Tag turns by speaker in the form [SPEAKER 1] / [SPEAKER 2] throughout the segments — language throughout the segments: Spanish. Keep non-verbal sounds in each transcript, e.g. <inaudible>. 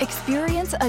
[SPEAKER 1] Experience a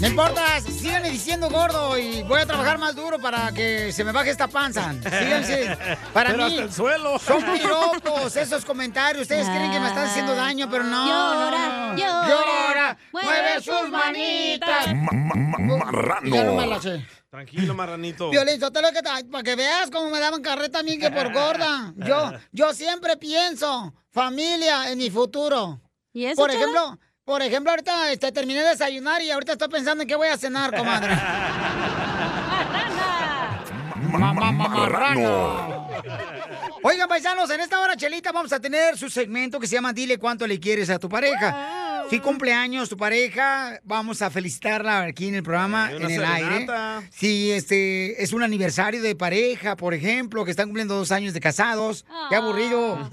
[SPEAKER 2] No importa, síganme diciendo gordo y voy a trabajar más duro para que se me baje esta panza. Síganse. Para
[SPEAKER 3] Pero
[SPEAKER 2] mí.
[SPEAKER 3] hasta el suelo.
[SPEAKER 2] Son piropos, esos comentarios. Ustedes creen que me están haciendo daño, pero no.
[SPEAKER 3] Llora,
[SPEAKER 2] no.
[SPEAKER 3] llora,
[SPEAKER 2] Llora,
[SPEAKER 3] mueve
[SPEAKER 2] mueve sus
[SPEAKER 3] sus
[SPEAKER 2] manitas. Ya no me la
[SPEAKER 4] Marrano.
[SPEAKER 2] sé.
[SPEAKER 4] Tranquilo, marranito.
[SPEAKER 2] Violín, yo te lo que ay, para que veas cómo me daban carreta a mí que por gorda. Yo, yo siempre pienso, familia, en mi futuro.
[SPEAKER 5] ¿Y eso,
[SPEAKER 2] por
[SPEAKER 5] Chela?
[SPEAKER 2] ejemplo, por ejemplo, ahorita este, terminé de desayunar y ahorita estoy pensando en qué voy a cenar, comadre.
[SPEAKER 4] Marrano.
[SPEAKER 2] Oigan, paisanos, en esta hora, Chelita, vamos a tener su segmento que se llama Dile cuánto le quieres a tu pareja. Si cumpleaños tu pareja, vamos a felicitarla aquí en el programa,
[SPEAKER 4] Eh,
[SPEAKER 2] en
[SPEAKER 4] una
[SPEAKER 2] el
[SPEAKER 4] serenata.
[SPEAKER 2] aire. Si este es un aniversario de pareja, por ejemplo, que están cumpliendo dos años de casados. Qué
[SPEAKER 5] Ah.
[SPEAKER 2] aburrido.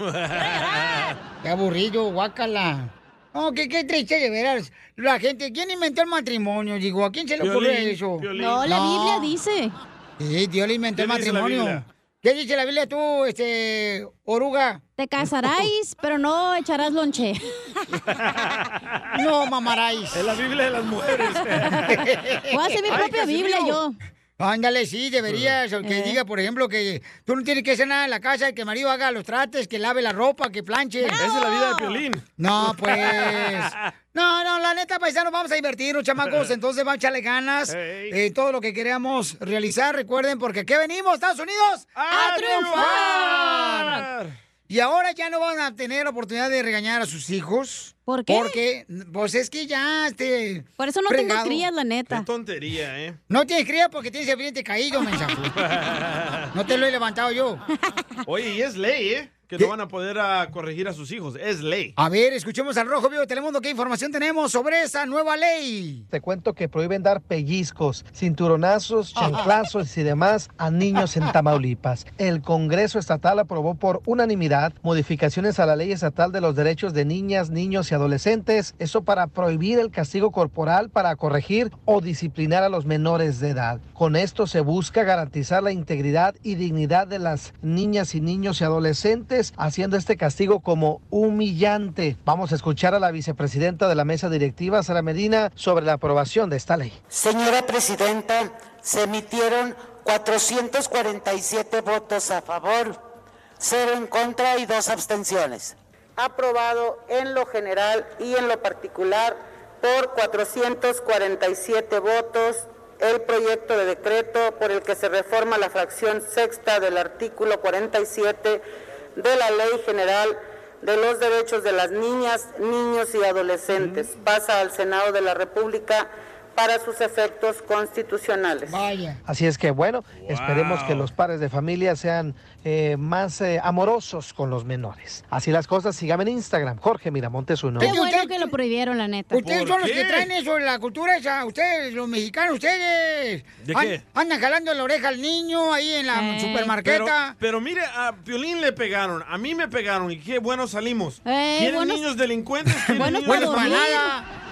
[SPEAKER 2] Qué aburrido, guácala. No, qué, qué triste de veras. La gente, ¿quién inventó el matrimonio? Digo, ¿a quién se le ocurrió
[SPEAKER 5] Piolín,
[SPEAKER 2] eso?
[SPEAKER 5] Piolín. No, la Biblia dice.
[SPEAKER 2] Sí, Dios le inventó
[SPEAKER 5] ¿Qué
[SPEAKER 2] el
[SPEAKER 5] dice la
[SPEAKER 2] matrimonio.
[SPEAKER 5] Biblia?
[SPEAKER 2] ¿Qué dice la Biblia tú, este, oruga?
[SPEAKER 5] Te casaráis, pero no echarás
[SPEAKER 2] <laughs>
[SPEAKER 5] lonche.
[SPEAKER 2] No mamaráis.
[SPEAKER 4] Es la Biblia de las
[SPEAKER 5] <laughs>
[SPEAKER 4] mujeres.
[SPEAKER 5] Voy a hacer mi propia Biblia yo.
[SPEAKER 2] Ándale, sí, deberías. o Que
[SPEAKER 5] Eh.
[SPEAKER 2] diga, por ejemplo, que tú no tienes que hacer nada en la casa, que el marido haga los trates, que lave la ropa, que planche.
[SPEAKER 4] Esa es la vida de Piolín.
[SPEAKER 2] No, pues. No, no, la neta, paisanos, vamos a divertirnos, chamacos. Entonces, vamos a echarle ganas.
[SPEAKER 4] Ey.
[SPEAKER 2] eh, todo lo que queramos realizar, recuerden, porque ¿qué venimos, Estados Unidos?
[SPEAKER 4] ¡A triunfar!
[SPEAKER 2] Y ahora ya no van a tener la oportunidad de regañar a sus hijos.
[SPEAKER 5] ¿Por qué?
[SPEAKER 2] Porque, pues es que ya, este.
[SPEAKER 5] Por eso no tengo
[SPEAKER 2] fregado.
[SPEAKER 5] crías, la neta.
[SPEAKER 4] Qué tontería, ¿eh? <laughs>
[SPEAKER 2] No tienes cría porque tienes el
[SPEAKER 5] <laughs>
[SPEAKER 2] frente caído, mensaje. No te lo he levantado yo.
[SPEAKER 4] Oye, y es ley, ¿eh? Que no van a poder ah, corregir a sus hijos. Es ley.
[SPEAKER 2] A ver, escuchemos al Rojo Vivo de Telemundo qué información tenemos sobre esa nueva ley.
[SPEAKER 6] Te cuento que prohíben dar pellizcos, cinturonazos, chanclazos y demás a niños en Tamaulipas. El Congreso Estatal aprobó por unanimidad modificaciones a la Ley Estatal de los Derechos de Niñas, Niños y Adolescentes, eso para prohibir el castigo corporal para corregir o disciplinar a los menores de edad. Con esto se busca garantizar la integridad y dignidad de las niñas y niños y adolescentes, haciendo este castigo como humillante. Vamos a escuchar a la vicepresidenta de la mesa directiva, Sara Medina, sobre la aprobación de esta ley.
[SPEAKER 7] Señora Presidenta, se emitieron 447 votos a favor, cero en contra y dos abstenciones.
[SPEAKER 8] aprobado en lo general y en lo particular por 447 votos el proyecto de decreto por el que se reforma la fracción sexta del artículo 47 de la Ley General de los Derechos de las Niñas, Niños y Adolescentes. Pasa al Senado de la República para sus efectos constitucionales.
[SPEAKER 6] Así es que bueno, esperemos que los padres de familia sean eh, más eh, amorosos con los menores. Así las cosas, síganme en Instagram, Jorge Miramontes uno.
[SPEAKER 5] Qué bueno que lo prohibieron, la neta.
[SPEAKER 2] Ustedes son los que traen eso, la cultura esa, ustedes, los mexicanos, ustedes.
[SPEAKER 4] ¿De
[SPEAKER 2] An-
[SPEAKER 4] qué?
[SPEAKER 2] Andan jalando la oreja al niño ahí en la
[SPEAKER 5] Eh.
[SPEAKER 2] supermarqueta.
[SPEAKER 4] Pero, pero mire, a Piolín le pegaron, a mí me pegaron y qué buenos salimos.
[SPEAKER 2] Eh,
[SPEAKER 4] ¿Quieren
[SPEAKER 2] buenos-
[SPEAKER 4] niños delincuentes? ¿Quieren
[SPEAKER 2] Buenos
[SPEAKER 4] niños-
[SPEAKER 2] para Buenos para dormir. nada.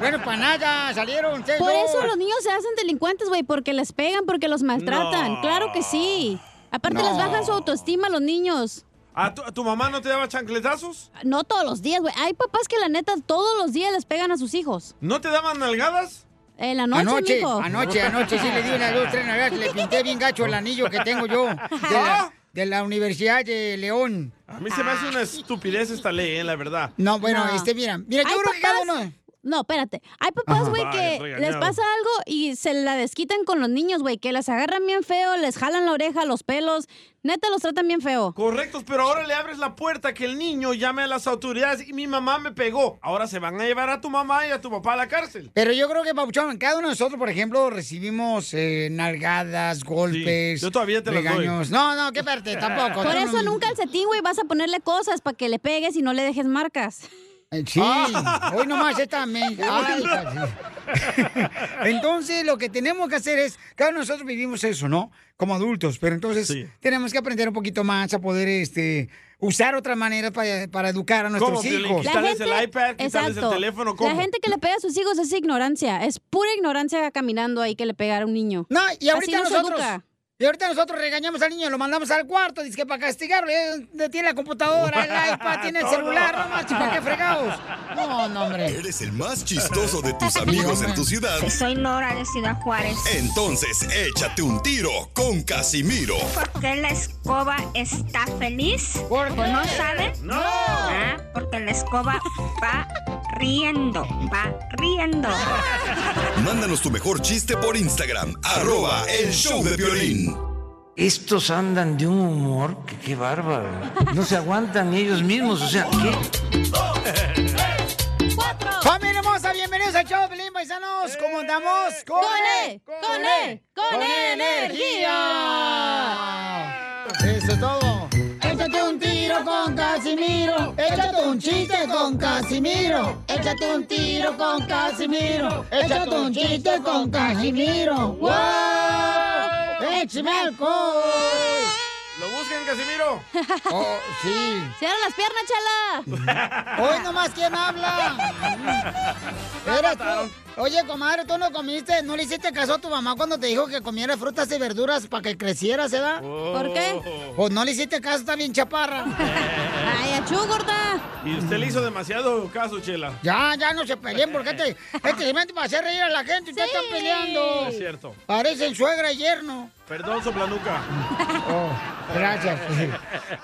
[SPEAKER 2] Buenos para nada, salieron ustedes
[SPEAKER 5] Por
[SPEAKER 2] dos.
[SPEAKER 5] eso los niños se hacen delincuentes, güey, porque les pegan, porque los maltratan.
[SPEAKER 4] No.
[SPEAKER 5] Claro que sí. Aparte les
[SPEAKER 4] No.
[SPEAKER 5] bajan su autoestima a los niños.
[SPEAKER 4] ¿A tu, a tu mamá no te daba chancletazos?
[SPEAKER 5] No todos los días, güey. Hay papás que la neta todos los días les pegan a sus hijos.
[SPEAKER 4] ¿No te daban nalgadas?
[SPEAKER 5] En la noche,
[SPEAKER 2] anoche,
[SPEAKER 5] mijo.
[SPEAKER 4] <laughs> ¿Ah?
[SPEAKER 2] anoche, anoche sí le di una, dos, tres nalgadas, le pinté bien gacho el anillo que tengo yo. De la, de la Universidad de León.
[SPEAKER 4] A mí se me hace una estupidez esta ley, eh, la verdad.
[SPEAKER 2] No, bueno, este, mira, mira, yo
[SPEAKER 5] Hay
[SPEAKER 2] creo que cada
[SPEAKER 5] papás-
[SPEAKER 2] uno...
[SPEAKER 5] No, espérate. Hay papás,
[SPEAKER 4] Ajá.
[SPEAKER 5] güey,
[SPEAKER 4] Vaya,
[SPEAKER 5] que
[SPEAKER 4] regañado.
[SPEAKER 5] les pasa algo y se la desquitan con los niños, güey, que les agarran bien feo, les jalan la oreja, los pelos. Neta, los tratan bien feo.
[SPEAKER 4] Correctos, pero ahora le abres la puerta que el niño llame a las autoridades y mi mamá me pegó. Ahora se van a llevar a tu mamá y a tu papá a la cárcel.
[SPEAKER 2] Pero yo creo que, Papuchón, cada uno de nosotros, por ejemplo, recibimos eh, nalgadas, golpes.
[SPEAKER 4] yo todavía te las doy.
[SPEAKER 2] regaños. No, no,
[SPEAKER 4] <laughs>
[SPEAKER 2] qué parte, tampoco.
[SPEAKER 5] Por
[SPEAKER 2] tú
[SPEAKER 5] eso
[SPEAKER 2] no-
[SPEAKER 5] nunca al cetín, güey, vas a ponerle cosas para que le pegues y no le dejes marcas.
[SPEAKER 2] Eh,
[SPEAKER 5] <laughs>
[SPEAKER 2] Sí,
[SPEAKER 4] Ah.
[SPEAKER 2] hoy nomás esta me... Ay, Entonces, lo que tenemos que hacer es, cada uno de nosotros vivimos eso, ¿no? Como adultos, pero entonces tenemos que aprender un poquito más a poder este, usar otra manera para, para educar a nuestros hijos.
[SPEAKER 5] La gente que le pega a sus hijos es ignorancia. Es pura ignorancia caminando ahí que le pegar a un niño.
[SPEAKER 2] No, y
[SPEAKER 5] Así
[SPEAKER 2] ahorita
[SPEAKER 5] no se
[SPEAKER 2] nosotros.
[SPEAKER 5] educa.
[SPEAKER 2] Y ahorita nosotros regañamos al niño, lo mandamos al cuarto, dice que para castigarlo, eh, donde tiene la computadora,
[SPEAKER 4] <laughs>
[SPEAKER 2] el iPad, tiene el
[SPEAKER 9] Todo.
[SPEAKER 2] celular, no más, ¿para qué fregados? No, no, hombre.
[SPEAKER 9] Eres el más chistoso de tus amigos en tu ciudad.
[SPEAKER 10] Soy Nora de Ciudad Juárez.
[SPEAKER 9] Entonces, échate un tiro con Casimiro.
[SPEAKER 10] ¿Por qué la escoba está feliz?
[SPEAKER 2] ¿O
[SPEAKER 10] no saben?
[SPEAKER 4] No.
[SPEAKER 10] Ah, porque la escoba va riendo, va riendo.
[SPEAKER 9] Mándanos tu mejor chiste por Instagram, arroba el show de violín.
[SPEAKER 11] Estos andan de un humor que qué bárbaro. No se aguantan ni ellos mismos, o sea, ¿qué?
[SPEAKER 2] ¡Familia hermosa! Bienvenidos al show de Pelín Paisanos. ¿Cómo andamos? Eh, ¡Con E! ¡Con E! ¡Con energía! Eso es todo. Échate un tiro con Casimiro. Échate un chiste con Casimiro. Échate un tiro con Casimiro. Échate un chiste con Casimiro. ¡Wow! ¡Échame alcohol!
[SPEAKER 4] ¿Lo buscan,
[SPEAKER 5] <laughs>
[SPEAKER 4] Casimiro?
[SPEAKER 2] Oh, sí.
[SPEAKER 5] ¡Cierra las piernas, chala!
[SPEAKER 2] Hoy nomás, ¿quién habla? Eras tú. Oye, comadre, tú no comiste, no le hiciste caso a tu mamá cuando te dijo que comieras frutas y verduras para que crecieras, ¿verdad?
[SPEAKER 5] ¿Por qué?
[SPEAKER 2] Pues no le hiciste caso, está bien chaparra.
[SPEAKER 5] <laughs> ¡Ay, achú, gorda!
[SPEAKER 4] Y usted le hizo demasiado caso, Chela.
[SPEAKER 2] Ya, ya no se peleen porque este, este segmento para hacer reír a la gente, usted está
[SPEAKER 4] No
[SPEAKER 2] peleando.
[SPEAKER 4] es cierto.
[SPEAKER 2] Parecen suegra y yerno.
[SPEAKER 4] Perdón,
[SPEAKER 2] <laughs>
[SPEAKER 4] Soplanuca.
[SPEAKER 2] Oh. gracias.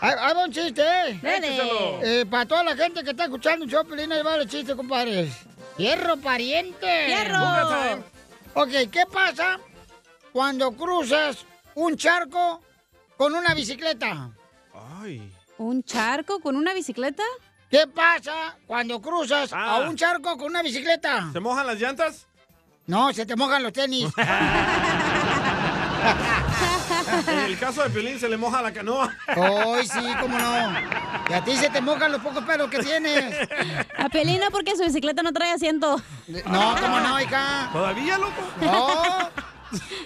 [SPEAKER 2] Ahí ahí va un chiste, ¿eh?
[SPEAKER 4] Dale. Écheselo.
[SPEAKER 2] Eh, para toda la gente que está escuchando el show, Pelín, ahí va el chiste, compadres. ¡Hierro, pariente!
[SPEAKER 12] ¡Fierro! Buca time.
[SPEAKER 2] Ok, ¿qué pasa cuando cruzas un charco con una bicicleta?
[SPEAKER 4] Ay.
[SPEAKER 2] ¿Un charco con una bicicleta? ¿Qué pasa cuando cruzas a un charco con una bicicleta?
[SPEAKER 4] Ah. ¿Se mojan las llantas?
[SPEAKER 2] No, se te mojan
[SPEAKER 4] <laughs>
[SPEAKER 2] los tenis. <laughs>
[SPEAKER 4] En el caso de Piolín se le moja la canoa.
[SPEAKER 2] Ay, sí, cómo no. Y a ti se te mojan los pocos pelos que tienes.
[SPEAKER 5] <laughs> A Pelina porque su bicicleta no trae asiento.
[SPEAKER 2] No, cómo no, hija.
[SPEAKER 4] ¿Todavía, loco?
[SPEAKER 2] No.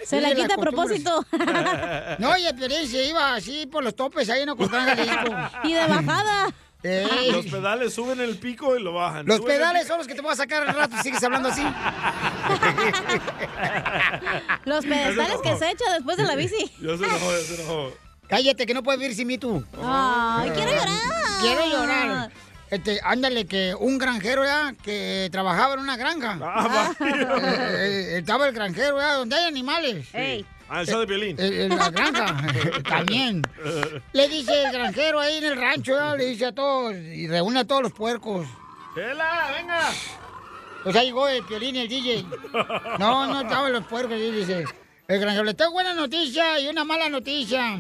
[SPEAKER 5] Se la
[SPEAKER 2] Sigue
[SPEAKER 5] quita a
[SPEAKER 2] costumbres.
[SPEAKER 5] propósito.
[SPEAKER 2] <laughs> No, y el Piolín se iba así por los topes ahí en Ocotlán, Jalisco.
[SPEAKER 5] Y de bajada.
[SPEAKER 2] Ey.
[SPEAKER 4] Los pedales suben el pico y lo bajan.
[SPEAKER 2] Los
[SPEAKER 4] Suben el
[SPEAKER 2] pedales son los que te voy a sacar al rato si sigues hablando así.
[SPEAKER 5] Los pedestales que se echa después de la bici.
[SPEAKER 4] Yo se enojó, yo se enojó. Eh,
[SPEAKER 2] Cállate, que no puedes vivir sin mí tú.
[SPEAKER 5] Ay, quiero llorar.
[SPEAKER 2] Quiero llorar. Este, ándale, que un granjero ya que trabajaba en una granja.
[SPEAKER 4] Ah, <laughs>
[SPEAKER 2] Eh, eh, estaba el granjero ya donde hay animales.
[SPEAKER 4] Ah, el show de Piolín.
[SPEAKER 2] Eh, eh,
[SPEAKER 4] <laughs>
[SPEAKER 2] la granja, también. Le dice el granjero ahí en el rancho, ya, le dice a todos, y reúne a todos los puercos.
[SPEAKER 4] ¡Chela, venga!
[SPEAKER 2] Pues ahí llegó el piolín y el DJ.
[SPEAKER 12] <laughs>
[SPEAKER 2] No, no estaban los puercos, y dice. El granjero, le tengo buena noticia y una mala noticia.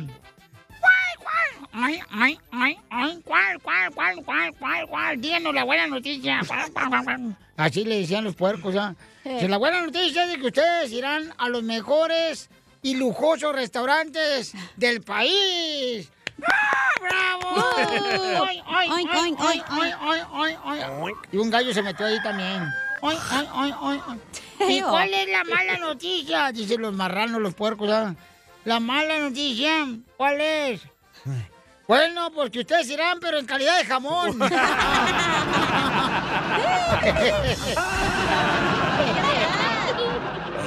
[SPEAKER 2] Ay, ay, ay, ay, cuál, cuál, cuál, cuál, cuál, cuál, díganos la buena <laughs> noticia. Cuál, cuál, cuál, cuál. Así le decían los puercos, ¿ah?
[SPEAKER 12] Sí.
[SPEAKER 2] Si la buena noticia es de que ustedes irán a los mejores y lujosos restaurantes del país. ¡Ah, ¡Bravo!
[SPEAKER 12] ¡Uh!
[SPEAKER 2] Ay, ay, ay,
[SPEAKER 12] Oink, oink,
[SPEAKER 2] ay,
[SPEAKER 12] oink,
[SPEAKER 2] ay, ay, ay, ay. Y un gallo se metió ahí también. Ay, ay, ay, ay,
[SPEAKER 12] <laughs>
[SPEAKER 2] ay. ¿Y
[SPEAKER 12] Feo.
[SPEAKER 2] cuál es la mala noticia? Dicen los marranos, los puercos, ¿ah? La mala noticia, ¿cuál <laughs> es? Bueno, pues que ustedes irán, pero en calidad de <laughs> jamón.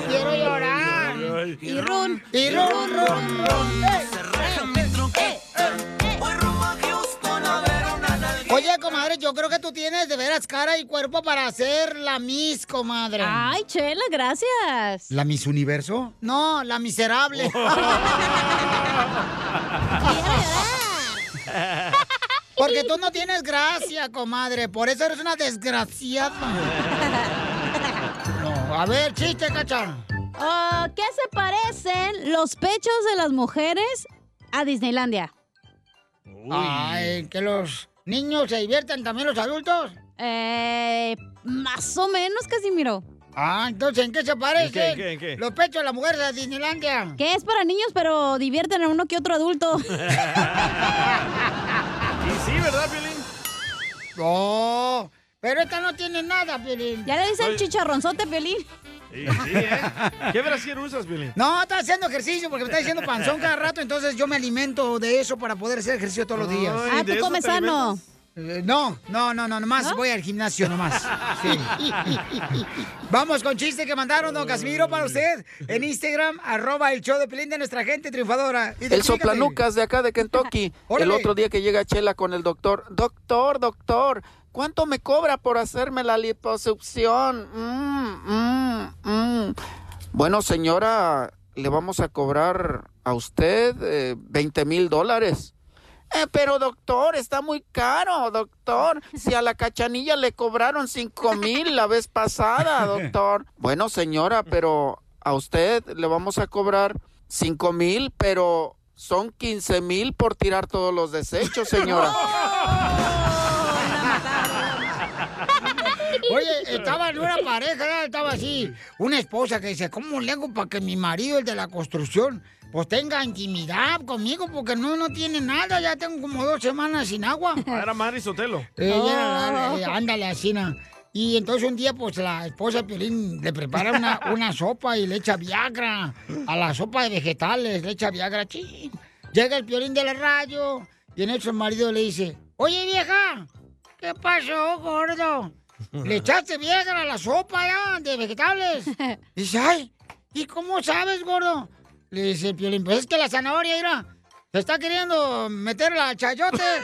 [SPEAKER 2] Quiero llorar.
[SPEAKER 12] Y run,
[SPEAKER 2] y run, run, run. <laughs> Oye, comadre, yo creo que tú tienes de veras cara y cuerpo para ser la Miss, comadre.
[SPEAKER 5] Ay, Chela, gracias.
[SPEAKER 2] ¿La Miss Universo? No, la <laughs> miserable. Porque tú no tienes gracia, comadre. Por eso eres una desgraciada. No, a ver, chiste, cacha.
[SPEAKER 5] Ah, ¿Qué se parecen los pechos de las mujeres a Disneylandia?
[SPEAKER 2] Ay, que los niños se diviertan también los adultos.
[SPEAKER 5] Eh, más o menos, Casimiro.
[SPEAKER 2] Ah, entonces, ¿en qué se parecen? ¿En qué, en qué, en qué? Los pechos de la mujer de Disneylandia.
[SPEAKER 5] Que es para niños, pero divierten a uno que otro
[SPEAKER 2] <laughs>
[SPEAKER 5] adulto.
[SPEAKER 4] Y sí, ¿verdad, Piolín?
[SPEAKER 2] No, Oh, pero esta no tiene nada, Piolín.
[SPEAKER 5] Ya le dicen
[SPEAKER 4] Oye.
[SPEAKER 5] chicharronzote, Piolín.
[SPEAKER 4] Y sí, ¿eh? ¿Qué brasier usas, Piolín?
[SPEAKER 2] No, está haciendo ejercicio porque me está diciendo panzón cada rato, entonces yo me alimento de eso para poder hacer ejercicio todos los días.
[SPEAKER 5] Ah, ¿tú comes sano?
[SPEAKER 2] Eh, No, no, no, no, nomás voy al gimnasio, nomás. Sí. Vamos con chiste que mandaron, don Casimiro, para usted en Instagram, arroba el show de Pelín de nuestra gente triunfadora.
[SPEAKER 13] El
[SPEAKER 2] Identifícate.
[SPEAKER 13] soplanucas de acá de Kentucky. el
[SPEAKER 2] Órale.
[SPEAKER 13] otro día que llega Chela con el doctor. Doctor, doctor, ¿cuánto me cobra por hacerme la liposucción? Mm, mm, mm. Bueno, señora, le vamos a cobrar a usted eh, 20 mil dólares. "Eh, pero doctor, está muy caro, doctor. Si a la cachanilla le cobraron cinco mil la vez
[SPEAKER 12] <laughs>
[SPEAKER 13] pasada, doctor. Bueno, señora, pero a usted le vamos a cobrar cinco mil, pero son quince mil por tirar todos los desechos,
[SPEAKER 2] <laughs>
[SPEAKER 13] señora.
[SPEAKER 12] <laughs>
[SPEAKER 2] Oye, estaba en una pareja, ¿verdad? estaba así, una esposa que dice, ¿cómo le hago para que mi marido, el de la construcción, pues tenga intimidad conmigo? Porque no, no tiene nada, ya tengo como dos semanas sin agua.
[SPEAKER 4] Ah, Era Mari Sotelo.
[SPEAKER 2] Eh, ya,
[SPEAKER 4] Oh.
[SPEAKER 2] eh, ándale, así, na. Y entonces un día, pues, la esposa de Piolín le prepara una, una sopa y le echa Viagra a la sopa de vegetales, le echa Viagra, chin. Llega el Piolín de la radio y en eso el marido le dice, oye, vieja, ¿qué pasó, gordo? Le echaste Viagra a la sopa ya, de vegetales. Dice, ay, ¿y cómo sabes, gordo? Le dice el Piolín, pues es que la zanahoria, mira, se está queriendo meter la chayote.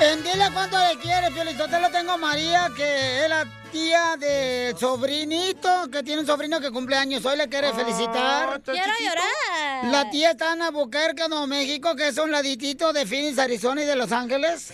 [SPEAKER 2] En dile cuánto le quieres, Piolito. Te lo tengo a María, que es la tía de sobrinito, que tiene un sobrino que cumple años. Hoy le quiere felicitar.
[SPEAKER 5] Quiero llorar.
[SPEAKER 2] La tía está en Albuquerque, Nuevo México, que es un laditito de Phoenix, Arizona y de Los Ángeles.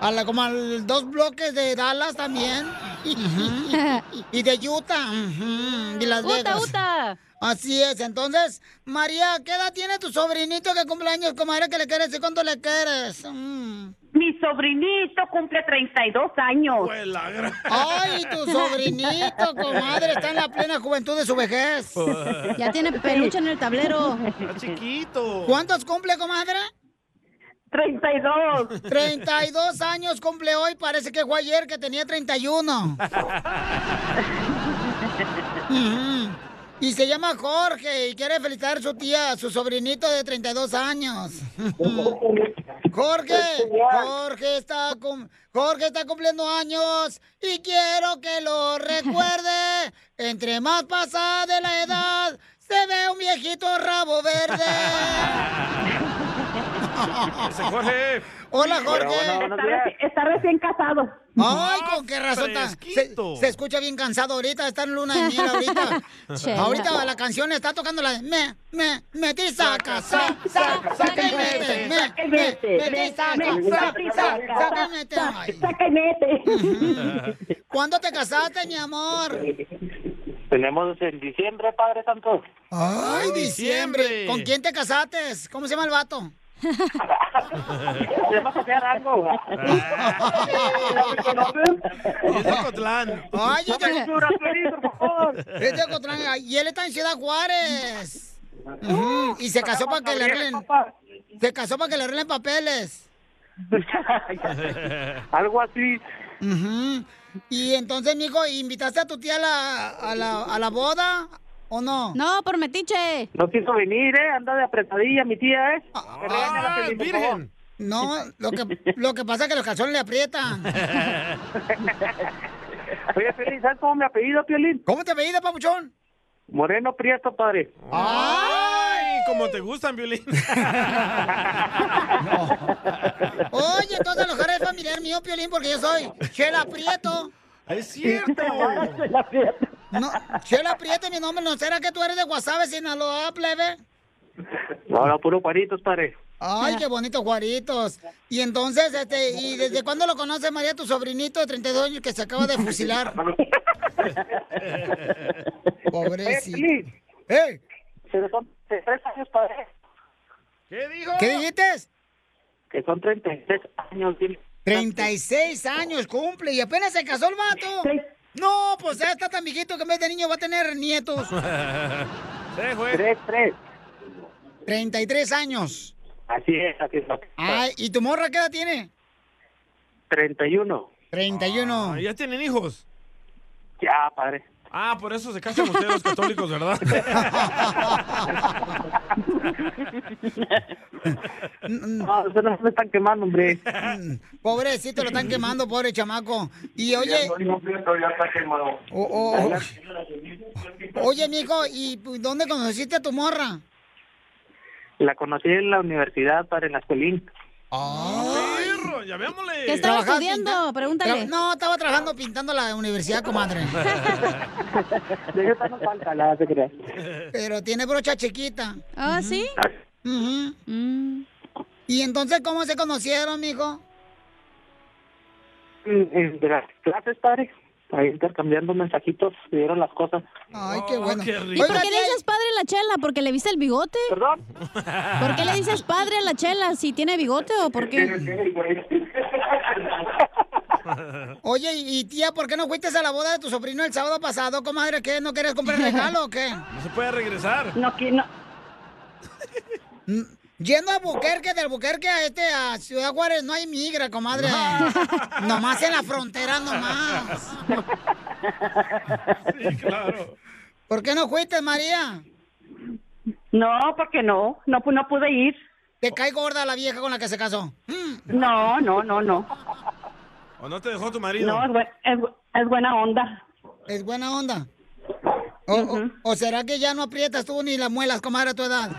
[SPEAKER 2] A la- como a dos bloques de Dallas también. <laughs> y de Utah. ujú, Y Las
[SPEAKER 5] Uta,
[SPEAKER 2] Vegas. Así es. Entonces, María, ¿qué edad tiene tu sobrinito que cumple años, comadre, que le quieres y cuánto le quieres? Mm.
[SPEAKER 14] Mi sobrinito cumple 32 años.
[SPEAKER 4] Pues.
[SPEAKER 2] Ay, tu sobrinito, comadre, está en la plena juventud de su vejez.
[SPEAKER 14] <laughs>
[SPEAKER 4] Pues.
[SPEAKER 14] Ya tiene peluche en
[SPEAKER 4] <laughs>
[SPEAKER 14] el tablero.
[SPEAKER 4] Está chiquito.
[SPEAKER 2] ¿Cuántos cumple, comadre? 32. 32 años cumple hoy, parece que fue ayer que tenía 31. Ujú. Y se llama Jorge y quiere felicitar a su tía, a su sobrinito de 32 años. Jorge, Jorge está, cum- Jorge está cumpliendo años y quiero que lo recuerde. Entre más pasa de la edad, se ve un viejito rabo verde.
[SPEAKER 4] Ese Jorge.
[SPEAKER 2] Hola, Jorge.
[SPEAKER 14] está, reci- está recién casado.
[SPEAKER 2] Ay, con qué razón tan- se, se escucha bien cansado ahorita, está en luna de miel <laughs> ahorita.
[SPEAKER 14] Chela.
[SPEAKER 2] ahorita la canción está tocando la de me, me, metí, saca, saca, saca, saca y mete, me, me, metí, saca, saca, saca, saca y mete. Ay, ¿Cuándo te casaste, mi amor?
[SPEAKER 15] Tenemos en diciembre, Padre Santo.
[SPEAKER 2] Ay, diciembre. ¿Con quién te casaste? ¿Cómo se llama el vato?
[SPEAKER 15] ¿Le vas a hacer algo?
[SPEAKER 4] <laughs> Es de Cotlán.
[SPEAKER 2] <laughs> Ay, yo te...
[SPEAKER 15] Dura, Florito, por favor.
[SPEAKER 2] Es de Ocotlán, ay, Y él está en Ciudad Juárez. Ujú, Mm, Y se casó para que le arreglen. Se casó para que le
[SPEAKER 10] <laughs> Ah,
[SPEAKER 2] arreglen papeles.
[SPEAKER 15] algo así.
[SPEAKER 2] Y entonces, mijo, ¿invitaste a tu tía a la, a la, a la boda o no? No, por metiche.
[SPEAKER 10] No quiso venir, ¿eh? Anda de apretadilla, mi tía, ¿eh? Que regaña la Piolín, por favor.
[SPEAKER 2] Ah, No, lo que, lo que pasa es que los calzones le aprietan.
[SPEAKER 10] <laughs> Oye, Piolín, ¿sabes cómo me apellido, Piolín?
[SPEAKER 2] ¿Cómo te apellido, papuchón? Ah.
[SPEAKER 10] Moreno Prieto, padre.
[SPEAKER 12] ¡Ay! Como te gustan, Violín.
[SPEAKER 2] Oye, entonces los es familiar mío, Piolín, porque yo soy Chela Prieto.
[SPEAKER 12] Ah, ¡Es cierto!
[SPEAKER 2] No, Chela Prieto es mi nombre, ¿no será que tú eres de Guasave, Sinaloa, plebe?
[SPEAKER 10] No, no, puro paritos, padre.
[SPEAKER 2] Ay, qué bonitos guaritos. Y entonces, este, ¿y desde cuándo lo conoces, María, tu sobrinito de 32 años que se acaba de
[SPEAKER 10] <laughs>
[SPEAKER 2] fusilar? Pobrecito. ¡Eh!
[SPEAKER 10] Se son de tres años, padre.
[SPEAKER 12] ¿Qué dijo?
[SPEAKER 2] ¿Qué dijiste?
[SPEAKER 10] Que son 33 años, dile.
[SPEAKER 2] 36 años cumple y apenas se casó el vato. No, pues ya está tan viejito que en vez de niño va a tener nietos.
[SPEAKER 12] Tres, güey.
[SPEAKER 10] Tres, tres.
[SPEAKER 2] 33 años.
[SPEAKER 10] Así es, así es. papá.
[SPEAKER 2] Ay, ¿y tu morra qué edad tiene?
[SPEAKER 10] 31.
[SPEAKER 2] 31.
[SPEAKER 12] Ah, ¿Ya tienen hijos?
[SPEAKER 10] Ya, padre.
[SPEAKER 12] Ah, por eso se casan ustedes los católicos,
[SPEAKER 2] <laughs>
[SPEAKER 12] ¿verdad?
[SPEAKER 2] Mm,
[SPEAKER 10] No, ustedes no me están quemando, hombre.
[SPEAKER 2] Pobrecito, lo están quemando, pobre chamaco. Y oye,
[SPEAKER 10] ya está quemado.
[SPEAKER 2] oh, oye, mijo, ¿y pues, dónde conociste a tu morra?
[SPEAKER 10] La conocí en la universidad, padre, en la escuelín.
[SPEAKER 2] Ah.
[SPEAKER 12] Perro, llamémosle.
[SPEAKER 2] ¿Qué estaba estudiando? Pregúntale. no, estaba trabajando pintando la universidad,
[SPEAKER 12] <laughs>
[SPEAKER 2] comadre.
[SPEAKER 10] De hecho, no falta la se crea.
[SPEAKER 2] Pero tiene brocha chiquita.
[SPEAKER 5] ¿Ah, sí?
[SPEAKER 2] Ujú. Mm. ¿Y entonces cómo se conocieron, mijo?
[SPEAKER 10] eh, De las clases, padre. Ahí intercambiando mensajitos, se dieron las cosas.
[SPEAKER 2] Ay, qué bueno.
[SPEAKER 5] ¿Y por qué le dices padre a la chela? ¿Porque le viste el bigote?
[SPEAKER 10] ¿Perdón?
[SPEAKER 5] ¿Por
[SPEAKER 12] <laughs>
[SPEAKER 5] qué le dices padre a la chela? ¿Si tiene bigote o por qué?
[SPEAKER 2] Oye, y tía, ¿por qué no fuiste a la boda de tu sobrino el sábado pasado, comadre? ¿Qué? ¿No querías comprar regalo o qué?
[SPEAKER 12] No se puede regresar.
[SPEAKER 2] No, que no. Mm, Yendo a Buquerque, del Buquerque a este, a Ciudad Juárez, no hay migra,
[SPEAKER 12] <laughs>
[SPEAKER 2] comadre. nomás en la frontera, nomás.
[SPEAKER 12] Sí, claro.
[SPEAKER 2] ¿Por qué no fuiste, María?
[SPEAKER 16] No, porque no, no, pu- no pude ir.
[SPEAKER 2] ¿Te cae gorda la vieja con la que se casó?
[SPEAKER 16] No, no, no, no.
[SPEAKER 12] ¿O no te dejó tu marido?
[SPEAKER 16] No, es, bu- es bu- es buena onda.
[SPEAKER 2] ¿Es buena onda? ¿O, o- o será que ya no aprietas tú ni las muelas, comadre, a tu edad?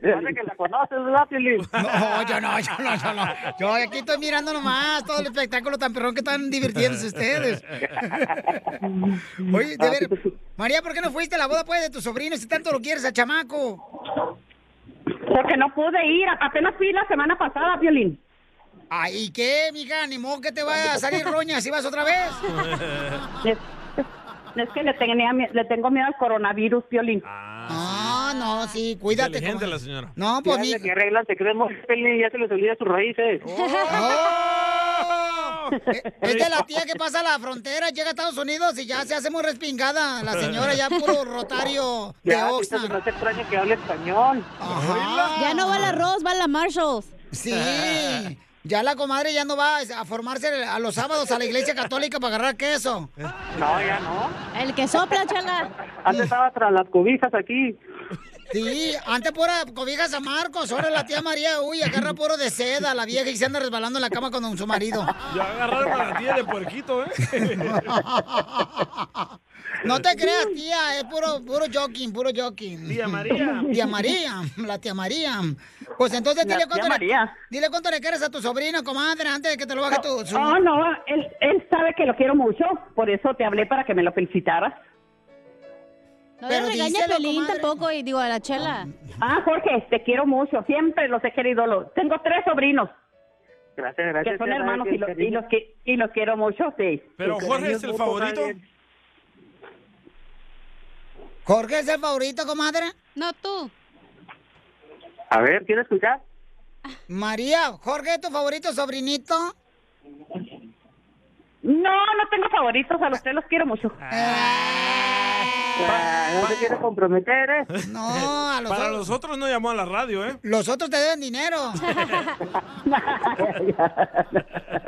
[SPEAKER 10] Parece que la conoces, ¿verdad, Piolín?
[SPEAKER 2] <laughs> No, yo no, yo no, yo no. Yo aquí estoy mirando nomás todo el espectáculo tan perrón que están divirtiéndose ustedes. Oye,
[SPEAKER 16] Ah,
[SPEAKER 2] de ver, María, ¿por qué no fuiste a la boda pues de tu sobrino si tanto lo quieres a chamaco?
[SPEAKER 16] Porque no pude ir, a- apenas fui la semana pasada, Violín.
[SPEAKER 2] Ay, ¿y qué, mija? Ni modo que te vaya a salir roña si vas otra vez.
[SPEAKER 16] Es, es que le, tenía, mie- le tengo miedo al coronavirus, Violín.
[SPEAKER 2] No, no, Ah, sí, cuídate.
[SPEAKER 12] Inteligente
[SPEAKER 2] comadre.
[SPEAKER 12] la señora.
[SPEAKER 2] No, pues mi...
[SPEAKER 10] Que arreglan, se creen muy Piolín, ya se les olvida
[SPEAKER 2] <laughs>
[SPEAKER 10] sus raíces.
[SPEAKER 2] Oh. Es de la tía que pasa la frontera, llega a Estados Unidos y ya se hace muy respingada. La señora ya puro rotario de
[SPEAKER 10] Ya, ahorita
[SPEAKER 2] Oxnard.
[SPEAKER 10] se me hace extraño que hable español.
[SPEAKER 5] Ya no va el arroz, va la Marshalls.
[SPEAKER 2] Sí. Ya la comadre ya no va a formarse a los sábados a la iglesia católica para agarrar queso.
[SPEAKER 10] No, ya no.
[SPEAKER 5] El que sopla, chala.
[SPEAKER 10] Antes estaba tras las cobijas aquí.
[SPEAKER 2] Sí, antes pura cobija San Marcos, ahora la tía María, uy, agarra puro de seda la vieja y se anda resbalando en la cama con su marido.
[SPEAKER 12] Ya agarraron a la tía de puerquito, ¿eh?
[SPEAKER 2] No te creas, tía, es puro, puro joking, puro joking.
[SPEAKER 12] Tía María.
[SPEAKER 2] Tía María, la tía María. Pues entonces
[SPEAKER 16] La
[SPEAKER 2] dile
[SPEAKER 16] tía
[SPEAKER 2] cuánto, le,
[SPEAKER 16] María.
[SPEAKER 2] dile cuánto le quieres a tu sobrino, comadre, antes de que te lo baje tu... su-
[SPEAKER 16] Oh, no, él, él sabe que lo quiero mucho, por eso te hablé para que me lo felicitaras.
[SPEAKER 5] No le regaña a
[SPEAKER 2] díselo,
[SPEAKER 5] Pelín tampoco, y digo, a la chela.
[SPEAKER 16] Ah, Jorge, te quiero mucho, siempre los he querido. lo- tengo tres sobrinos
[SPEAKER 10] Gracias, gracias.
[SPEAKER 16] que son
[SPEAKER 10] tía,
[SPEAKER 16] hermanos
[SPEAKER 10] que
[SPEAKER 16] y los, y, los que, y los quiero mucho, sí.
[SPEAKER 12] Pero Jorge es el favorito.
[SPEAKER 2] ¿Jorge es el favorito, comadre?
[SPEAKER 5] No, tú.
[SPEAKER 10] A ver, ¿quieres escuchar?
[SPEAKER 2] María, ¿Jorge es tu favorito sobrinito? Ah.
[SPEAKER 16] No, no tengo favoritos, a los tres los quiero mucho.
[SPEAKER 15] Ah, no se quiere comprometer, ¿eh?
[SPEAKER 2] <laughs> <laughs> No, a los
[SPEAKER 4] Para
[SPEAKER 2] otros.
[SPEAKER 4] los otros no llamó a la radio, ¿eh?
[SPEAKER 2] Los otros te deben dinero.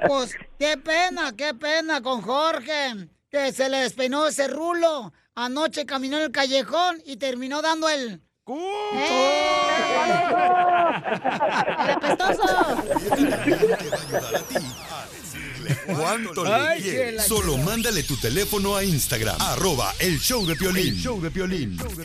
[SPEAKER 2] pues, qué pena, qué pena con Jorge. Que se le despeinó ese rulo. Anoche caminó en el callejón y terminó dando el... Eh.
[SPEAKER 9] ¿Cuánto le
[SPEAKER 12] Ay,
[SPEAKER 9] quieres?
[SPEAKER 12] qué la-
[SPEAKER 9] Solo mándale tu teléfono a Instagram, arroba el show de Piolín.
[SPEAKER 12] El
[SPEAKER 9] show de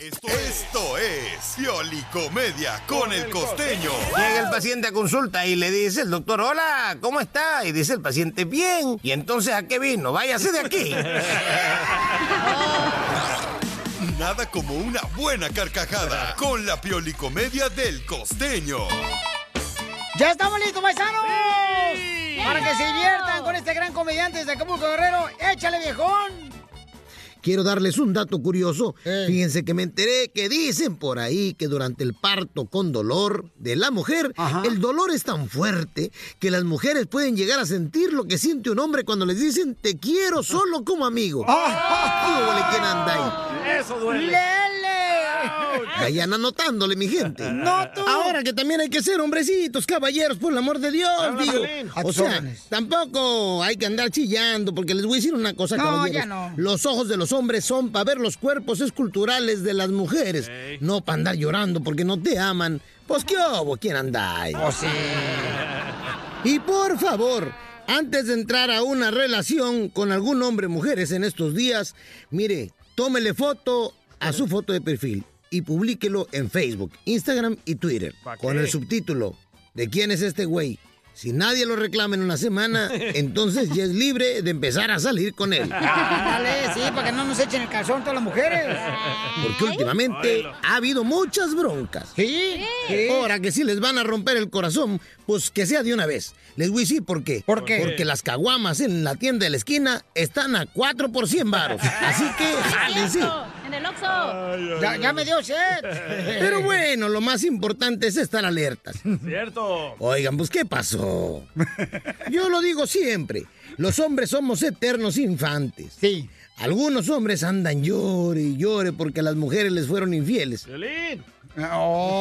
[SPEAKER 9] Esto es Piolicomedia con el costeño.
[SPEAKER 17] Llega el paciente a consulta y le dice el doctor, hola, ¿cómo está? Y dice el paciente, bien. Y entonces, ¿a qué vino? Váyase de aquí.
[SPEAKER 9] Nada como una buena carcajada con la Piolicomedia del costeño.
[SPEAKER 2] ¡Ya estamos listos, paisanos! Para que se diviertan con este gran comediante de Acapulco Guerrero. ¡Échale, viejón!
[SPEAKER 17] <laughs> Quiero darles un dato curioso. Fíjense que me enteré que dicen por ahí que durante el parto con dolor de la mujer, el dolor es tan fuerte que las mujeres pueden llegar a sentir lo que siente un hombre cuando les dicen te quiero solo como amigo. ¿Qué hubo, le? ¿Quién anda ahí?
[SPEAKER 4] Eso duele.
[SPEAKER 17] Vayan anotándole, mi gente.
[SPEAKER 12] <laughs> No, tú.
[SPEAKER 17] Ahora que también hay que ser hombrecitos, caballeros, por el amor de Dios,
[SPEAKER 12] Habla,
[SPEAKER 17] digo.
[SPEAKER 12] Piolín. A
[SPEAKER 17] O
[SPEAKER 12] tus
[SPEAKER 17] sea,
[SPEAKER 12] órdenes.
[SPEAKER 17] tampoco hay que andar chillando, porque les voy a decir una cosa,
[SPEAKER 12] No,
[SPEAKER 17] caballeros.
[SPEAKER 12] ya no.
[SPEAKER 17] Los ojos de los hombres son para ver los cuerpos esculturales de las mujeres, no para andar llorando porque no te aman. Pues qué hubo, ¿quién anda ahí?
[SPEAKER 12] Oh,
[SPEAKER 17] Y por favor, antes de entrar a una relación con algún hombre o mujeres en estos días, mire, tómele foto a su foto de perfil y publíquelo en Facebook, Instagram y Twitter
[SPEAKER 12] ¿Pa qué?
[SPEAKER 17] con el subtítulo ¿De quién es este güey? Si nadie lo reclama en una
[SPEAKER 12] <laughs>
[SPEAKER 17] semana, entonces ya es libre de empezar a salir con
[SPEAKER 2] <laughs>
[SPEAKER 17] él.
[SPEAKER 2] Dale, sí, para que no nos echen el calzón todas las mujeres.
[SPEAKER 17] Porque últimamente ha habido muchas broncas.
[SPEAKER 2] ¿Sí?
[SPEAKER 12] Sí.
[SPEAKER 17] Ahora que sí les van a romper el corazón, pues que sea de una vez. Les voy a decir por qué. ¿Por
[SPEAKER 12] qué?
[SPEAKER 17] Porque las caguamas en la tienda de la esquina están a 4 por 100 varos. Así que, ah, jálense.
[SPEAKER 5] Ah, En el Oxxo.
[SPEAKER 17] Ya- ya me
[SPEAKER 2] dio sed.
[SPEAKER 17] Pero bueno, lo más importante es estar alertas.
[SPEAKER 4] Cierto.
[SPEAKER 17] Oigan, pues ¿qué pasó? Yo lo digo siempre, los hombres somos eternos infantes.
[SPEAKER 2] Sí.
[SPEAKER 17] Algunos hombres andan llore y llore porque las mujeres les fueron infieles.
[SPEAKER 4] Violín.
[SPEAKER 17] Pero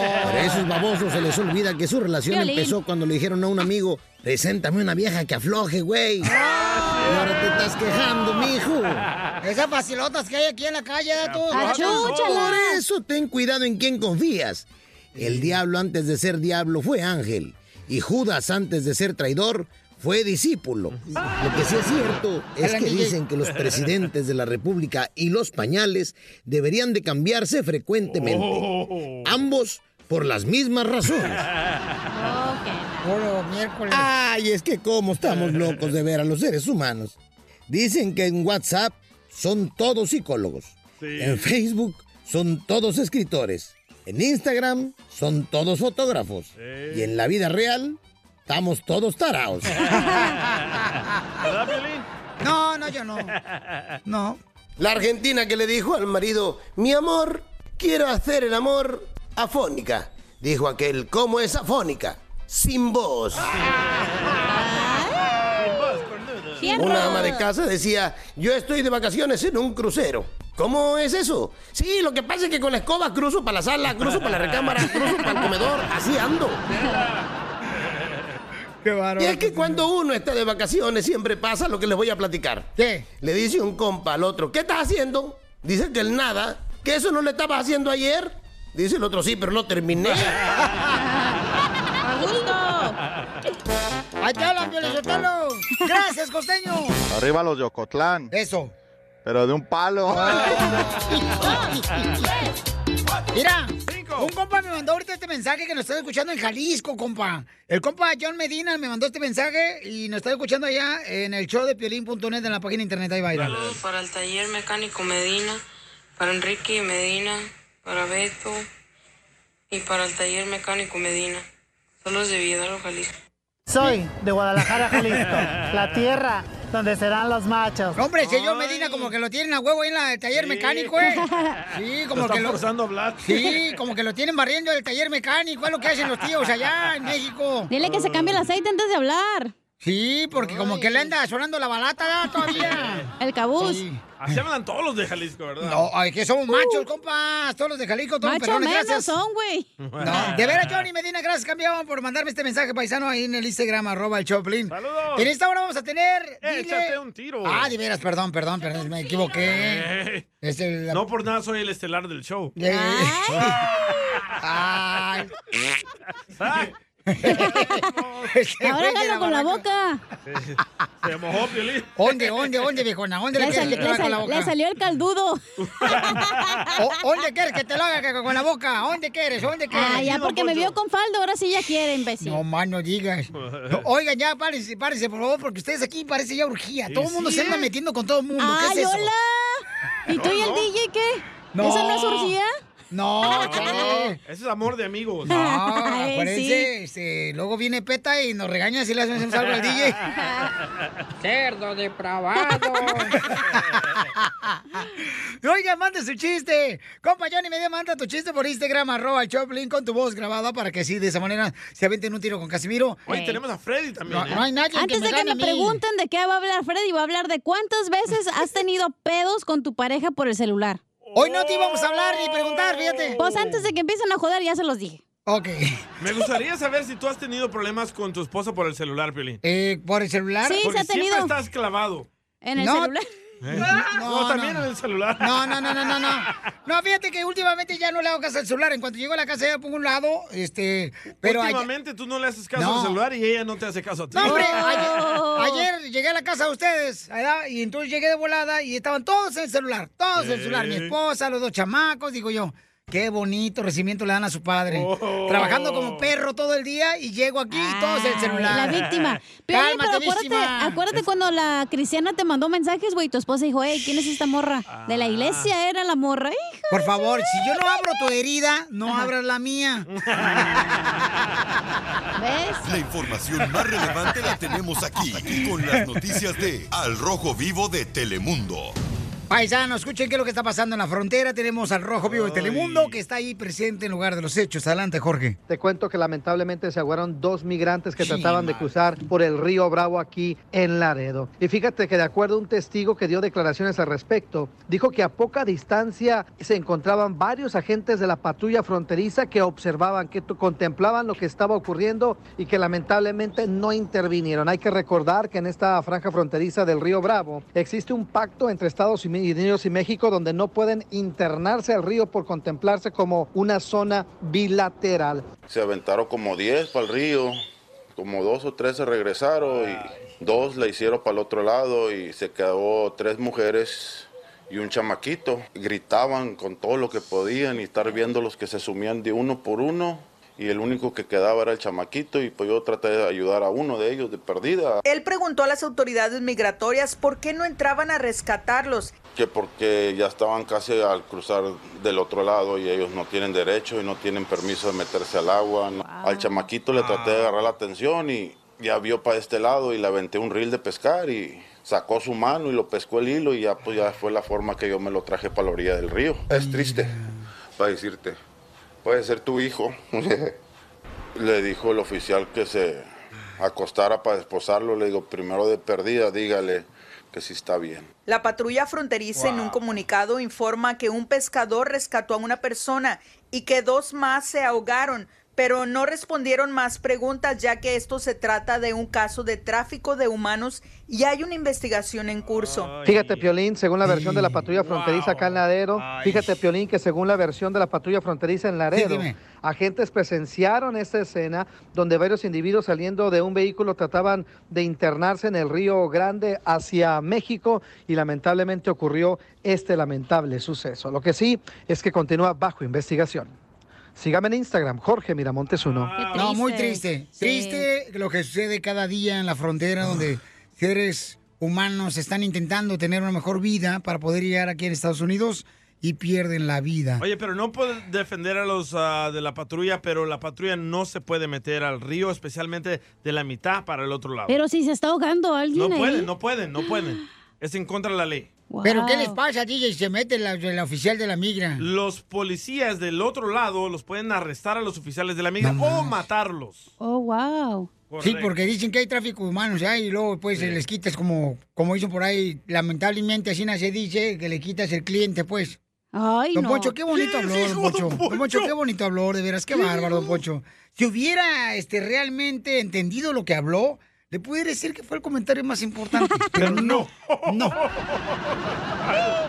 [SPEAKER 17] a esos babosos se les olvida que su relación
[SPEAKER 4] Violín.
[SPEAKER 17] empezó cuando le dijeron a un amigo, preséntame una vieja que afloje, güey. Y ahora te estás quejando, mijo.
[SPEAKER 2] Esas vacilotas que hay aquí en la calle, ¿eh, tú.
[SPEAKER 17] Por eso ten cuidado en quién confías. El diablo antes de ser diablo fue ángel. Y Judas antes de ser traidor fue discípulo. Lo que sí es cierto es
[SPEAKER 12] Alan,
[SPEAKER 17] que
[SPEAKER 12] DJ.
[SPEAKER 17] dicen que los presidentes de la República y los pañales deberían de cambiarse frecuentemente. Ambos por las mismas razones. Ay, es que cómo estamos locos de ver a los seres humanos. Dicen que en WhatsApp son todos psicólogos.
[SPEAKER 12] Sí.
[SPEAKER 17] En Facebook son todos escritores. En Instagram son todos fotógrafos.
[SPEAKER 12] Sí.
[SPEAKER 17] Y en la vida real estamos todos taraos.
[SPEAKER 4] ¿Verdad, Piolín?
[SPEAKER 2] No, no, yo no. No.
[SPEAKER 17] La argentina que le dijo al marido, mi amor, quiero hacer el amor afónica. Dijo aquel, ¿cómo es afónica? Sin voz. Una ama de casa decía, yo estoy de vacaciones en un crucero. ¿Cómo es eso? Sí, lo que pasa es que con la escoba cruzo para la sala, cruzo para la recámara, cruzo para el comedor, así ando. Y es que cuando uno está de vacaciones siempre pasa lo que les voy a platicar.
[SPEAKER 2] ¿Qué?
[SPEAKER 17] Le dice un compa al otro, ¿qué estás haciendo? Dice que el nada, que eso no le estabas haciendo ayer. Dice el otro, sí, pero no terminé.
[SPEAKER 2] Ahí te hablan, Pio Lizotelo. Gracias, costeño.
[SPEAKER 18] Arriba los de Ocotlán.
[SPEAKER 2] Eso. Ah.
[SPEAKER 18] Pero de un palo.
[SPEAKER 9] <laughs>
[SPEAKER 2] Mira, un compa me mandó ahorita este mensaje que nos está escuchando en Jalisco, compa. El compa John Medina me mandó este mensaje y nos está escuchando allá en el show de piolín.net en la página de internet. Ahí va, ahí va.
[SPEAKER 19] Saludos para el taller mecánico Medina, para Enrique Medina, para Beto y para el taller mecánico Medina. Saludos de Villadaro, Jalisco.
[SPEAKER 20] <laughs> Soy de Guadalajara, Jalisco, la tierra donde serán los machos.
[SPEAKER 2] Hombre, ese John Medina como que lo tienen a huevo ahí en la- el taller
[SPEAKER 4] <laughs>
[SPEAKER 2] mecánico, ¿eh? Sí, como
[SPEAKER 4] Lo
[SPEAKER 2] que
[SPEAKER 4] están
[SPEAKER 2] lo...
[SPEAKER 4] forzando a hablar.
[SPEAKER 2] Sí, como que lo tienen barriendo el taller mecánico, es lo que hacen los tíos allá en México.
[SPEAKER 5] Dile que se cambie el aceite antes de hablar.
[SPEAKER 2] Sí, porque como que le anda sonando la balata ¿verdad? todavía.
[SPEAKER 5] El cabuz.
[SPEAKER 4] Así hablan todos los de Jalisco, ¿verdad?
[SPEAKER 2] No, ay, que somos machos, compas. Todos los de Jalisco, todos
[SPEAKER 5] Uh. Macho
[SPEAKER 2] pelones,
[SPEAKER 5] menos
[SPEAKER 2] gracias.
[SPEAKER 5] son, güey.
[SPEAKER 2] <laughs> No, de veras, Johnny Medina, gracias, campeón, por mandarme este mensaje paisano ahí en el Instagram, arroba el Choplin.
[SPEAKER 4] ¡Saludos!
[SPEAKER 2] En esta hora vamos a tener... dile-
[SPEAKER 4] Échate un tiro.
[SPEAKER 2] Ah, de veras, perdón, perdón, perdón, me equivoqué. Este,
[SPEAKER 4] Eh,
[SPEAKER 2] Es el- <laughs>
[SPEAKER 4] No por nada soy el estelar del show.
[SPEAKER 2] Eh, Ay. Este
[SPEAKER 5] Ahora
[SPEAKER 2] güey de
[SPEAKER 5] hágalo con la boca.
[SPEAKER 4] Se mojó, Piolín.
[SPEAKER 2] ¿Dónde, dónde, dónde, viejona? ¿Dónde le,
[SPEAKER 5] Le
[SPEAKER 2] quieres
[SPEAKER 5] sal-
[SPEAKER 2] que te lo
[SPEAKER 5] le
[SPEAKER 2] haga con la
[SPEAKER 5] sal-
[SPEAKER 2] boca?
[SPEAKER 5] le salió el caldudo.
[SPEAKER 2] <laughs> O- ¿Dónde quieres que te lo haga que- con la boca? ¿Dónde quieres? ¿Dónde quieres?
[SPEAKER 5] Ah, ya porque me vio con falda, ahora sí ya quiere, imbécil.
[SPEAKER 2] No más no digas. No, oigan, ya, párense, párense, por favor, porque ustedes aquí parece ya urgía. Todo el
[SPEAKER 5] Y
[SPEAKER 2] mundo
[SPEAKER 5] sí,
[SPEAKER 2] se anda
[SPEAKER 5] ¿eh?
[SPEAKER 2] metiendo con todo el mundo. ¿Qué
[SPEAKER 5] ¡Ay,
[SPEAKER 2] es eso?
[SPEAKER 5] hola! ¿Y tú y el DJ qué?
[SPEAKER 2] No.
[SPEAKER 5] ¿Esa no es orgía? <laughs>
[SPEAKER 2] No, chale.
[SPEAKER 4] Ese es amor de amigos.
[SPEAKER 2] No, acuérdense, este, luego viene Peta y nos regaña si le hacemos algo al DJ.
[SPEAKER 5] <laughs>
[SPEAKER 21] Cerdo depravado.
[SPEAKER 2] <laughs> Oiga, manda su chiste. Compa Johnny Media, manda tu chiste por Instagram, arroba el Choplin, con tu voz grabada para que sí, de esa manera se aventen un tiro con Casimiro. Eh,
[SPEAKER 4] Oye, tenemos a Freddy también.
[SPEAKER 2] No,
[SPEAKER 4] ¿eh?
[SPEAKER 2] no hay nadie
[SPEAKER 5] Antes
[SPEAKER 2] que
[SPEAKER 5] de
[SPEAKER 2] me
[SPEAKER 5] que
[SPEAKER 2] gane
[SPEAKER 5] me
[SPEAKER 2] a mí.
[SPEAKER 5] pregunten de qué va a hablar Freddy, va a hablar de cuántas veces has tenido pedos con tu pareja por el celular.
[SPEAKER 2] Hoy no te íbamos a hablar ni preguntar, fíjate.
[SPEAKER 5] Pues antes de que empiecen a joder, ya se los dije.
[SPEAKER 2] Ok.
[SPEAKER 4] Me gustaría saber si tú has tenido problemas con tu esposa por el celular, Piolín.
[SPEAKER 2] Eh, ¿Por el celular?
[SPEAKER 5] Sí, se
[SPEAKER 4] Porque
[SPEAKER 5] ha tenido.
[SPEAKER 4] siempre estás clavado.
[SPEAKER 5] En el
[SPEAKER 2] No.
[SPEAKER 5] celular.
[SPEAKER 4] <laughs> ¿Eh?
[SPEAKER 2] No,
[SPEAKER 4] No, también
[SPEAKER 2] no.
[SPEAKER 4] en el celular.
[SPEAKER 2] No, no, no, no, no, no. No, fíjate que últimamente ya no le hago caso al celular. En cuanto llego a la casa ya lo pongo a un lado, este, pero ayer-
[SPEAKER 4] Últimamente tú no le haces caso
[SPEAKER 2] No.
[SPEAKER 4] al celular y ella no te hace caso a ti.
[SPEAKER 2] No,
[SPEAKER 5] <laughs>
[SPEAKER 2] hombre, ayer, ayer llegué a la casa de ustedes, ¿verdad? Y entonces llegué de volada y estaban todos en el celular, todos en el celular, mi
[SPEAKER 4] Ey.
[SPEAKER 2] esposa, los dos chamacos, digo yo. Qué bonito recibimiento le dan a su padre.
[SPEAKER 5] Oh.
[SPEAKER 2] Trabajando como perro todo el día y llego aquí y todos en el celular.
[SPEAKER 5] Ah, La
[SPEAKER 2] <laughs>
[SPEAKER 5] víctima. Pero, oye,
[SPEAKER 2] Cálmate,
[SPEAKER 5] pero acuérdate,
[SPEAKER 2] víctima.
[SPEAKER 5] acuérdate cuando la cristiana te mandó mensajes, güey, tu esposa dijo, hey, ¿quién es esta morra? De la iglesia era la morra, hija.
[SPEAKER 2] Por favor, Ah. si yo no abro tu herida, no abras la mía.
[SPEAKER 9] La información más relevante la tenemos aquí, con las noticias de Al Rojo Vivo de Telemundo.
[SPEAKER 2] Paisano, escuchen qué es lo que está pasando en la frontera. Tenemos al Rojo Vivo de Telemundo que está ahí presente en lugar de los hechos. Adelante, Jorge.
[SPEAKER 6] Te cuento que lamentablemente se ahogaron dos migrantes que trataban de cruzar por el río Bravo aquí en Laredo. Y fíjate que de acuerdo a un testigo que dio declaraciones al respecto, dijo que a poca distancia se encontraban varios agentes de la patrulla fronteriza que observaban, que tu- contemplaban lo que estaba ocurriendo y que lamentablemente no intervinieron. Hay que recordar que en esta franja fronteriza del río Bravo existe un pacto entre Estados Unidos y México donde no pueden internarse al río por contemplarse como una zona bilateral.
[SPEAKER 22] Se aventaron como 10 para el río, como dos o tres se regresaron y dos la hicieron para el otro lado y se quedó tres mujeres y un chamaquito. Gritaban con todo lo que podían y estar viendo los que se sumían de uno por uno y el único que quedaba era el chamaquito y pues yo traté de ayudar a uno de ellos de perdida.
[SPEAKER 23] Él preguntó a las autoridades migratorias por qué no entraban a rescatarlos.
[SPEAKER 22] que porque ya estaban casi al cruzar del otro lado y ellos no tienen derecho y no tienen permiso de meterse al agua. ¿no? Al chamaquito le traté de agarrar la atención y ya vio para este lado y le aventé un reel de pescar y sacó su mano y lo pescó el hilo y ya pues ya fue la forma que yo me lo traje para la orilla del río. Es triste para decirte, puede ser tu hijo. <laughs> le dijo el oficial que se acostara para desposarlo, le digo, primero de perdida, dígale que sí está bien.
[SPEAKER 23] La patrulla fronteriza en un comunicado informa que un pescador rescató a una persona y que dos más se ahogaron, pero no respondieron más preguntas ya que esto se trata de un caso de tráfico de humanos y hay una investigación en curso.
[SPEAKER 6] Fíjate, Piolín, según la versión de la patrulla fronteriza acá en Laredo, fíjate, Piolín, que según la versión de la patrulla fronteriza en Laredo,
[SPEAKER 24] dime.
[SPEAKER 6] agentes presenciaron esta escena donde varios individuos saliendo de un vehículo trataban de internarse en el Río Grande hacia México y lamentablemente ocurrió este lamentable suceso. Lo que sí es que continúa bajo investigación. Sígame en Instagram, Jorge Miramontes 1.
[SPEAKER 2] No, muy triste. Triste lo que sucede cada día en la frontera donde seres humanos están intentando tener una mejor vida para poder llegar aquí en Estados Unidos y pierden la vida.
[SPEAKER 4] Oye, pero no puedes defender a los ah, de la patrulla, pero la patrulla no se puede meter al río, especialmente de la mitad para el otro lado.
[SPEAKER 5] Pero si se está ahogando
[SPEAKER 4] no
[SPEAKER 5] alguien ahí.
[SPEAKER 4] pueden, no pueden, no pueden. Es en contra de la ley.
[SPEAKER 2] ¿Pero qué les pasa, DJ? Se mete la, la oficial de la migra.
[SPEAKER 4] Los policías del otro lado los pueden arrestar a los oficiales de la migra o matarlos.
[SPEAKER 5] Oh, wow.
[SPEAKER 2] Sí, porque dicen que hay tráfico humano, o sea, y luego pues se les quitas como, como hizo por ahí, lamentablemente así se dice, que le quitas el cliente, pues.
[SPEAKER 5] Ay,
[SPEAKER 2] don
[SPEAKER 5] no.
[SPEAKER 2] Pocho, qué bonito
[SPEAKER 5] ¿Qué
[SPEAKER 2] habló,
[SPEAKER 5] dijo
[SPEAKER 2] don
[SPEAKER 5] don
[SPEAKER 2] Pocho. Don
[SPEAKER 5] Poncho?
[SPEAKER 2] Pocho, qué bonito habló, de veras, qué
[SPEAKER 5] ¿Qué
[SPEAKER 2] bárbaro, don
[SPEAKER 5] dijo?
[SPEAKER 2] Pocho. Si hubiera este, realmente entendido lo que habló, le pudiera decir que fue el comentario más importante. Pero no, no.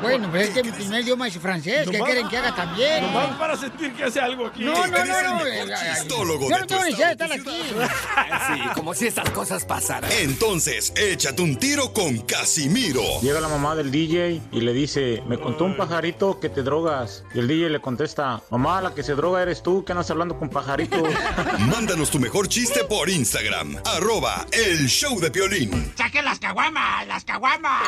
[SPEAKER 2] Bueno, pero es que mi primer idioma es francés, ¿qué
[SPEAKER 4] Nomás-
[SPEAKER 2] quieren que haga también?
[SPEAKER 4] Nomás para sentir que hace algo aquí.
[SPEAKER 2] No, no, no, no. eh, eh, Yo no tengo ni idea de estar aquí.
[SPEAKER 9] Sí, como si estas cosas pasaran. Entonces, échate un tiro con Casimiro.
[SPEAKER 16] Llega la mamá del DJ y le dice, me contó un pajarito que te drogas. Y el DJ le contesta, mamá, la que se droga eres tú, que andas hablando con pajaritos.
[SPEAKER 9] Mándanos tu mejor chiste por Instagram, arroba el show de Piolín.
[SPEAKER 2] ¡Saque las caguamas! ¡Las caguamas!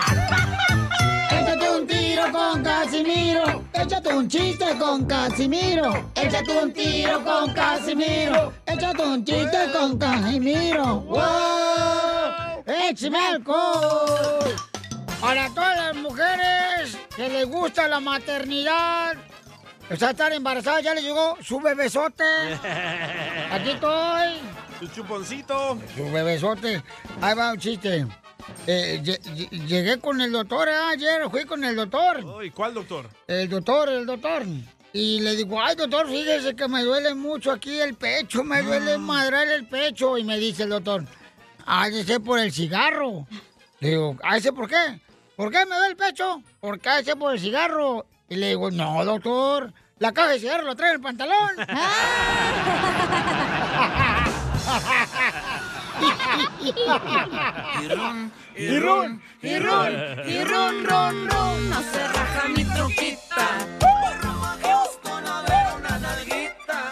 [SPEAKER 2] Échate un tiro con Casimiro. Échate un chiste con Casimiro. Échate un tiro con Casimiro. Échate un chiste con Casimiro. ¡Wow! ¡Échame alcohol! Para todas las mujeres que les gusta la maternidad, o sea, estar embarazadas, ya les llegó
[SPEAKER 4] <laughs>
[SPEAKER 2] su bebesote. Aquí estoy.
[SPEAKER 4] Tu chuponcito.
[SPEAKER 2] Su bebesote. Ahí va un chiste. Eh, lle- lle- llegué con el doctor ah, ayer, fui con el doctor.
[SPEAKER 4] ¿Y cuál, doctor?
[SPEAKER 2] El doctor, el doctor. Y le digo, ay doctor, fíjese que me duele mucho aquí el pecho, me
[SPEAKER 4] Ah.
[SPEAKER 2] duele madrar el pecho. Y me dice el doctor, ha de ser por el cigarro. Le digo, ¿a ese por qué? ¿Por qué me duele el pecho? Porque hace por el cigarro. Y le digo, no doctor, la caja de cigarro lo trae en el pantalón. <laughs>
[SPEAKER 12] Y ron,
[SPEAKER 2] y ron, y ron, y ron, ron, ron.
[SPEAKER 12] No se raja mi troquita.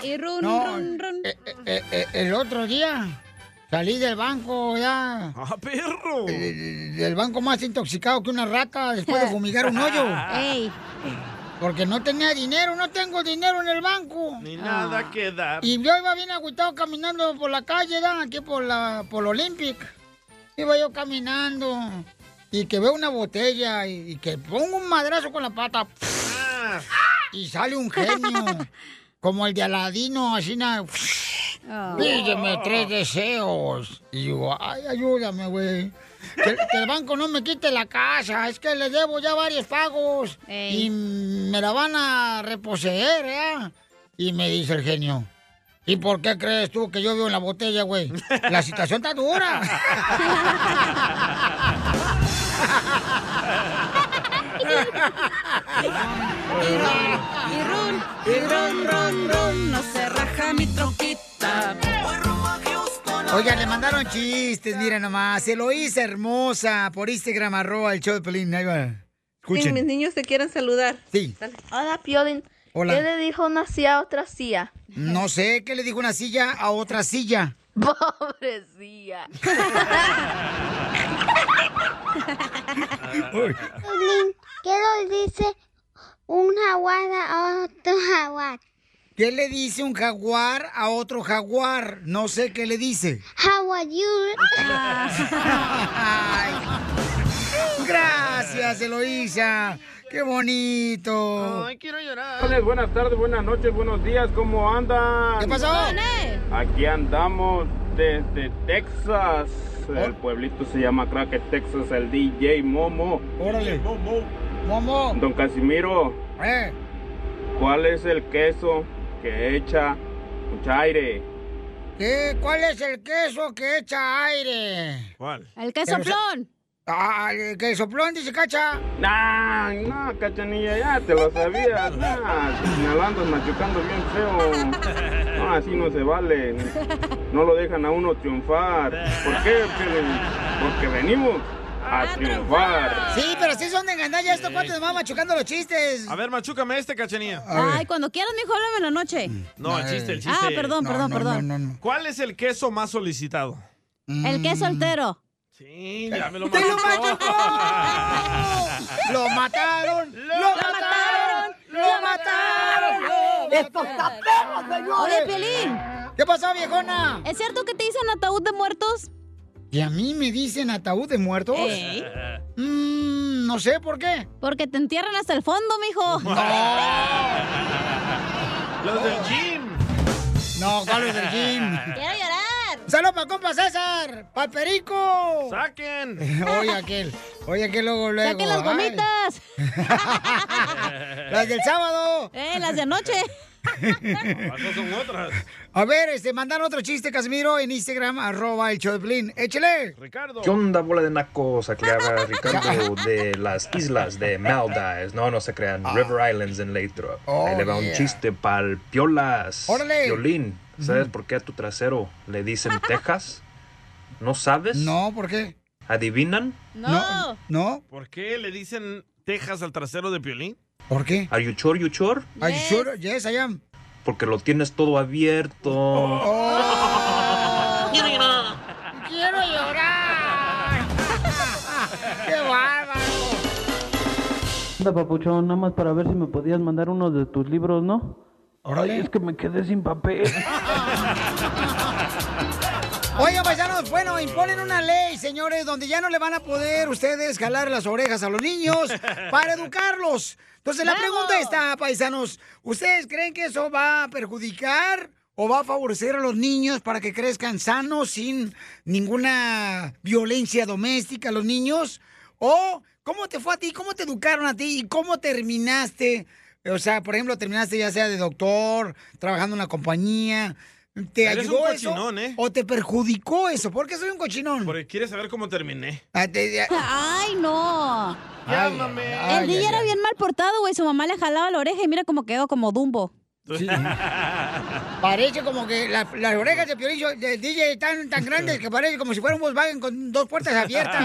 [SPEAKER 5] Y run,
[SPEAKER 2] No,
[SPEAKER 5] run, run.
[SPEAKER 2] Eh, eh, el otro día salí del banco ya. ¡Ah, perro! del banco más intoxicado que una rata después de fumigar un hoyo.
[SPEAKER 4] Ey.
[SPEAKER 2] Porque no tenía dinero, no tengo dinero en el banco.
[SPEAKER 4] Ni
[SPEAKER 12] Ah.
[SPEAKER 4] nada que dar.
[SPEAKER 2] Y yo iba bien agüitado caminando por la calle, ¿da? aquí por la por Olympic. Iba yo caminando y que veo una botella y, y que pongo un madrazo con la pata. Y sale un genio, como el de Aladino, así nada. Pídeme tres deseos. Y yo, ay, ayúdame, güey. Que, que el banco no me quite la casa. Es que le debo ya varios pagos. Y me la van a reposeer, ¿eh? Y me dice el genio. ¿Y por qué crees tú que yo vivo en la botella, güey? La situación está <laughs> dura.
[SPEAKER 12] Y ron, y ron, ron, ron. No se raja mi troquita.
[SPEAKER 2] Oigan, le mandaron chistes, miren nomás. Se lo hice hermosa por Instagram, arroba el show de Pelín. Ahí va.
[SPEAKER 8] Sí, mis
[SPEAKER 2] Escuchen.
[SPEAKER 8] niños te quieren saludar.
[SPEAKER 2] Sí.
[SPEAKER 8] Hola, Piolín.
[SPEAKER 2] Hola.
[SPEAKER 8] ¿Qué le dijo una silla a otra silla?
[SPEAKER 2] No sé qué le dijo una silla a otra silla.
[SPEAKER 8] Pobre silla.
[SPEAKER 25] Piolín, ¿Qué le dice un jaguar a otro jaguar?
[SPEAKER 2] ¿Qué le dice un jaguar a otro jaguar? No sé qué le dice.
[SPEAKER 25] How are you?
[SPEAKER 2] Gracias, Eloísa. Qué bonito. Ay, quiero llorar.
[SPEAKER 24] Buenas tardes, buenas noches, buenos días, ¿cómo andan?
[SPEAKER 2] <laughs> ¿Qué pasó?
[SPEAKER 24] Aquí andamos desde Texas. El pueblito se llama Cracker, Texas, el DJ Momo.
[SPEAKER 2] Órale. Momo.
[SPEAKER 24] Don Casimiro,
[SPEAKER 2] Eh,
[SPEAKER 24] ¿cuál es el queso que echa mucho aire?
[SPEAKER 2] ¿qué- ¿Cuál es el queso que echa aire?
[SPEAKER 24] ¿Cuál?
[SPEAKER 2] El
[SPEAKER 24] queso
[SPEAKER 2] soplón. Ah, el que soplón, dice cacha.
[SPEAKER 24] Nah, no, cachanilla, ya te lo sabías. Nah, señalando, machucando bien feo. No, así no se vale. No lo dejan a uno triunfar. ¿Por qué? Piolín? Porque venimos a triunfar.
[SPEAKER 2] Sí, pero sí son de engañar ya estos cuantos más machucando los chistes.
[SPEAKER 4] A ver, machúcame este, cachanía.
[SPEAKER 5] Ay, cuando quieras, mijo, háblame en la noche.
[SPEAKER 4] No, el chiste, el chiste.
[SPEAKER 5] Ah, perdón, perdón, perdón.
[SPEAKER 4] ¿Cuál es el queso más solicitado?
[SPEAKER 5] El que es soltero.
[SPEAKER 4] Sí, ya me lo
[SPEAKER 5] ¡Te
[SPEAKER 4] <laughs>
[SPEAKER 5] lo
[SPEAKER 4] machucó!
[SPEAKER 2] ¡Lo mataron! ¡Lo, mataron! ¡Lo mataron!
[SPEAKER 5] ¡Esto está perro, señores! Oye, Piolín.
[SPEAKER 2] ¿Qué pasó, viejona?
[SPEAKER 5] ¿Es cierto que te dicen ataúd de muertos?
[SPEAKER 2] ¿Y a mí me dicen ataúd de muertos?
[SPEAKER 5] ¿Eh?
[SPEAKER 2] Mm, no sé por qué.
[SPEAKER 5] Porque te entierran hasta el fondo, mijo.
[SPEAKER 4] Los del gym.
[SPEAKER 2] ¡Oh! No, ¿cuál es el gym? <laughs>
[SPEAKER 5] Quiero llorar.
[SPEAKER 2] ¡Saludos para compa César! ¡Para Perico!
[SPEAKER 4] ¡Saquen!
[SPEAKER 2] Oye, aquel. Oye, aquel luego, Pues, luego.
[SPEAKER 5] ¡Saquen las
[SPEAKER 2] ay.
[SPEAKER 5] gomitas!
[SPEAKER 2] ¡Las del sábado!
[SPEAKER 5] ¡Eh, las de
[SPEAKER 2] <laughs>
[SPEAKER 5] anoche!
[SPEAKER 4] son otras.
[SPEAKER 2] A ver, este, mandan otro chiste, Casimiro, en Instagram, arroba el show de Piolín. ¡Échele!
[SPEAKER 4] Ricardo.
[SPEAKER 10] ¿Qué onda, bola de nacos? Aquí
[SPEAKER 2] <laughs>
[SPEAKER 10] habla Ricardo de las islas de Maldives. No, no se crean. River Islands en Lathrop.
[SPEAKER 2] Ah. Oh,
[SPEAKER 10] Ahí le va un
[SPEAKER 2] yeah.
[SPEAKER 10] chiste pal piolas.
[SPEAKER 2] Órale.
[SPEAKER 10] Violín, ¿sabes
[SPEAKER 2] Ujú.
[SPEAKER 10] por qué a tu trasero le dicen Texas? ¿No sabes?
[SPEAKER 2] No, ¿por qué?
[SPEAKER 10] ¿Adivinan?
[SPEAKER 4] No.
[SPEAKER 2] ¿No?
[SPEAKER 4] ¿Por qué le dicen Texas al trasero de Piolín?
[SPEAKER 2] ¿Por qué?
[SPEAKER 10] ¿Are you sure, you sure?
[SPEAKER 2] Are you sure? Yes, I am. Oh.
[SPEAKER 10] Porque lo tienes todo abierto.
[SPEAKER 2] <laughs> ¡Quiero llorar! <laughs> ¡Quiero llorar! ¡Qué bárbaro!
[SPEAKER 11] Anda, papuchón, nada más para ver si me podías mandar uno de tus libros, ¿no?
[SPEAKER 2] Órale.
[SPEAKER 11] Es que me quedé sin
[SPEAKER 2] <laughs>
[SPEAKER 11] papel.
[SPEAKER 2] Oigan, paisanos, bueno, imponen una ley, señores, donde ya no le van a poder ustedes jalar las orejas a los niños para educarlos. Entonces, la pregunta está, paisanos, ¿ustedes creen que eso va a perjudicar o va a favorecer a los niños para que crezcan sanos sin ninguna violencia doméstica los niños? ¿O cómo te fue a ti? ¿Cómo te educaron a ti? ¿Y cómo terminaste? O sea, por ejemplo, terminaste ya sea de doctor, trabajando en una compañía. ¿Te
[SPEAKER 4] Eres
[SPEAKER 2] ayudó
[SPEAKER 4] un
[SPEAKER 2] eso?
[SPEAKER 4] cochinón, ¿eh?
[SPEAKER 2] ¿O te perjudicó eso? ¿Por qué soy un cochinón?
[SPEAKER 4] Porque quieres saber cómo terminé.
[SPEAKER 2] Ah, te- ya-
[SPEAKER 5] <laughs> ¡Ay, no!
[SPEAKER 4] Llámame.
[SPEAKER 5] El DJ era bien mal portado, güey. Su mamá le jalaba la oreja y mira cómo quedó como Dumbo.
[SPEAKER 2] Parece como que la- las orejas de Piolín son- del DJ están tan grandes que parece como si fuera un Volkswagen con dos
[SPEAKER 4] <laughs>
[SPEAKER 2] puertas abiertas.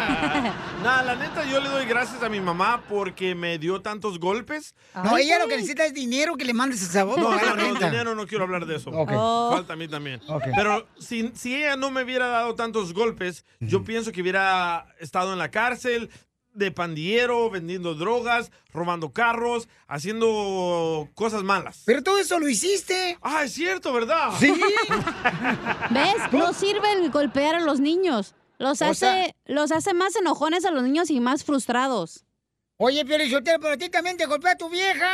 [SPEAKER 2] <laughs>
[SPEAKER 4] Nah, la neta, yo le doy gracias a mi mamá porque me dio tantos golpes.
[SPEAKER 2] No, ella lo que necesita es dinero que le mandes a sabor.
[SPEAKER 4] No,
[SPEAKER 2] a la
[SPEAKER 4] no, no,
[SPEAKER 2] renta.
[SPEAKER 4] dinero no quiero hablar de eso.
[SPEAKER 2] Ok. Oh.
[SPEAKER 4] Falta a mí también. Pero si, si ella no me hubiera dado tantos golpes, yo pienso que hubiera estado en la cárcel de pandillero, vendiendo drogas, robando carros, haciendo cosas malas.
[SPEAKER 2] Pero todo eso lo hiciste.
[SPEAKER 4] Ah, es cierto, ¿verdad?
[SPEAKER 2] Sí.
[SPEAKER 5] ¿Ves? No sirve el golpear a los niños. Los
[SPEAKER 2] O
[SPEAKER 5] hace,
[SPEAKER 2] sea-
[SPEAKER 5] los hace más enojones a los niños y más frustrados.
[SPEAKER 2] Oye, Piolín Sotelo, pero a ti también te golpea tu vieja.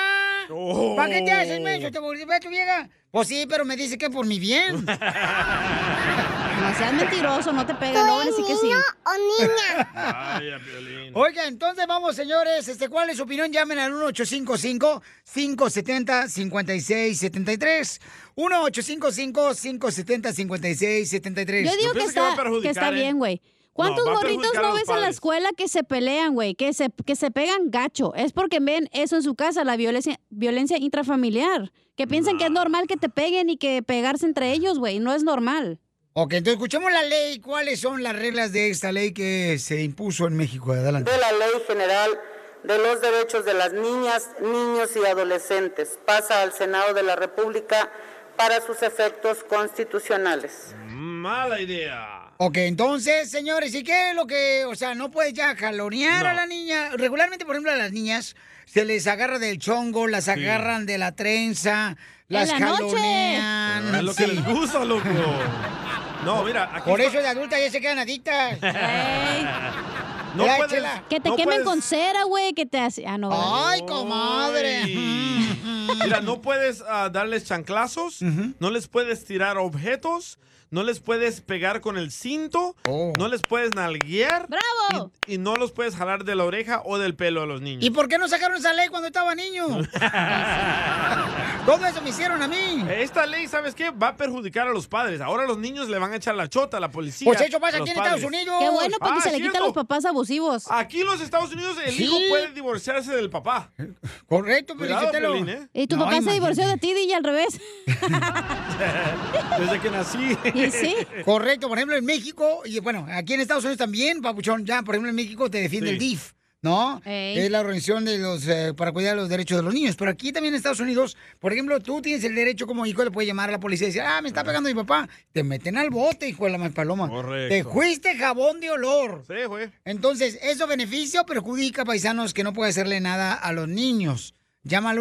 [SPEAKER 5] Oh.
[SPEAKER 2] ¿Para qué te haces, menso? ¿Te golpea tu vieja? Pues sí, pero me dice que por mi <laughs> bien.
[SPEAKER 5] No seas mentiroso, no te pegues, luego van a decir que sí.
[SPEAKER 2] niño o niña? <laughs> Oiga, entonces vamos, señores. Este, ¿Cuál es su opinión? Llamen al 1855-570-5673. 1855-570-5673.
[SPEAKER 5] Yo digo que está, que
[SPEAKER 4] ¿eh?
[SPEAKER 2] eh?
[SPEAKER 5] está bien, güey. ¿Cuántos
[SPEAKER 2] va a
[SPEAKER 5] morritos
[SPEAKER 2] perjudicar a
[SPEAKER 5] no
[SPEAKER 2] los
[SPEAKER 5] ves en la
[SPEAKER 2] padres.
[SPEAKER 5] escuela que se pelean, güey? Que se, que se pegan gacho. Es porque ven eso en su casa, la violencia, violencia intrafamiliar. Que piensan que es normal que te peguen y que pegarse entre ellos, güey. No es normal.
[SPEAKER 2] Ok, entonces escuchemos la ley. ¿Cuáles son las reglas de esta ley que se impuso en México? Adelante.
[SPEAKER 13] de la Ley General de los Derechos de las Niñas, Niños y Adolescentes. Pasa al Senado de la República para sus efectos constitucionales.
[SPEAKER 4] <laughs> Mala idea.
[SPEAKER 2] Ok, entonces, señores, ¿y qué es lo que, o sea, no puedes ya jalonear a
[SPEAKER 4] No.
[SPEAKER 2] la niña? Regularmente, por ejemplo, a las niñas se les agarra del chongo, las agarran de la trenza, las
[SPEAKER 4] la noche.
[SPEAKER 2] jalonean.
[SPEAKER 4] Es lo que les gusta, loco. No, mira, aquí
[SPEAKER 2] Por
[SPEAKER 4] está-
[SPEAKER 2] eso de adulta ya se quedan adictas.
[SPEAKER 4] <laughs> No
[SPEAKER 2] Ya,
[SPEAKER 4] puedes-
[SPEAKER 2] Eh, Chela.
[SPEAKER 5] Que te
[SPEAKER 4] no
[SPEAKER 5] quemen
[SPEAKER 4] puedes-
[SPEAKER 5] con cera, güey. Que te hace. Ah, no. ¿verdad?
[SPEAKER 2] Ay, comadre.
[SPEAKER 4] Mira, no puedes ah, darles chanclazos, no les puedes tirar objetos, no les puedes pegar con el cinto, no les puedes nalguear
[SPEAKER 5] ¡Bravo!
[SPEAKER 4] Y, y no los puedes jalar de la oreja o del pelo a los niños.
[SPEAKER 2] ¿Y por qué no sacaron esa ley cuando estaba niño? Todo eso me hicieron a mí.
[SPEAKER 4] Esta ley, ¿sabes qué? Va a perjudicar a los padres. Ahora los niños le van a echar la chota a la policía.
[SPEAKER 5] Pues eso
[SPEAKER 2] pasa
[SPEAKER 4] a los
[SPEAKER 2] aquí en Estados
[SPEAKER 4] padres.
[SPEAKER 2] Unidos.
[SPEAKER 5] Qué bueno, porque
[SPEAKER 4] Ah,
[SPEAKER 5] se le quitan los
[SPEAKER 4] cierto.
[SPEAKER 5] papás abusivos.
[SPEAKER 4] Aquí en los Estados Unidos el
[SPEAKER 5] Sí.
[SPEAKER 4] hijo puede divorciarse del papá.
[SPEAKER 2] Correcto, pues,
[SPEAKER 4] Cuidado, Piolín, ¿eh?
[SPEAKER 5] Y tu
[SPEAKER 4] No,
[SPEAKER 5] papá se divorció de ti, y al
[SPEAKER 2] <laughs>
[SPEAKER 5] revés.
[SPEAKER 4] <laughs> Desde que nací.
[SPEAKER 2] Correcto, por ejemplo, en México, y bueno, aquí en Estados Unidos también, papuchón, ya, por ejemplo, en México te defiende
[SPEAKER 4] Sí.
[SPEAKER 2] el DIF, ¿no?
[SPEAKER 4] Ey.
[SPEAKER 2] Es la organización de los, eh, para cuidar los derechos de los niños. Pero aquí también en Estados Unidos, por ejemplo, tú tienes el derecho como hijo, le puedes llamar a la policía y decir, ah, me está pegando mi papá. Te meten al bote, hijo de la más paloma.
[SPEAKER 4] Correcto.
[SPEAKER 2] Te fuiste jabón de olor.
[SPEAKER 4] Sí, güey.
[SPEAKER 2] Entonces, ¿eso beneficia o perjudica, paisanos, que no puede hacerle nada a los niños? Llama al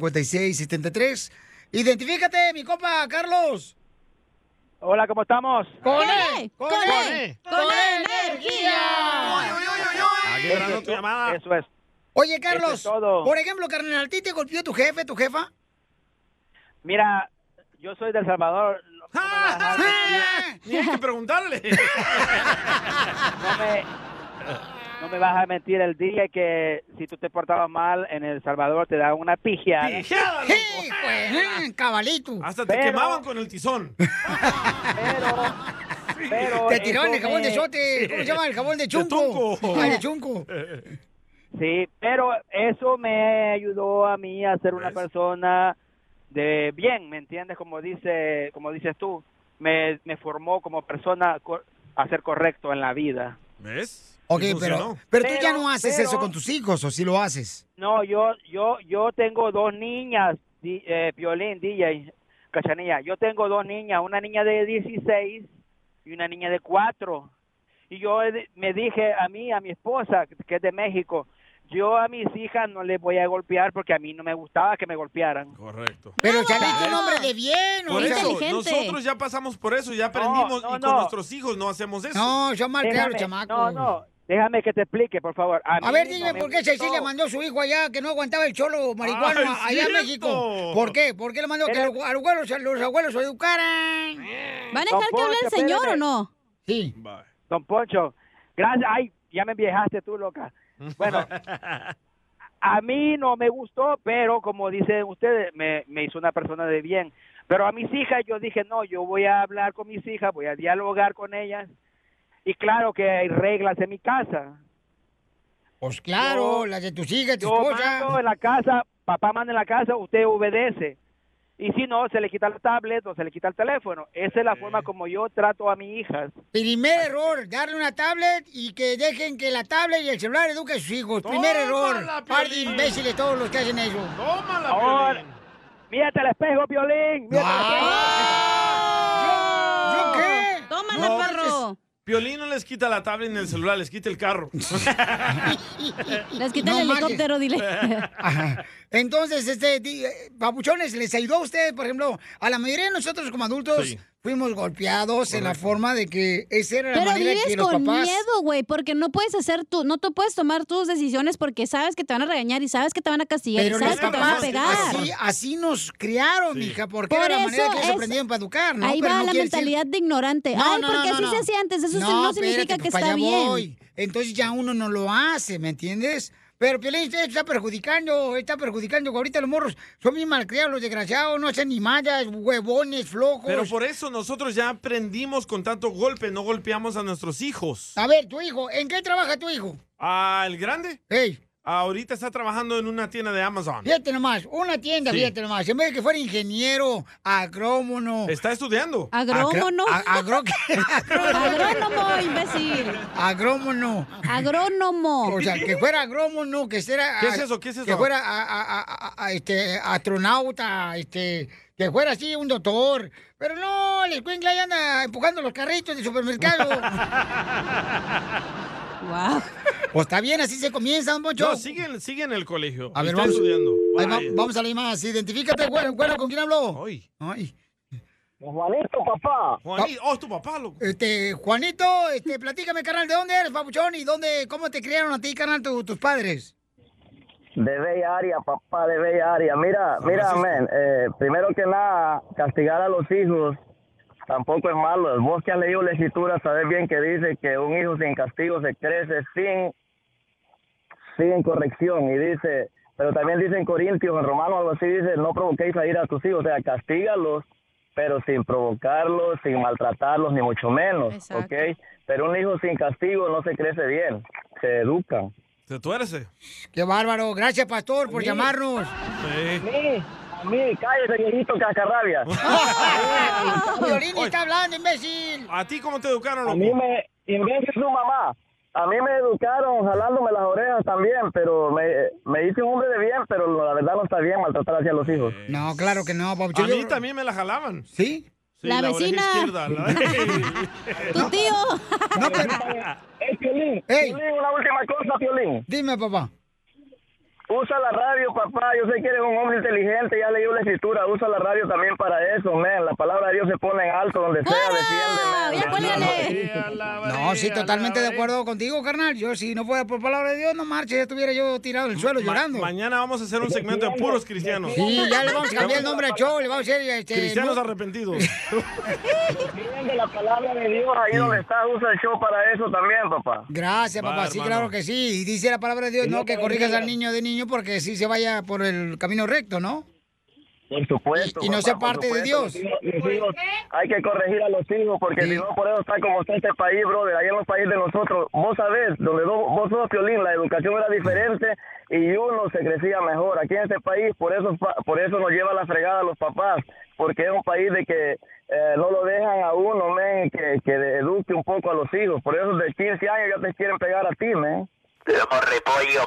[SPEAKER 2] 1-855-570-5673. Identifícate, mi copa, Carlos.
[SPEAKER 26] Hola, ¿cómo estamos?
[SPEAKER 2] ¡Con él! ¡Con
[SPEAKER 26] ¡Con
[SPEAKER 2] él!
[SPEAKER 26] él!
[SPEAKER 2] ¡Con energía!
[SPEAKER 26] Eso, es- eso es.
[SPEAKER 2] Oye,
[SPEAKER 26] Eso
[SPEAKER 2] Carlos,
[SPEAKER 26] Este es todo.
[SPEAKER 2] por ejemplo, carnal, ¿a ti te golpeó tu jefe, tu jefa?
[SPEAKER 26] Mira, yo soy del Salvador. no, no me va a dejar mentir.
[SPEAKER 4] Ni hay que preguntarle.
[SPEAKER 26] No me, no me vas a mentir el día que si tú te portabas mal en El Salvador te daban una pijeada.
[SPEAKER 2] Sí, pues, eh,
[SPEAKER 26] ah.
[SPEAKER 2] cabalito.
[SPEAKER 4] Hasta te quemaban con el tizón.
[SPEAKER 26] Pero
[SPEAKER 2] Te tiró en el
[SPEAKER 26] eso
[SPEAKER 2] jabón de
[SPEAKER 26] me-
[SPEAKER 2] sote. ¿Cómo se llama? El jabón de
[SPEAKER 26] De
[SPEAKER 2] chunco.
[SPEAKER 26] tunco.
[SPEAKER 2] Ah, de chunco.
[SPEAKER 26] Sí, pero eso me ayudó a mí a ser una persona de bien, ¿me entiendes? Como dice, como dices tú, me, me formó como persona cor- a ser correcto en la vida.
[SPEAKER 4] ¿Ves?
[SPEAKER 2] Ok,
[SPEAKER 26] Y
[SPEAKER 2] pero,
[SPEAKER 26] funcionó.
[SPEAKER 2] pero tú ya
[SPEAKER 26] Pero-
[SPEAKER 2] no haces
[SPEAKER 26] pero-
[SPEAKER 2] eso con tus hijos, ¿o sí lo haces?
[SPEAKER 26] No, yo, yo, yo tengo dos niñas, di- eh, Piolín, DJ, Cachanilla. Yo tengo dos niñas, una niña de 16 y una niña de 4. Y yo he- me dije a mí, a mi esposa, que es de México, yo a mis hijas no les voy a golpear porque a mí no me gustaba que me golpearan.
[SPEAKER 4] Correcto.
[SPEAKER 2] Pero Chalito, un hombre de bien,
[SPEAKER 4] Por
[SPEAKER 2] o sea-
[SPEAKER 4] eso, nosotros ya pasamos por eso, ya aprendimos
[SPEAKER 26] no,
[SPEAKER 4] y con
[SPEAKER 26] no.
[SPEAKER 4] nuestros hijos no hacemos eso.
[SPEAKER 26] Déjame- No, no, déjame que te explique, por favor.
[SPEAKER 2] A
[SPEAKER 26] mí
[SPEAKER 2] ver,
[SPEAKER 26] no
[SPEAKER 2] dime
[SPEAKER 26] me
[SPEAKER 2] por qué Cecilia
[SPEAKER 26] gustó.
[SPEAKER 2] mandó a su hijo allá que no aguantaba el cholo marihuano
[SPEAKER 26] Ah, es
[SPEAKER 2] allá en
[SPEAKER 26] cierto.
[SPEAKER 2] México. ¿Por qué? ¿Por qué le mandó que
[SPEAKER 26] Pero-
[SPEAKER 2] los abuelos, los abuelos se educaran?
[SPEAKER 5] ¿Va a dejar
[SPEAKER 26] Don
[SPEAKER 5] que hable el
[SPEAKER 26] Poncho,
[SPEAKER 5] señor o
[SPEAKER 26] espérame.
[SPEAKER 5] no?
[SPEAKER 2] Sí.
[SPEAKER 26] Don Poncho, gracias. Ay, ya me viejaste tú, loca. Bueno, a mí no me gustó, pero como dicen ustedes, me, me hizo una persona de bien. Pero a mis hijas yo dije, no, yo voy a hablar con mis hijas, voy a dialogar con ellas. Y claro que hay reglas en mi casa.
[SPEAKER 2] Pues claro,
[SPEAKER 26] Yo-
[SPEAKER 2] las de tus hijas, tu
[SPEAKER 26] Yo
[SPEAKER 2] esposa.
[SPEAKER 26] mando en la casa, papá manda en la casa, usted obedece. Y si no, se le quita la tablet o se le quita el teléfono. Esa es la forma como yo trato a mis hijas.
[SPEAKER 2] Primer error, darle una tablet y que dejen que la tablet y el celular eduquen a sus hijos. Primer error.
[SPEAKER 26] Tómala,
[SPEAKER 2] Par de
[SPEAKER 26] Piolín.
[SPEAKER 2] imbéciles todos los que hacen eso.
[SPEAKER 4] Tómala,
[SPEAKER 26] Ahora, mírate al espejo, Piolín. Mírate al espejo.
[SPEAKER 2] ¿Yo qué?
[SPEAKER 5] Tómala,
[SPEAKER 4] No,
[SPEAKER 5] perro.
[SPEAKER 4] Piolín no les quita la tablet ni el celular, les quita el carro.
[SPEAKER 5] <laughs> Les quita el
[SPEAKER 2] marches.
[SPEAKER 5] helicóptero, dile.
[SPEAKER 2] <laughs> Ajá. Entonces, este, di- eh, papuchones, ¿les ayudó a ustedes, por ejemplo? A la mayoría de nosotros como adultos
[SPEAKER 5] Sí.
[SPEAKER 2] fuimos golpeados en la forma de que esa era la
[SPEAKER 5] Pero
[SPEAKER 2] manera
[SPEAKER 5] vives
[SPEAKER 2] que los
[SPEAKER 5] con
[SPEAKER 2] papás...
[SPEAKER 5] miedo, güey, porque no puedes hacer tú, no te puedes tomar tus decisiones porque sabes que te van a regañar y sabes que te van a castigar
[SPEAKER 2] Pero
[SPEAKER 5] y sabes
[SPEAKER 2] los
[SPEAKER 5] que te van a
[SPEAKER 2] papás
[SPEAKER 5] pegar.
[SPEAKER 2] así, así nos criaron, mija, porque
[SPEAKER 5] Por
[SPEAKER 2] era la
[SPEAKER 5] eso
[SPEAKER 2] manera que ellos
[SPEAKER 5] es-
[SPEAKER 2] aprendieron para educar, ¿no?
[SPEAKER 5] Ahí
[SPEAKER 2] Pero
[SPEAKER 5] va
[SPEAKER 2] no
[SPEAKER 5] la
[SPEAKER 2] quiere decir-
[SPEAKER 5] mentalidad de ignorante. Ay, porque así se hacía antes, eso no significa
[SPEAKER 2] espérate,
[SPEAKER 5] que
[SPEAKER 2] pues, para
[SPEAKER 5] está
[SPEAKER 2] allá
[SPEAKER 5] bien.
[SPEAKER 2] voy. Entonces ya uno no lo hace, ¿me entiendes? Pero Piolín usted está perjudicando, está perjudicando. Ahorita los morros son bien malcriados, los desgraciados, no hacen ni mallas, huevones, flojos.
[SPEAKER 4] Pero por eso nosotros ya aprendimos con tanto golpe, no golpeamos a nuestros hijos.
[SPEAKER 2] A ver, tu hijo, ¿en qué trabaja tu hijo?
[SPEAKER 4] Ah, el grande? Ahorita está trabajando en una tienda de Amazon.
[SPEAKER 2] Fíjate nomás, una tienda,
[SPEAKER 4] Sí.
[SPEAKER 2] fíjate nomás. En vez de que fuera ingeniero, agrómono.
[SPEAKER 4] Está estudiando.
[SPEAKER 2] Agrómono.
[SPEAKER 5] Agrónomo, imbécil.
[SPEAKER 2] Agrómono.
[SPEAKER 5] Agrónomo.
[SPEAKER 2] O sea, que fuera agrómono, que fuera...
[SPEAKER 4] ¿Qué es eso? ¿Qué es eso?
[SPEAKER 2] Que fuera a- a- a- a- a- este, astronauta, este, que fuera así un doctor. Pero no, el escuincla ahí anda empujando los carritos del supermercado.
[SPEAKER 5] wow.
[SPEAKER 2] O Pues está bien, así se comienza, don Poncho.
[SPEAKER 4] No, sigue, en- sigue en el colegio.
[SPEAKER 2] A ver,
[SPEAKER 4] está
[SPEAKER 2] vamos-
[SPEAKER 4] estudiando.
[SPEAKER 2] Ahí va-
[SPEAKER 4] Vaya.
[SPEAKER 2] vamos a leer más. Identifícate, güero, güero, ¿con quién habló?
[SPEAKER 4] Ay.
[SPEAKER 2] Ay.
[SPEAKER 27] Juanito, papá.
[SPEAKER 4] Juanito, oh, tu papá, loco.
[SPEAKER 2] Este, Juanito, este, platícame, carnal, ¿de dónde eres, papuchón? ¿Y dónde, cómo te criaron a ti, carnal, tu- tus padres?
[SPEAKER 27] De Bella Área, papá, de Bella Área. Mira,
[SPEAKER 2] San
[SPEAKER 27] mira,
[SPEAKER 2] Francisco.
[SPEAKER 27] amén. primero que nada, castigar a los hijos tampoco es malo. Vos que has leído la escritura, sabes bien que dice que un hijo sin castigo se crece sin, sin corrección. Y dice, pero también dice en Corintios, en Romanos, algo así, dice, no provoquéis a ir a tus hijos. O sea, castígalos, pero sin provocarlos, sin maltratarlos, ni mucho menos.
[SPEAKER 5] Exacto.
[SPEAKER 27] ¿Ok? Pero un hijo sin castigo no se crece bien, se educa.
[SPEAKER 4] Se tuerce.
[SPEAKER 2] Qué bárbaro. Gracias, pastor, por
[SPEAKER 4] <laughs>
[SPEAKER 2] llamarnos. <laughs>
[SPEAKER 27] mí, a mí, cállate, viejito
[SPEAKER 5] <laughs>
[SPEAKER 27] cacarrabia.
[SPEAKER 2] <laughs> Violín está hablando, imbécil.
[SPEAKER 4] ¿A ti cómo te educaron,
[SPEAKER 27] A
[SPEAKER 4] loco?
[SPEAKER 27] mí me, imbécil su mamá. A mí me educaron jalándome las orejas también, pero me, me hice un hombre de bien, pero la verdad no está bien maltratar hacia los hijos.
[SPEAKER 4] Eh.
[SPEAKER 2] No, claro que no,
[SPEAKER 4] A mí también me la jalaban.
[SPEAKER 2] ¿Sí?
[SPEAKER 27] La
[SPEAKER 4] oreja
[SPEAKER 27] vecina.
[SPEAKER 4] izquierda,
[SPEAKER 2] <laughs>
[SPEAKER 4] la-
[SPEAKER 5] Tu tío.
[SPEAKER 2] No, pero...
[SPEAKER 27] Piolín, Piolín, una última cosa, Piolín.
[SPEAKER 2] Dime, papá.
[SPEAKER 27] Usa la radio, papá. Yo sé que eres un hombre inteligente. Ya leí la escritura. Usa la radio también para eso, man. La palabra de Dios se pone en alto donde sea. Defiende, man.
[SPEAKER 2] No, sí, totalmente de acuerdo contigo, carnal. Yo, si no fuera por palabra de Dios, no marches. Ya estuviera yo tirado en el suelo
[SPEAKER 4] Ma-
[SPEAKER 2] llorando.
[SPEAKER 4] Mañana vamos a hacer un segmento de puros cristianos.
[SPEAKER 2] Sí, ya le vamos a cambiar el nombre al show. Le vamos a hacer. Este,
[SPEAKER 4] Cristianos
[SPEAKER 2] no-
[SPEAKER 4] arrepentidos.
[SPEAKER 2] <laughs>
[SPEAKER 27] Defiende la palabra de Dios. Ahí donde estás, usa el show para eso también, papá.
[SPEAKER 2] Gracias, papá.
[SPEAKER 27] Va,
[SPEAKER 2] sí,
[SPEAKER 27] hermano.
[SPEAKER 2] claro que sí. Y dice la palabra de Dios,
[SPEAKER 27] Sí,
[SPEAKER 2] no,
[SPEAKER 27] no
[SPEAKER 2] que
[SPEAKER 27] te
[SPEAKER 2] corrijas
[SPEAKER 27] olvides.
[SPEAKER 2] al niño de niño porque sí se vaya por el camino recto, ¿no?
[SPEAKER 27] Por supuesto.
[SPEAKER 2] Y- y no
[SPEAKER 27] papá,
[SPEAKER 2] sea
[SPEAKER 27] por
[SPEAKER 2] parte de
[SPEAKER 27] supuesto.
[SPEAKER 2] Dios.
[SPEAKER 27] Mis hijos- mis hijos, hay que corregir a los hijos porque si no, por eso está como está este país, brother. Ahí en los países de nosotros, vos sabés, donde do- vos sos violín, la educación era diferente y uno se crecía mejor. Aquí en este país, por eso, fa- por eso nos lleva la fregada a los papás, porque es un país de que eh, no lo dejan a uno, men, que, que eduque un poco a los hijos. Por eso de 15 años ya te quieren pegar a ti, men.
[SPEAKER 2] Ya,
[SPEAKER 9] tomate
[SPEAKER 2] DJ.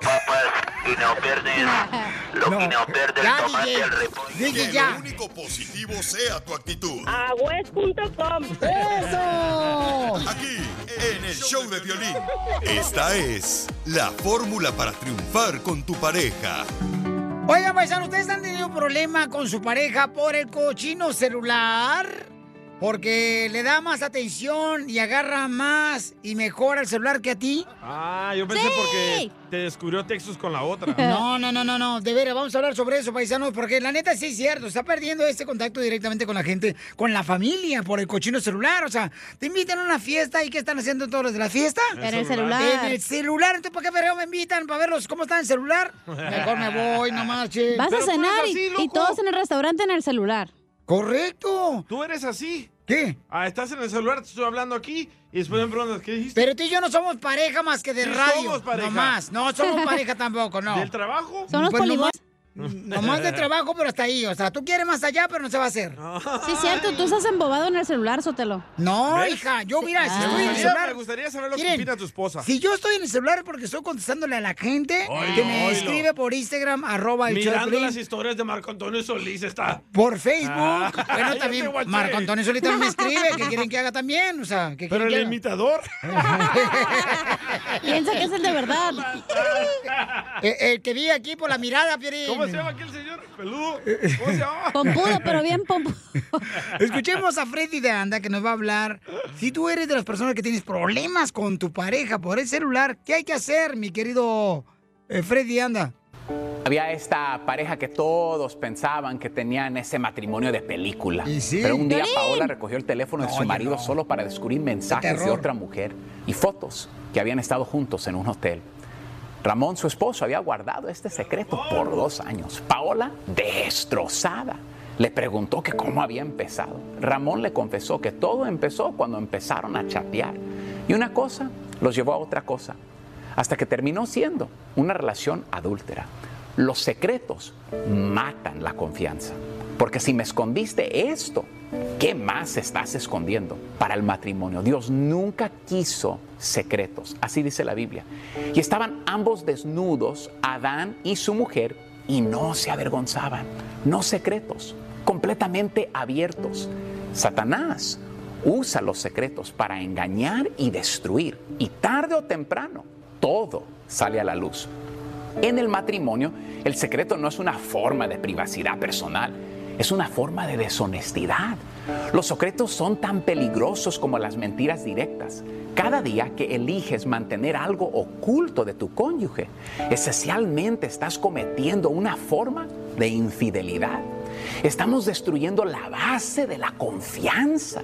[SPEAKER 9] al
[SPEAKER 2] DJ,
[SPEAKER 9] Que
[SPEAKER 2] ya.
[SPEAKER 9] lo único positivo sea tu actitud.
[SPEAKER 12] Agüez.com.
[SPEAKER 2] ¡Eso!
[SPEAKER 9] Aquí, en el show de violín. Esta es la fórmula para triunfar con tu pareja.
[SPEAKER 2] Oigan, paisano, ¿ustedes han tenido problema con su pareja por el cochino celular? Porque le da más atención y agarra más y mejora el celular que a ti.
[SPEAKER 4] Ah, yo pensé
[SPEAKER 2] Sí.
[SPEAKER 4] porque te descubrió textos con la otra.
[SPEAKER 2] No, no, no, no, no. De veras, vamos a hablar sobre eso, paisanos, porque la neta sí es cierto. Está perdiendo este contacto directamente con la gente, con la familia, por el cochino celular. O sea, te invitan a una fiesta y ¿qué están haciendo todos los de la fiesta?
[SPEAKER 5] En el En el celular. celular.
[SPEAKER 2] En el celular. Entonces, ¿para qué verga me invitan? ¿Para verlos cómo están en
[SPEAKER 5] <laughs>
[SPEAKER 2] el celular? Mejor me voy, no marches.
[SPEAKER 5] Vas a cenar y- y, todos en el restaurante en el celular.
[SPEAKER 2] ¡Correcto!
[SPEAKER 4] ¿Tú eres así?
[SPEAKER 2] ¿Qué?
[SPEAKER 4] Ah, estás en el celular, te estoy hablando aquí y después me preguntas, ¿qué dijiste?
[SPEAKER 2] Pero tú y yo no somos pareja más que de
[SPEAKER 4] Sí
[SPEAKER 2] radio.
[SPEAKER 4] somos pareja.
[SPEAKER 2] No más.
[SPEAKER 4] <laughs>
[SPEAKER 2] No <laughs> somos pareja tampoco, no.
[SPEAKER 4] ¿Del trabajo?
[SPEAKER 2] Son los
[SPEAKER 4] Pues nomás- <laughs>
[SPEAKER 2] Nomás de trabajo, pero hasta ahí. O sea, tú quieres más allá, pero no se va a hacer.
[SPEAKER 5] Sí, es cierto, tú estás embobado en el celular, Ah. Sotelo.
[SPEAKER 2] No, hija, yo mira, si
[SPEAKER 4] me,
[SPEAKER 2] estoy en el
[SPEAKER 4] gustaría,
[SPEAKER 2] celular.
[SPEAKER 4] me gustaría saber lo
[SPEAKER 2] Miren,
[SPEAKER 4] que opina tu esposa.
[SPEAKER 2] Si yo estoy en el celular porque estoy contestándole a la gente
[SPEAKER 4] Oilo,
[SPEAKER 2] que me
[SPEAKER 4] oilo.
[SPEAKER 2] escribe por Instagram, arroba el show de
[SPEAKER 4] Mirando
[SPEAKER 2] Piolín,
[SPEAKER 4] las historias de Marco Antonio Solís está.
[SPEAKER 2] por Facebook,
[SPEAKER 4] Ah, ya
[SPEAKER 2] bueno,
[SPEAKER 4] te
[SPEAKER 2] también
[SPEAKER 4] guaché.
[SPEAKER 2] Marco Antonio Solita me escribe,
[SPEAKER 4] <laughs>
[SPEAKER 2] que quieren que haga también, o sea, que
[SPEAKER 4] Pero el imitador.
[SPEAKER 2] <laughs> Piensa que es el
[SPEAKER 4] <laughs>
[SPEAKER 2] de verdad. el, Eh, el que vive aquí por la mirada, Piolín.
[SPEAKER 4] ¿Cómo se llama aquel señor? Peludo. ¿Cómo se llama?
[SPEAKER 2] Pompudo, pero bien pompudo. Escuchemos a Freddy de Anda que nos va a hablar. Si tú eres de las personas que tienes problemas con tu pareja por el celular, ¿qué hay que hacer, mi querido eh, Freddy de Anda?
[SPEAKER 14] Había esta pareja que todos pensaban que tenían ese matrimonio de película. Pero un día ¡Piolín! Paola recogió el teléfono de su marido solo para descubrir mensajes de terror. otra mujer y fotos que habían estado juntos en un hotel. Ramón, su esposo, había guardado este secreto por dos años. Paola, destrozada, le preguntó que cómo había empezado. Ramón le confesó que todo empezó cuando empezaron a chatear. Y una cosa los llevó a otra cosa, hasta que terminó siendo una relación adúltera. Los secretos matan la confianza, porque si me escondiste esto, ¿qué más estás escondiendo para el matrimonio? Dios nunca quiso secretos, así dice la Biblia. Y estaban ambos desnudos, Adán y su mujer, y no se avergonzaban, no secretos, completamente abiertos. Satanás usa los secretos para engañar y destruir, y tarde o temprano todo sale a la luz. En el matrimonio, el secreto no es una forma de privacidad personal, es una forma de deshonestidad. Los secretos son tan peligrosos como las mentiras directas. Cada día que eliges mantener algo oculto de tu cónyuge, esencialmente estás cometiendo una forma de infidelidad. Estamos destruyendo la base de la confianza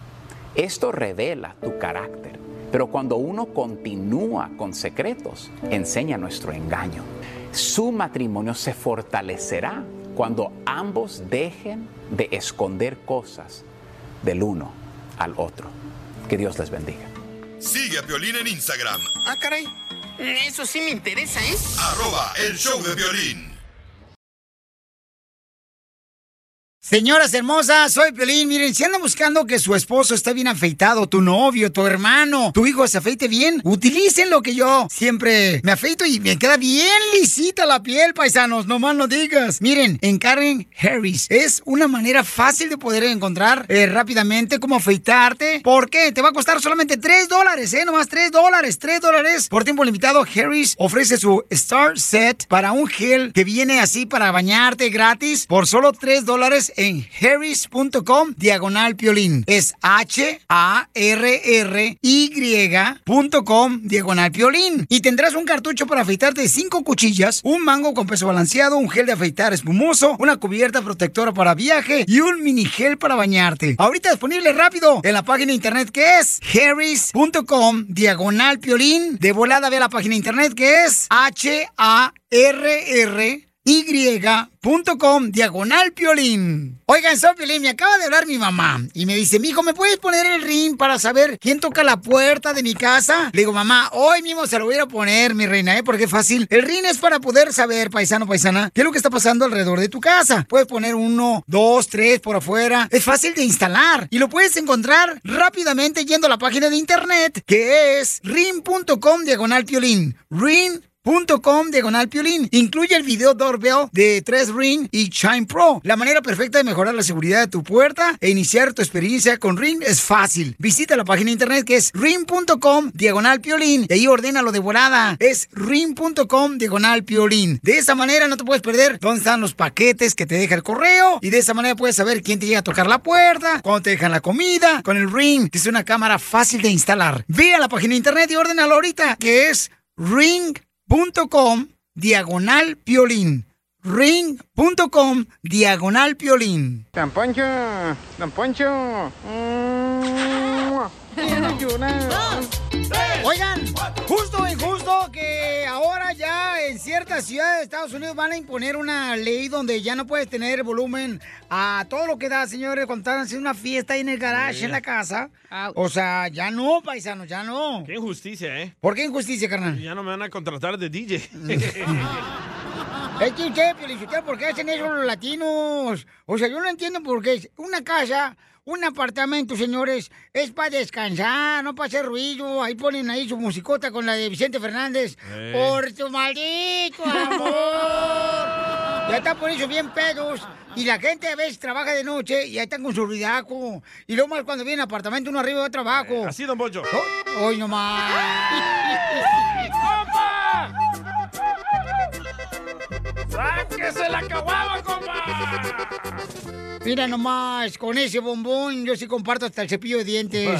[SPEAKER 14] Esto revela tu carácter, pero cuando uno continúa con secretos, enseña nuestro engaño. Su matrimonio se fortalecerá cuando ambos dejen de esconder cosas del uno al otro. Que Dios les bendiga.
[SPEAKER 9] Sigue a Piolín en Instagram,
[SPEAKER 15] <laughs> Ah, caray. Eso sí me interesa, ¿eh?
[SPEAKER 9] arroba el show de violín.
[SPEAKER 2] Señoras hermosas, soy Piolín. Miren, si andan buscando que su esposo esté bien afeitado, tu novio, tu hermano, tu hijo se afeite bien, utilicen lo que yo siempre me afeito y me queda bien lisita la piel, paisanos. No más no digas. Miren, en Karen Harris es una manera fácil de poder encontrar eh, rápidamente cómo afeitarte. ¿Por qué? Te va a costar solamente 3 dólares, ¿eh? Nomás 3 dólares, 3 dólares. Por tiempo limitado, Harris ofrece su Star Set para un gel que viene así para bañarte gratis por solo 3 dólares en harris.com diagonal piolín. Es H-A-R-R-Y.com diagonal piolín. Y tendrás un cartucho para afeitarte de 5 cuchillas, un mango con peso balanceado, un gel de afeitar espumoso, una cubierta protectora para viaje y un mini gel para bañarte. Ahorita disponible rápido en la página de internet que es harris.com diagonal piolín. De volada ve a la página de internet que es H-A-R-R-Y.com diagonal piolín. Oigan, soy Piolín, me acaba de hablar mi mamá y me dice, mijo, ¿me puedes poner el ring para saber quién toca la puerta de mi casa? Le digo, mamá, hoy mismo se lo voy a ir a poner, mi reina, ¿eh? Porque es fácil. El ring es para poder saber, paisano, paisana, qué es lo que está pasando alrededor de tu casa. Puedes poner uno, dos, tres por afuera. Es fácil de instalar y lo puedes encontrar rápidamente yendo a la página de internet que es ring.com diagonal piolín. Ring Com diagonal piolín. Incluye el video doorbell de 3 Ring y Chime Pro. La manera perfecta de mejorar la seguridad de tu puerta e iniciar tu experiencia con Ring es fácil. Visita la página de internet que es ring.com diagonal piolín. Y ahí ordénalo de volada. Es ring.com diagonal piolín. De esa manera no te puedes perder dónde están los paquetes que te deja el correo. Y de esa manera puedes saber quién te llega a tocar la puerta, cuándo te dejan la comida. Con el Ring, que es una cámara fácil de instalar. Ve a la página de internet y ordénalo ahorita que es ring ring.com diagonal piolín. Ring.com diagonal piolín.
[SPEAKER 15] Don Poncho, Don Poncho. Mm.
[SPEAKER 2] Oigan, justo y justo que ahora ya en ciertas ciudades de Estados Unidos van a imponer una ley donde ya no puedes tener volumen a todo lo que da, señores, cuando están haciendo una fiesta ahí en el garage,
[SPEAKER 4] Sí.
[SPEAKER 2] en la casa. O sea, ya no, paisanos, ya no.
[SPEAKER 4] Qué injusticia, ¿eh?
[SPEAKER 2] ¿Por qué injusticia, carnal? Mm.
[SPEAKER 4] Ya no me van a contratar de DJ. <laughs>
[SPEAKER 2] Es que usted, Piolichotelo, ¿por qué hacen eso los latinos? O sea, yo no entiendo por qué. Una casa, un apartamento, señores, es para descansar, no para hacer ruido. Ahí ponen ahí su musicota con la de Vicente Fernández.
[SPEAKER 12] Ey.
[SPEAKER 2] Por tu maldito amor. Ya están por eso bien pedos. Y la gente a veces trabaja de noche y ahí están con su ruidaco. Y lo más cuando viene apartamento uno arriba y otro abajo. Oh,
[SPEAKER 4] Así, don Bocho.
[SPEAKER 2] Hoy nomás.
[SPEAKER 12] ¡Compa! ¡Sáquese la caguama, compa!
[SPEAKER 2] Mira nomás, con ese bombón yo sí comparto hasta el cepillo
[SPEAKER 4] <laughs>
[SPEAKER 2] de dientes.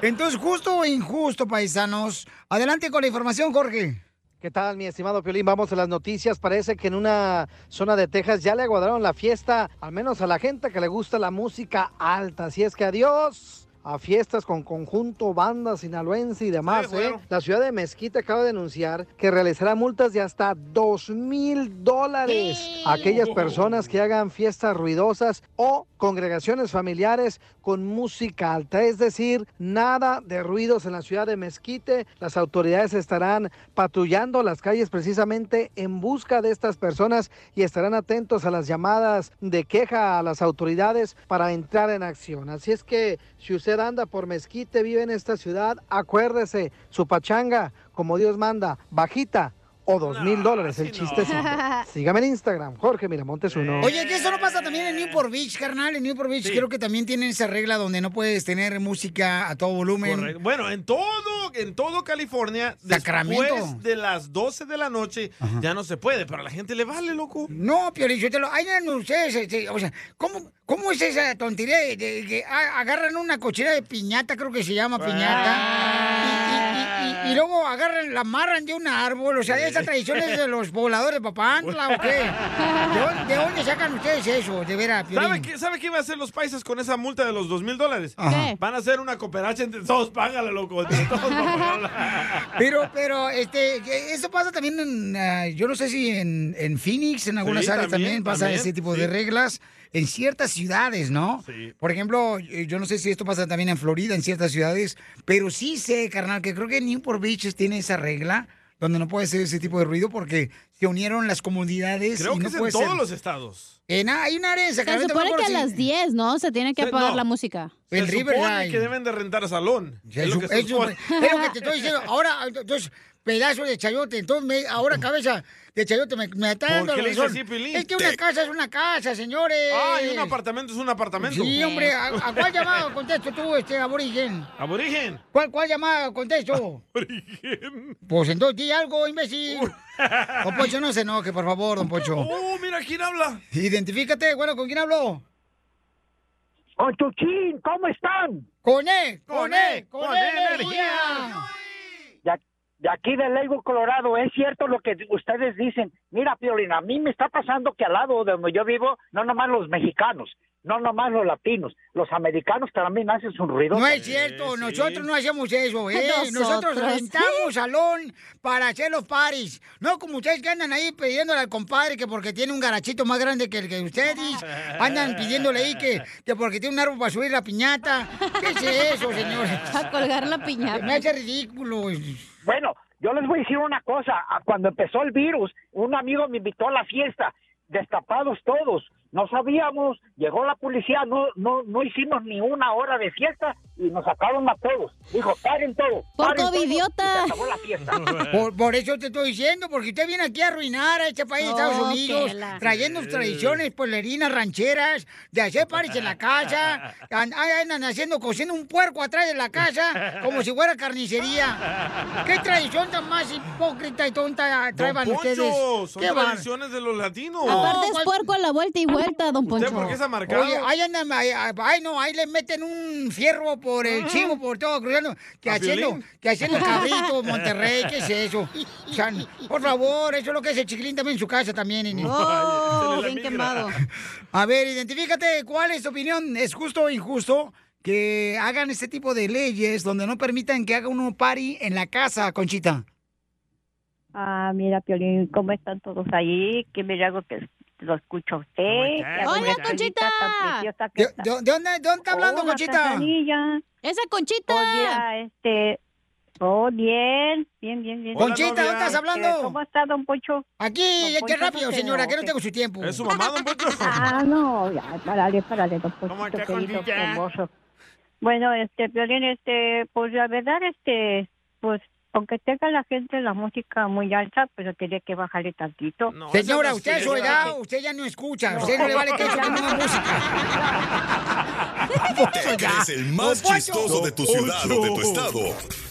[SPEAKER 2] Entonces, justo o injusto, paisanos. Adelante con la información, Jorge.
[SPEAKER 6] ¿Qué tal, mi estimado Piolín? Vamos a las noticias. Parece que en una zona de Texas ya le aguadaron la fiesta, al menos a la gente que le gusta la música alta. Así es que adiós a fiestas con conjunto, bandas sinaloense y demás.
[SPEAKER 17] Sí, bueno.
[SPEAKER 6] ¿eh? La ciudad de Mezquita acaba de anunciar que realizará multas de hasta dos mil dólares a aquellas
[SPEAKER 17] Oh.
[SPEAKER 6] personas que hagan fiestas ruidosas o congregaciones familiares con música alta. Es decir, nada de ruidos en la ciudad de Mezquite. Las autoridades estarán patrullando las calles precisamente en busca de estas personas y estarán atentos a las llamadas de queja a las autoridades para entrar en acción. Así es que si usted anda por Mezquite, vive en esta ciudad, acuérdese, su pachanga, como Dios manda, bajita o dos mil dólares el chiste. Sígame en Instagram, Jorge Miramontes uno.
[SPEAKER 2] Oye, que eso no pasa también en Newport Beach, carnal. En Newport Beach creo que también tienen esa regla donde no puedes tener música a todo volumen.
[SPEAKER 4] Correcto. Bueno, en todo, en todo California,
[SPEAKER 2] Sacramento.
[SPEAKER 4] después de las 12 de la noche, ya no se puede, pero a la gente le vale, loco.
[SPEAKER 2] No, Piolichotelo, ahí no ustedes, este, o sea, ¿cómo, ¿cómo es esa tontería de, de que a- agarran una cochera de piñata, creo que se llama piñata, y- y- y- y, Y luego agarran, la amarran de un árbol. O sea, esas tradiciones de los pobladores, papá Antla, ¿o qué? ¿De dónde, de dónde sacan ustedes eso? De veras, Piolín.
[SPEAKER 4] ¿Sabe qué, ¿Sabe qué va a hacer los paisas con esa multa de los dos mil dólares? Van a hacer una cooperacha entre todos, págale, loco. Entre
[SPEAKER 2] Ah,
[SPEAKER 4] todos,
[SPEAKER 2] Pero, pero, este, que eso pasa también en, ah, yo no sé si en, en Phoenix, en algunas
[SPEAKER 4] Sí,
[SPEAKER 2] áreas también,
[SPEAKER 4] también,
[SPEAKER 2] pasa
[SPEAKER 4] también,
[SPEAKER 2] ese tipo
[SPEAKER 4] sí.
[SPEAKER 2] de reglas, en ciertas ciudades, ¿no?
[SPEAKER 4] Sí.
[SPEAKER 2] Por ejemplo, eh, yo no sé si esto pasa también en Florida, en ciertas ciudades, pero sí sé, carnal, que creo que Newport Beach tiene esa regla donde no puede ser ese tipo de ruido porque se unieron las comunidades.
[SPEAKER 4] Creo
[SPEAKER 2] y
[SPEAKER 4] que
[SPEAKER 2] no
[SPEAKER 4] es en
[SPEAKER 2] puede
[SPEAKER 4] todos
[SPEAKER 2] ser.
[SPEAKER 4] los estados.
[SPEAKER 2] En- ah, hay una área en
[SPEAKER 5] Se
[SPEAKER 2] Sacramento,
[SPEAKER 5] supone
[SPEAKER 2] no me
[SPEAKER 5] que a
[SPEAKER 2] acuerdo
[SPEAKER 5] las
[SPEAKER 2] si-
[SPEAKER 5] 10, ¿no? Se tiene que
[SPEAKER 2] Se-
[SPEAKER 5] apagar
[SPEAKER 2] no.
[SPEAKER 5] la música.
[SPEAKER 2] El
[SPEAKER 4] Se
[SPEAKER 2] River
[SPEAKER 4] supone
[SPEAKER 2] Line.
[SPEAKER 4] que deben de rentar salón.
[SPEAKER 2] Ya,
[SPEAKER 4] es lo
[SPEAKER 2] su-
[SPEAKER 4] que se
[SPEAKER 2] es su-
[SPEAKER 4] supone.
[SPEAKER 2] pues, es lo que te estoy diciendo. Ahora, entonces, pedazo de chayote. Entonces, me- ahora cabeza de chayote me, me está
[SPEAKER 4] ¿Por
[SPEAKER 2] dando
[SPEAKER 4] qué
[SPEAKER 2] la
[SPEAKER 4] le dices
[SPEAKER 2] razón.
[SPEAKER 4] así, Piolín?
[SPEAKER 2] Es que una
[SPEAKER 4] Te-
[SPEAKER 2] casa es una casa, señores.
[SPEAKER 4] Ah, y un apartamento es un apartamento.
[SPEAKER 2] Sí, hombre, ¿a, a cuál llamado contesto tú, este aborigen?
[SPEAKER 4] ¿Aborigen?
[SPEAKER 2] ¿Cuál, cuál llamada
[SPEAKER 4] <laughs>
[SPEAKER 2] contesto? Pues entonces di algo, imbécil. <laughs> Don Pocho, no se enoje, por favor, don Pocho.
[SPEAKER 4] ¡Oh, mira quién habla!
[SPEAKER 2] Identifícate, bueno, ¿con quién habló? ¡Con Chuchín! ¿Cómo están? ¡Con él!
[SPEAKER 12] Con E, con energía.
[SPEAKER 26] de, ac- de aquí de Lakewood, Colorado, es cierto lo que ustedes dicen. Mira, Piolín, a mí me está pasando que al lado de donde yo vivo, no nomás los mexicanos, no nomás los latinos, los americanos también hacen un ruido.
[SPEAKER 2] No es cierto, nosotros no hacemos eso, ¿eh? Nosotros,
[SPEAKER 26] Nosotros.
[SPEAKER 2] rentamos salón para hacer los paris. No como ustedes que andan ahí pidiéndole al compadre que porque tiene un garachito más grande que el que ustedes,
[SPEAKER 5] <laughs>
[SPEAKER 2] andan pidiéndole ahí que, que porque tiene un árbol para subir la piñata. ¿Qué es eso,
[SPEAKER 5] <laughs>
[SPEAKER 2] señores?
[SPEAKER 5] Para colgar la piñata.
[SPEAKER 2] Me hace ridículo.
[SPEAKER 26] Bueno, yo les voy a decir una cosa. a- Cuando empezó el virus, un amigo me invitó a la fiesta, destapados todos. No sabíamos, llegó la policía, no, no, no hicimos ni una hora de fiesta y nos sacaron a todos. Dijo, paren todo.
[SPEAKER 2] Por
[SPEAKER 26] paren todo", y se
[SPEAKER 2] covidiota.
[SPEAKER 26] acabó
[SPEAKER 4] <laughs>
[SPEAKER 26] la fiesta.
[SPEAKER 2] Por, por eso te estoy diciendo, porque usted viene aquí a arruinar a este país de Estados
[SPEAKER 26] Oh,
[SPEAKER 2] Unidos,
[SPEAKER 26] que la-
[SPEAKER 2] trayendo sus tradiciones polerinas rancheras, de hacer pares en
[SPEAKER 4] <laughs>
[SPEAKER 2] la casa, an- andan haciendo, cociendo un puerco atrás de la casa, como si fuera carnicería. ¿Qué tradición tan más hipócrita y tonta
[SPEAKER 4] Don
[SPEAKER 2] traban
[SPEAKER 4] Poncho,
[SPEAKER 2] ustedes?
[SPEAKER 4] son
[SPEAKER 2] ¿Qué va?
[SPEAKER 4] tradiciones de los latinos.
[SPEAKER 5] Aparte es puerco a la vuelta y vuelta, don Poncho.
[SPEAKER 4] ¿Usted por qué se ha marcado?
[SPEAKER 2] Oye, ahí andan, ahí, ay, no, ahí le meten un fierro por el chivo, por todo, cruzando, que
[SPEAKER 12] ¿A
[SPEAKER 2] haciendo,
[SPEAKER 12] Piolín?
[SPEAKER 2] que
[SPEAKER 12] <laughs>
[SPEAKER 2] haciendo cabrito, Monterrey, ¿qué es eso? O sea, por favor, eso es lo que es el chiquilín también en su casa también. en-
[SPEAKER 12] Oh, Se le la bien migra. quemado.
[SPEAKER 2] A ver, identifícate, ¿cuál es tu opinión? ¿Es justo o injusto que hagan este tipo de leyes donde no permitan que haga uno party en la casa, Conchita?
[SPEAKER 15] Ah, mira, Piolín, ¿cómo están todos ahí? Qué milagro que lo escucho a usted.
[SPEAKER 2] estás? Hola,
[SPEAKER 15] Conchita!
[SPEAKER 2] ¿De, de- de dónde, de dónde está hablando, Conchita?
[SPEAKER 15] ¡Esa Conchita!
[SPEAKER 4] Pues
[SPEAKER 15] Oh, mira,
[SPEAKER 4] eh.
[SPEAKER 15] este... Oh, bien, bien, bien, bien.
[SPEAKER 2] Conchita, ¿dónde estás
[SPEAKER 15] Este,
[SPEAKER 2] hablando?
[SPEAKER 15] ¿Cómo está, don Pocho?
[SPEAKER 2] Aquí,
[SPEAKER 15] Don
[SPEAKER 2] qué
[SPEAKER 15] Poncho,
[SPEAKER 2] rápido,
[SPEAKER 15] ¿cómo
[SPEAKER 2] señora, que
[SPEAKER 15] quedó?
[SPEAKER 2] no tengo su tiempo.
[SPEAKER 15] ¿Es su
[SPEAKER 4] mamá, don
[SPEAKER 2] <laughs>
[SPEAKER 4] Poncho?
[SPEAKER 15] Ah, no, ya, parale, parale, don Pochito,
[SPEAKER 4] está,
[SPEAKER 15] querido,
[SPEAKER 4] Conchita?
[SPEAKER 15] hermoso. Bueno, este, Piolín, este, pues la verdad, este, pues, aunque tenga la gente la música muy alta, pero tiene que bajarle tantito.
[SPEAKER 2] Señora, usted a su edad, usted ya no escucha, usted no le vale que eso que ponga música.
[SPEAKER 9] Te crees el más
[SPEAKER 2] Don Poncho.
[SPEAKER 9] chistoso de tu ciudad o de tu estado.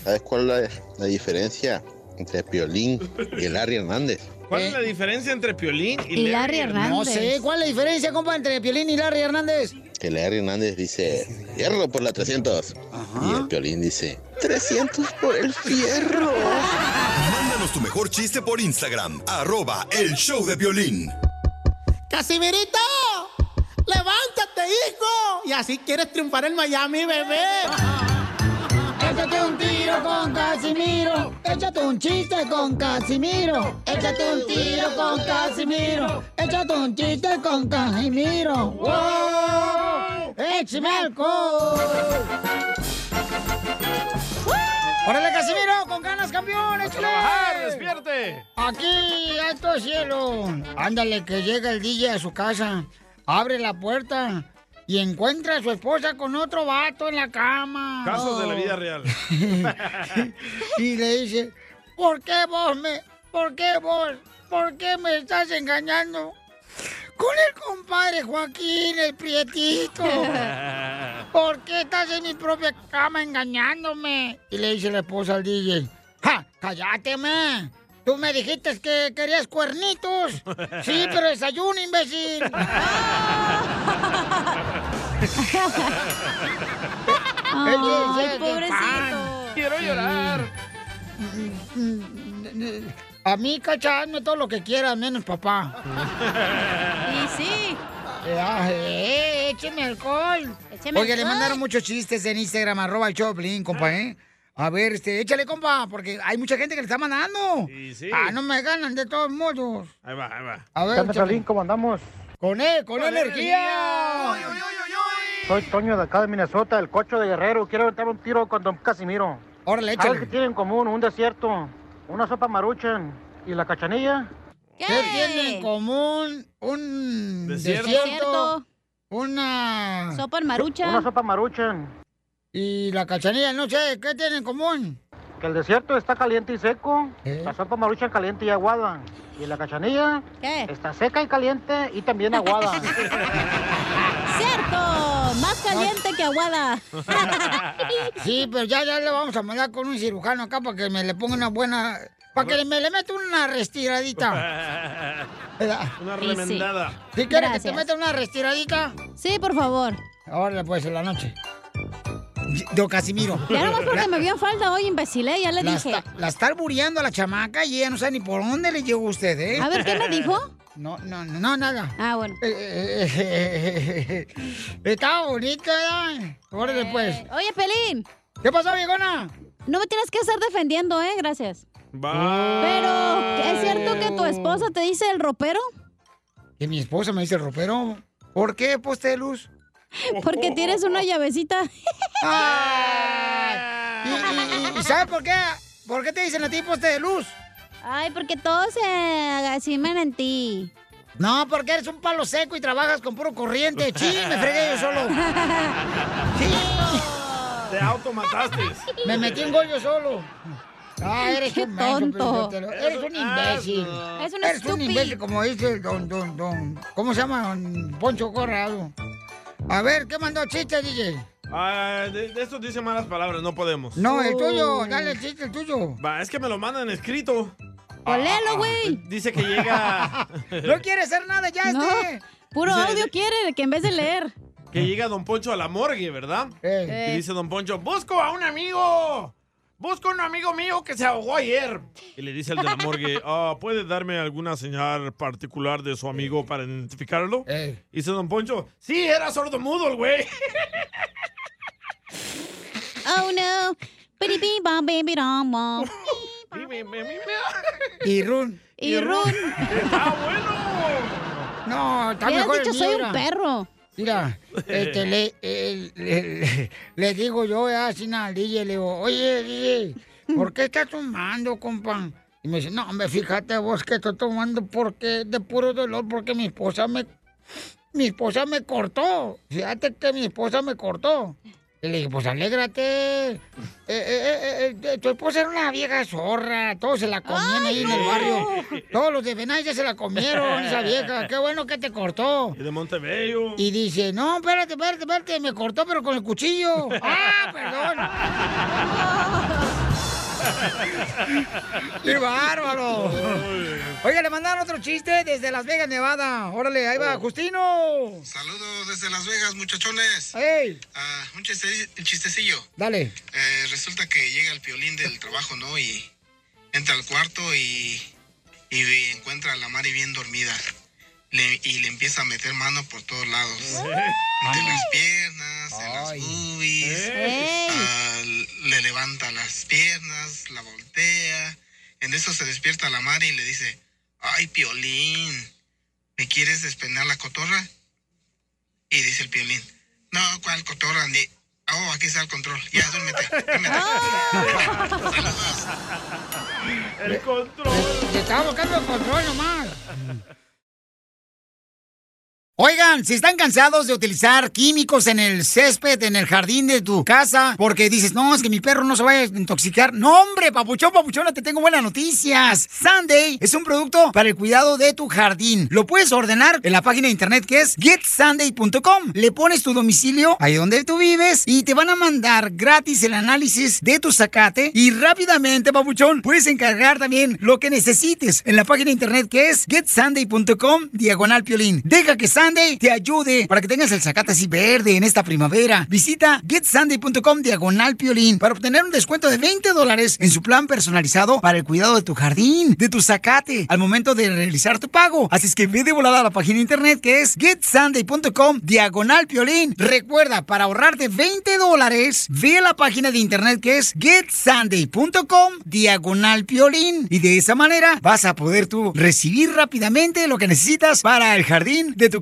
[SPEAKER 19] ¿Sabes cuál es la, la diferencia entre Piolín y Larry Hernández?
[SPEAKER 4] ¿Cuál es la diferencia entre Piolín y,
[SPEAKER 2] No sé, ¿cuál es la diferencia, compa, entre Piolín y Larry Hernández?
[SPEAKER 19] Que Larry Hernández dice, hierro por la 300. Y el Piolín dice,
[SPEAKER 9] 300 por el fierro. Mándanos tu mejor chiste por Instagram, arroba el show de violín.
[SPEAKER 17] ¡Casimirito! ¡Levántate, hijo! Y así quieres triunfar en Miami, bebé.
[SPEAKER 2] Échate un tiro con Casimiro. Échate un chiste con Casimiro. Échate un tiro con Casimiro. Échate un chiste con Casimiro. ¡Wow! ¡Échame alcohol! ¡Órale, Casimiro! ¡Con ganas, campeón! ¡Échale!
[SPEAKER 4] trabajar,
[SPEAKER 2] <laughs>
[SPEAKER 4] despierte!
[SPEAKER 2] Aquí, alto cielo. Ándale, que llega el DJ a su casa. Abre la puerta. Y encuentra a su esposa con otro vato en la cama.
[SPEAKER 4] Casos de la vida real.
[SPEAKER 2] y le dice, ¿por qué vos me, por qué vos, por qué me estás engañando? Con el compadre Joaquín,
[SPEAKER 4] <laughs>
[SPEAKER 2] el prietito. ¿Por qué estás en mi propia cama engañándome? Y le dice la esposa al DJ, ¡ja, cállate, me! Tú me dijiste que querías cuernitos. Sí, pero desayuno, imbécil. Él dice,
[SPEAKER 12] Ay,
[SPEAKER 2] "Pan".
[SPEAKER 12] pobrecito. Quiero llorar.
[SPEAKER 2] A mí, cacha, hazme todo lo que quieras, menos papá. Y sí. écheme alcohol.
[SPEAKER 12] Écheme
[SPEAKER 2] Oye, le
[SPEAKER 12] alcohol.
[SPEAKER 2] mandaron muchos chistes en Instagram, arroba el Choplin, compa, ¿eh? A ver, este, échale, compa, porque hay mucha gente que le está mandando.
[SPEAKER 4] Sí, sí.
[SPEAKER 2] Ah, no me ganan de todos modos.
[SPEAKER 4] Ahí va, ahí va.
[SPEAKER 2] A ver,
[SPEAKER 4] Chale,
[SPEAKER 2] échale.
[SPEAKER 4] Piolín,
[SPEAKER 2] ¿cómo andamos? Con él, con, energía.
[SPEAKER 17] Soy Toño de acá de Minnesota, el cocho de Guerrero. Quiero aventar un tiro con Don Casimiro.
[SPEAKER 2] Órale,
[SPEAKER 17] ¿Sabes
[SPEAKER 2] échale.
[SPEAKER 17] qué tienen en común? Un desierto, una sopa maruchan y la cachanilla.
[SPEAKER 2] ¿Qué tiene en común un
[SPEAKER 17] Desierto.
[SPEAKER 2] desierto,
[SPEAKER 17] Desierto.
[SPEAKER 2] una...
[SPEAKER 17] Sopa en maruchan. Una sopa maruchan.
[SPEAKER 2] Y la cachanilla, no sé, ¿qué tienen en común? ¿Eh?
[SPEAKER 17] Que el desierto está caliente y seco, la sopa maruchan caliente y aguada. Y la cachanilla está seca y caliente y también aguada.
[SPEAKER 5] <laughs> ¡Cierto! <laughs> Más caliente que aguada.
[SPEAKER 2] <laughs> Sí, pero ya, ya le vamos a mandar con un cirujano acá para que me le ponga una buena... Para que me le meta una restiradita.
[SPEAKER 4] <laughs> Una remendada.
[SPEAKER 2] ¿Sí quieres que te
[SPEAKER 5] Gracias.
[SPEAKER 2] meta una restiradita?
[SPEAKER 5] Sí, por favor.
[SPEAKER 2] Ahora pues en la noche. Don Casimiro.
[SPEAKER 5] Ya nomás porque me vio en falda hoy, imbécil, ¿eh? ya le
[SPEAKER 2] la,
[SPEAKER 5] dije.
[SPEAKER 2] está, la está albureando a la chamaca y ella no sabe ni por dónde le llegó usted, ¿eh?
[SPEAKER 5] A ver, ¿qué
[SPEAKER 2] <laughs>
[SPEAKER 5] me dijo?
[SPEAKER 2] No, no, no, no, nada. Eh,
[SPEAKER 5] Ah, bueno.
[SPEAKER 2] Está bonita, ¿verdad? Órale, pues.
[SPEAKER 5] Eh, Oye, Pelín.
[SPEAKER 2] ¿Qué pasó, viejona?
[SPEAKER 5] No me tienes que estar defendiendo, ¿eh? Gracias. Pero, ¿es cierto que tu esposa te dice el ropero? <laughs>
[SPEAKER 2] Que mi esposa me dice el ropero. ¿Por qué, poste de luz?
[SPEAKER 5] Porque tienes una llavecita. <laughs>
[SPEAKER 2] ¿Y, sabes por qué? ¿Por qué te dicen a ti poste de luz?
[SPEAKER 5] Ay, porque todos se agaciman en ti.
[SPEAKER 2] No, porque eres un palo seco y trabajas con puro corriente. ¡Sí, me fregué yo
[SPEAKER 5] <laughs>
[SPEAKER 2] solo!
[SPEAKER 4] Te automataste.
[SPEAKER 2] Me metí un gol yo solo. Ah, eres
[SPEAKER 12] Qué
[SPEAKER 2] un menso,
[SPEAKER 12] tonto.
[SPEAKER 2] Piolín Sotelo. Eres un imbécil.
[SPEAKER 12] Es un
[SPEAKER 2] Eres un
[SPEAKER 12] estúpido.
[SPEAKER 2] imbécil, como dice el don, don, don. ¿Cómo se llama? Don Poncho Corrado. A ver, ¿qué mandó chiste, DJ?
[SPEAKER 4] Ah, de, de estos dicen malas palabras, no podemos.
[SPEAKER 2] No, el tuyo. Dale el chiste, el tuyo.
[SPEAKER 4] Va, es que me lo mandan escrito. Ah, eh,
[SPEAKER 2] Olelo, güey.
[SPEAKER 4] Dice que llega.
[SPEAKER 2] No quiere hacer nada ya,
[SPEAKER 5] No,
[SPEAKER 2] este.
[SPEAKER 5] Puro audio quiere, que en vez de leer.
[SPEAKER 4] que llega Don Poncho a la morgue, ¿verdad?
[SPEAKER 5] Eh.
[SPEAKER 4] Y dice Don Poncho, busco a un amigo. Busco a un amigo mío que se ahogó ayer. Y le dice el de la morgue, "Ah, ¿puede darme alguna señal particular de su amigo para identificarlo?
[SPEAKER 2] Eh.
[SPEAKER 4] Y dice Don Poncho, sí, era sordomudo el güey.
[SPEAKER 5] Oh, no. Piripim, pam, pim, piram, pam.
[SPEAKER 2] Y run.
[SPEAKER 5] Y run.
[SPEAKER 4] ¡Está bueno!
[SPEAKER 2] No, está
[SPEAKER 5] Hubieras
[SPEAKER 2] mejor el
[SPEAKER 5] dicho,
[SPEAKER 2] mío,
[SPEAKER 5] soy un
[SPEAKER 2] mira.
[SPEAKER 5] perro.
[SPEAKER 2] Mira, este, le, eh, le- le digo yo a Sina al DJ, le digo, oye, DJ, ¿por qué estás tomando, compa? Y me dice, no, hombre, fíjate vos que estoy tomando porque de puro dolor, porque mi esposa me, mi esposa me cortó. Fíjate que mi esposa me cortó. Y le dije, pues alégrate. Eh, eh, eh, eh, eh, tu esposa era una vieja zorra. Todos se la comían ahí en el barrio. Todos los de Benaya se la comieron, esa vieja. Qué bueno que te cortó.
[SPEAKER 4] Y de Montebello.
[SPEAKER 2] Y dice, no, espérate, espérate, espérate, me cortó pero con el cuchillo. ¡Ah, perdón! ¡Qué bárbaro! Oiga, le mandaron otro chiste desde Las Vegas, Nevada. Órale, ahí va, Justino.
[SPEAKER 28] Saludos desde Las Vegas, muchachones.
[SPEAKER 2] ¡Ey!
[SPEAKER 28] Ah, un, chiste- un chistecillo.
[SPEAKER 2] Dale.
[SPEAKER 28] Eh, resulta que llega el piolín del trabajo, ¿no? Y entra al cuarto y, y ve- encuentra a la Mari bien dormida. Le- y le empieza a meter mano por todos lados. Entre las piernas, en las boobies.
[SPEAKER 29] Ey.
[SPEAKER 28] Ah, le levanta las piernas, la voltea. En eso se despierta la Mari y le dice, ay, piolín, ¿me quieres despenar la cotorra? Y dice el piolín, no, ¿cuál cotorra? Ni... Oh, aquí está el control. Ya,
[SPEAKER 19] <laughs>
[SPEAKER 28] duérmete.
[SPEAKER 4] El control.
[SPEAKER 2] Le estaba buscando el control nomás. Oigan, si están cansados de utilizar químicos en el césped, en el jardín de tu casa, porque dices, no, es que mi perro no se vaya a intoxicar. No, hombre, papuchón, papuchona, te tengo buenas noticias. Sunday es un producto para el cuidado de tu jardín. Lo puedes ordenar en la página de internet que es getsunday.com. Le pones tu domicilio ahí donde tú vives y te van a mandar gratis el análisis de tu zacate y rápidamente, papuchón, puedes encargar también lo que necesites en la página de internet que es getsunday.com diagonal piolín. Deja que Sunday Sunday te ayude para que tengas el zacate así verde en esta primavera. Visita getsunday.com diagonal piolín para obtener un descuento de 20 dólares en su plan personalizado para el cuidado de tu jardín, de tu zacate, al momento de realizar tu pago. Así es que ve de volada a la página de internet que es getsunday.com diagonal piolín. Recuerda, para ahorrarte 20 dólares, ve a la página de internet que es getsunday.com diagonal piolín. Y de esa manera vas a poder tú recibir rápidamente lo que necesitas para el jardín de tu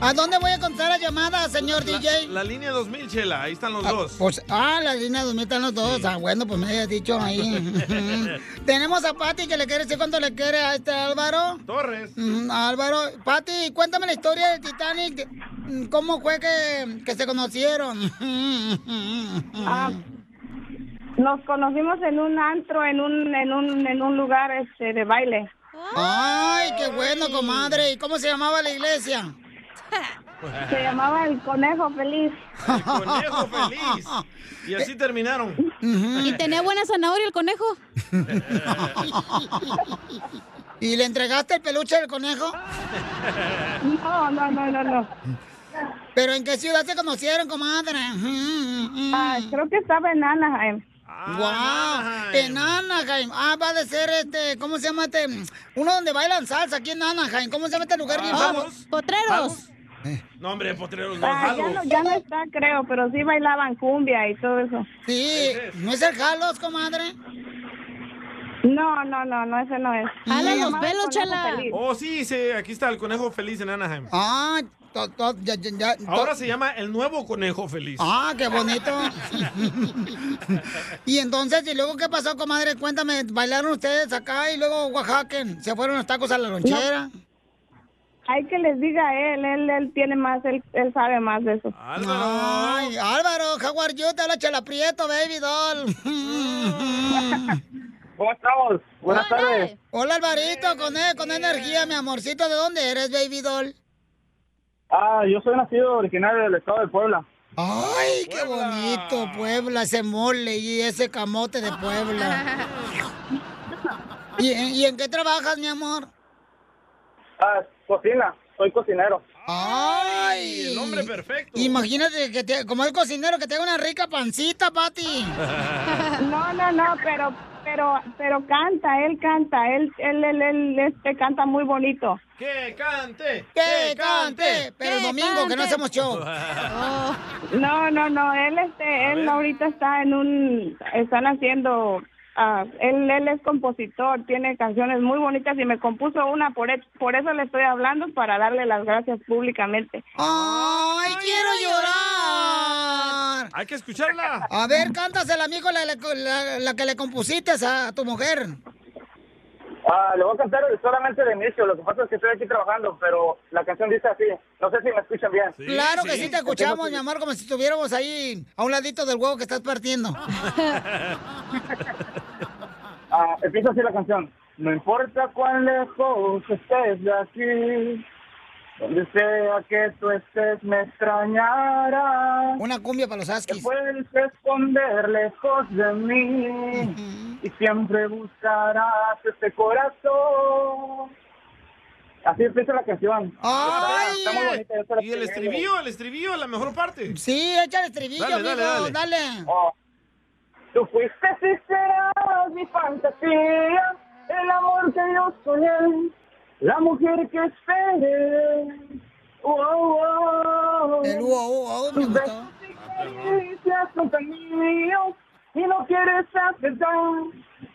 [SPEAKER 2] ¿A dónde voy a contar la llamada, señor
[SPEAKER 4] La,
[SPEAKER 2] DJ?
[SPEAKER 4] la línea 2000, Chela, ahí están los
[SPEAKER 2] Ah,
[SPEAKER 4] dos. <laughs>
[SPEAKER 2] Pues, ah, la línea 2000 están los dos. Ah, bueno, pues me habías dicho
[SPEAKER 4] <laughs>
[SPEAKER 2] ahí. <laughs> Tenemos a Pati que le quiere decir cuánto le quiere a este Álvaro.
[SPEAKER 4] Torres.
[SPEAKER 2] Álvaro, Pati, cuéntame la historia del Titanic. de- mm, ¿Cómo fue que, que se conocieron? <laughs>
[SPEAKER 16] Ah, Nos conocimos en un antro, en un, en un, en un lugar este, de baile.
[SPEAKER 2] Ay, qué bueno, comadre. ¿Y cómo se llamaba la iglesia?
[SPEAKER 16] Se llamaba El Conejo Feliz.
[SPEAKER 4] Conejo feliz. Y así terminaron. <laughs>
[SPEAKER 5] ¿Y tenía buena zanahoria el conejo?
[SPEAKER 2] ¿Y le entregaste el peluche del conejo?
[SPEAKER 16] No, no, no, no, no.
[SPEAKER 2] ¿Pero en qué ciudad se conocieron, comadre?
[SPEAKER 16] Ah, creo que estaba en Anaheim.
[SPEAKER 2] ¡Guau! En Anaheim. Ah, va a ser este, ¿cómo se llama este? Uno donde bailan salsa aquí en Anaheim. ¿Cómo se llama este lugar bien
[SPEAKER 4] Ah,
[SPEAKER 2] famoso?
[SPEAKER 4] vamos.
[SPEAKER 2] Potreros.
[SPEAKER 4] No, hombre, potreros, no,
[SPEAKER 16] Ah, ya,
[SPEAKER 4] jalos.
[SPEAKER 16] no, ya no está, creo, pero sí bailaban cumbia y todo eso.
[SPEAKER 2] Sí, ¿no es el Jalos, comadre?
[SPEAKER 16] No, no, no, no, ese no es.
[SPEAKER 2] Ah,
[SPEAKER 16] Se llamaba El Conejo Feliz.
[SPEAKER 4] Oh, sí, sí, aquí está el conejo feliz en Anaheim.
[SPEAKER 2] Ah, ya,
[SPEAKER 4] Ahora se llama el nuevo conejo feliz.
[SPEAKER 2] Ah, qué bonito. <laughs> y entonces, ¿y luego qué pasó, comadre? Cuéntame, ¿bailaron ustedes acá y luego Oaxaca? ¿Se fueron los tacos a la lonchera?
[SPEAKER 16] Hay que les diga a él, él, él tiene más, él, él sabe más de eso.
[SPEAKER 2] Ay, Álvaro, Jaguar, yo te hablo Chela Prieto, baby doll.
[SPEAKER 10] ¿Cómo estamos? <laughs> Buenas tardes.
[SPEAKER 2] Hola, Alvarito, con, e- con energía, mi amorcito. ¿De dónde eres, baby doll?
[SPEAKER 10] Ah, yo soy nacido originario del estado de Puebla.
[SPEAKER 2] Ay, qué bonito, Puebla, ese mole y ese camote de
[SPEAKER 10] <laughs>
[SPEAKER 2] Puebla. ¿Y, y en qué trabajas, mi amor?
[SPEAKER 10] Ah, cocina. Soy cocinero.
[SPEAKER 2] Ay, el hombre
[SPEAKER 4] perfecto.
[SPEAKER 2] Imagínate que te- como el cocinero que tenga una rica pancita, Pati. <laughs>
[SPEAKER 16] No, no, no, pero, pero, pero canta, él canta, él, él, él, él, este, canta muy bonito.
[SPEAKER 4] ¡Que cante!
[SPEAKER 2] ¡Que cante! Pero el domingo, que no hacemos show.
[SPEAKER 16] No, no, no, él, este, él ahorita está en un, están haciendo, ah, él, él es compositor, tiene canciones muy bonitas y me compuso una, por, e- por eso le estoy hablando, para darle las gracias públicamente.
[SPEAKER 2] ¡Ay, quiero llorar!
[SPEAKER 4] <laughs> Hay que escucharla.
[SPEAKER 2] A ver, cántasela, amigo, la, la- la- la que le compusiste a tu mujer.
[SPEAKER 10] Ah, le voy a cantar solamente de inicio. Lo que pasa es que estoy aquí trabajando, pero la canción dice así. No sé si me escuchan bien.
[SPEAKER 2] claro que sí te escuchamos, mi amor, como si estuviéramos ahí a un ladito del huevo que
[SPEAKER 4] <laughs>
[SPEAKER 2] estás partiendo.
[SPEAKER 10] Ah, empieza así la canción. No importa cuán lejos estés de aquí, donde sea que tú estés me extrañarás.
[SPEAKER 2] Una cumbia para los askis.
[SPEAKER 10] Te puedes esconder lejos de mí y siempre buscarás este corazón. Así empieza la canción.
[SPEAKER 4] Ah,
[SPEAKER 2] Ay,
[SPEAKER 10] está, está muy bonita. yo se la
[SPEAKER 4] Y el
[SPEAKER 10] recomiendo.
[SPEAKER 4] estribillo, el estribillo, la mejor parte.
[SPEAKER 2] Sí, échale estribillo,
[SPEAKER 4] Dale, dale,
[SPEAKER 2] amigo, dale.
[SPEAKER 10] Oh. Tú fuiste y serás mi fantasía, el amor que yo soñé, la mujer que esperé. Oh, oh,
[SPEAKER 2] El wow, wow, me
[SPEAKER 10] Tus
[SPEAKER 2] gustó.
[SPEAKER 10] besos y caricias son tan míos y no quieres aceptar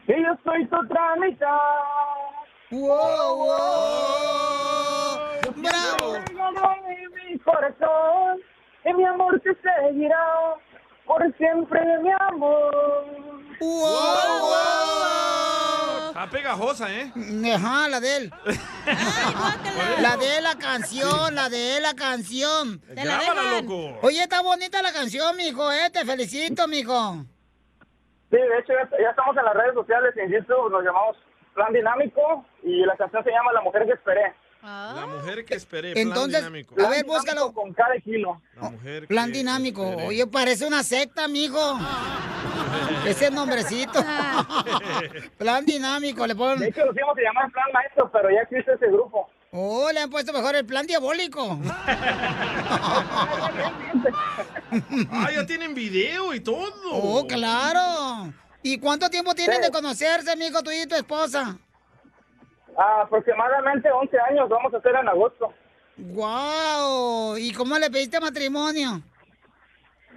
[SPEAKER 10] que yo soy tu otra mitad.
[SPEAKER 2] Wow,
[SPEAKER 10] wow, bravo. En mi corazón, en mi amor te seguirá por siempre, mi amor.
[SPEAKER 2] Wow,
[SPEAKER 10] wow.
[SPEAKER 4] A la pegajosa, ¿eh?
[SPEAKER 2] Ajá, la de él. la de la canción, la de la canción.
[SPEAKER 4] Te la Grábala, dejan. loco.
[SPEAKER 2] Oye, está bonita la canción, mijo, eh. Te felicito, mijo.
[SPEAKER 10] Sí, de hecho, ya, ya estamos en las redes sociales y en YouTube nos llamamos Plan Dinámico y la canción se llama La Mujer que Esperé.
[SPEAKER 4] La mujer que esperé,
[SPEAKER 2] Ah. Entonces,
[SPEAKER 4] plan dinámico.
[SPEAKER 2] a ver, búscalo.
[SPEAKER 10] Con cada kilo.
[SPEAKER 4] La mujer que-
[SPEAKER 2] Plan dinámico. Oye, parece una secta, mijo.
[SPEAKER 4] <laughs>
[SPEAKER 2] Ese nombrecito. plan dinámico, le ponen.
[SPEAKER 10] De hecho, los íbamos a llamar Plan Maestro, pero ya existe ese grupo.
[SPEAKER 2] Oh, le han puesto mejor el plan diabólico.
[SPEAKER 4] Ah, ya tienen video y todo.
[SPEAKER 2] Oh, claro. ¿Y cuánto tiempo tienen
[SPEAKER 10] Sí.
[SPEAKER 2] de conocerse, mijo, tú y tu esposa?
[SPEAKER 10] aproximadamente 11 años vamos a hacer en agosto.
[SPEAKER 2] ¡Guau! ¿Y cómo le pediste matrimonio?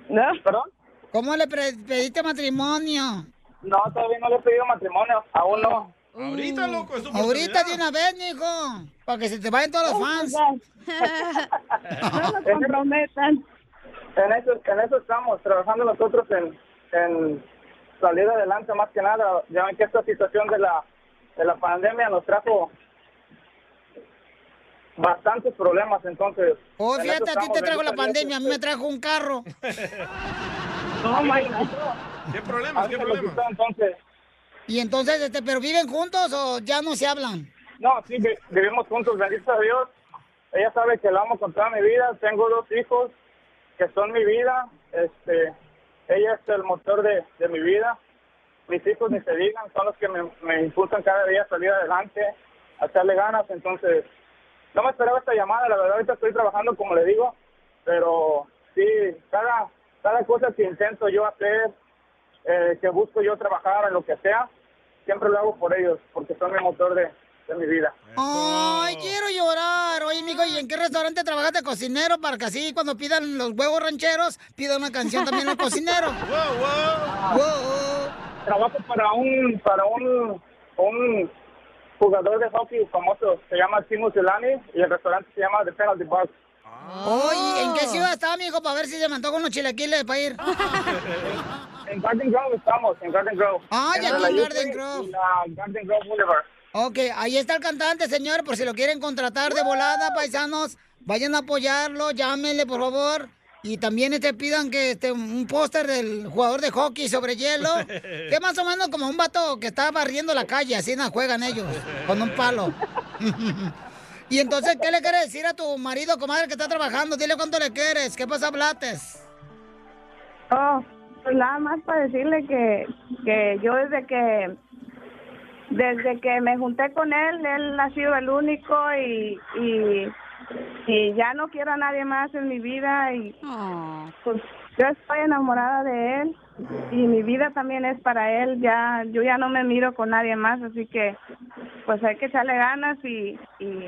[SPEAKER 10] ¿No? ¿Perdón?
[SPEAKER 2] ¿Cómo le pre- pediste matrimonio?
[SPEAKER 10] No, todavía no le he pedido matrimonio, aún no.
[SPEAKER 4] Ahorita, loco, es tu
[SPEAKER 2] Ahorita
[SPEAKER 4] oportunidad.
[SPEAKER 2] de una vez,
[SPEAKER 10] <laughs>
[SPEAKER 2] mijo. Para que se te vayan todos los fans.
[SPEAKER 10] <laughs> En eso- En eso, en eso estamos, trabajando nosotros en, en salir adelante más que nada. Ya ven que esta situación de la, de la pandemia nos trajo bastantes problemas, entonces...
[SPEAKER 2] Oh,
[SPEAKER 10] en
[SPEAKER 2] fíjate, a
[SPEAKER 10] eso
[SPEAKER 2] ti
[SPEAKER 10] estamos,
[SPEAKER 2] te trajo la
[SPEAKER 10] bendito Dios.
[SPEAKER 2] pandemia, a mí me trajo
[SPEAKER 4] <laughs>
[SPEAKER 2] un carro.
[SPEAKER 10] No, Oh, my God.
[SPEAKER 4] ¿Qué problemas? ¿Qué problemas?
[SPEAKER 10] Entonces,
[SPEAKER 2] Y entonces, este, ¿pero viven juntos o ya no se hablan?
[SPEAKER 10] no, sí, vi- vivimos juntos, bendito Dios. Ella sabe que la amo con toda mi vida. Tengo dos hijos que son mi vida. Este, ella es el motor de, de mi vida. Mis hijos, ni se digan, son los que me, me impulsan cada día a salir adelante, a echarle ganas. Entonces, no me esperaba esta llamada. La verdad, ahorita estoy trabajando, como le digo. Pero sí, cada, cada cosa que intento yo hacer, eh, que busco yo trabajar en lo que sea, siempre lo hago por ellos, porque son el motor de, de mi vida.
[SPEAKER 2] Ay, quiero llorar. Oye, mijo, ¿y en qué restaurante trabajaste cocinero para que así cuando pidan los huevos rancheros, pidan una canción también al cocinero?
[SPEAKER 4] <laughs>
[SPEAKER 10] Trabajo para un para un, un jugador de hockey famoso, se llama Timo Zulani y el restaurante se llama The Penalty Box.
[SPEAKER 4] Oh.
[SPEAKER 2] Oye, ¿en qué ciudad está, mijo? Para ver si se me antojan unos chilaquiles para
[SPEAKER 4] <laughs>
[SPEAKER 2] ir.
[SPEAKER 10] En Garden Grove estamos, en Garden Grove.
[SPEAKER 2] Ay,
[SPEAKER 10] En
[SPEAKER 2] aquí Ah,
[SPEAKER 10] la
[SPEAKER 2] en
[SPEAKER 10] Yupi
[SPEAKER 2] Garden
[SPEAKER 10] y
[SPEAKER 2] Grove.
[SPEAKER 10] la Garden Grove Boulevard.
[SPEAKER 2] Ok, ahí está el cantante, señor, por si lo quieren contratar de volada, paisanos. Vayan a apoyarlo, llámenle, por favor. Y también te pidan que este, un póster del jugador de hockey sobre hielo. Que más o menos como un vato que está barriendo la calle, así nada, juegan ellos, con un palo. <laughs> y entonces, ¿qué le quieres decir a tu marido, comadre, que está trabajando? Dile cuánto le quieres. ¿Qué pasa, Blates?
[SPEAKER 16] Oh, pues nada más para decirle que, que yo desde que desde que me junté con él, él ha sido el único y, y, y ya no quiero a nadie más en mi vida y pues yo estoy enamorada de él y mi vida también es para él, ya yo ya no me miro con nadie más, así que pues hay que echarle ganas y, y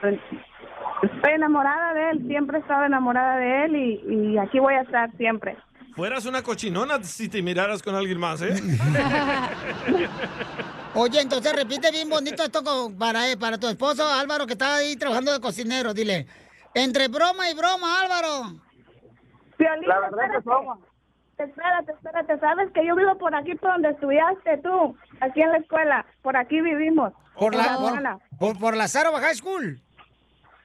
[SPEAKER 16] pues, estoy enamorada de él, siempre he estado enamorada de él y, y aquí voy a estar siempre.
[SPEAKER 4] Fueras una cochinona si te miraras con alguien más,
[SPEAKER 2] <laughs>
[SPEAKER 4] ¿eh?
[SPEAKER 2] Oye, entonces repite bien bonito esto con- para, eh, para tu esposo Álvaro que está ahí trabajando de cocinero. Dile, entre broma y broma, Álvaro.
[SPEAKER 10] La verdad que somos.
[SPEAKER 16] Espérate, espérate, sabes que yo vivo por aquí, por donde estudiaste tú, aquí en la escuela, por aquí vivimos.
[SPEAKER 2] Por
[SPEAKER 16] en
[SPEAKER 2] la,
[SPEAKER 16] zona.
[SPEAKER 2] por, por, por la Zaro High School.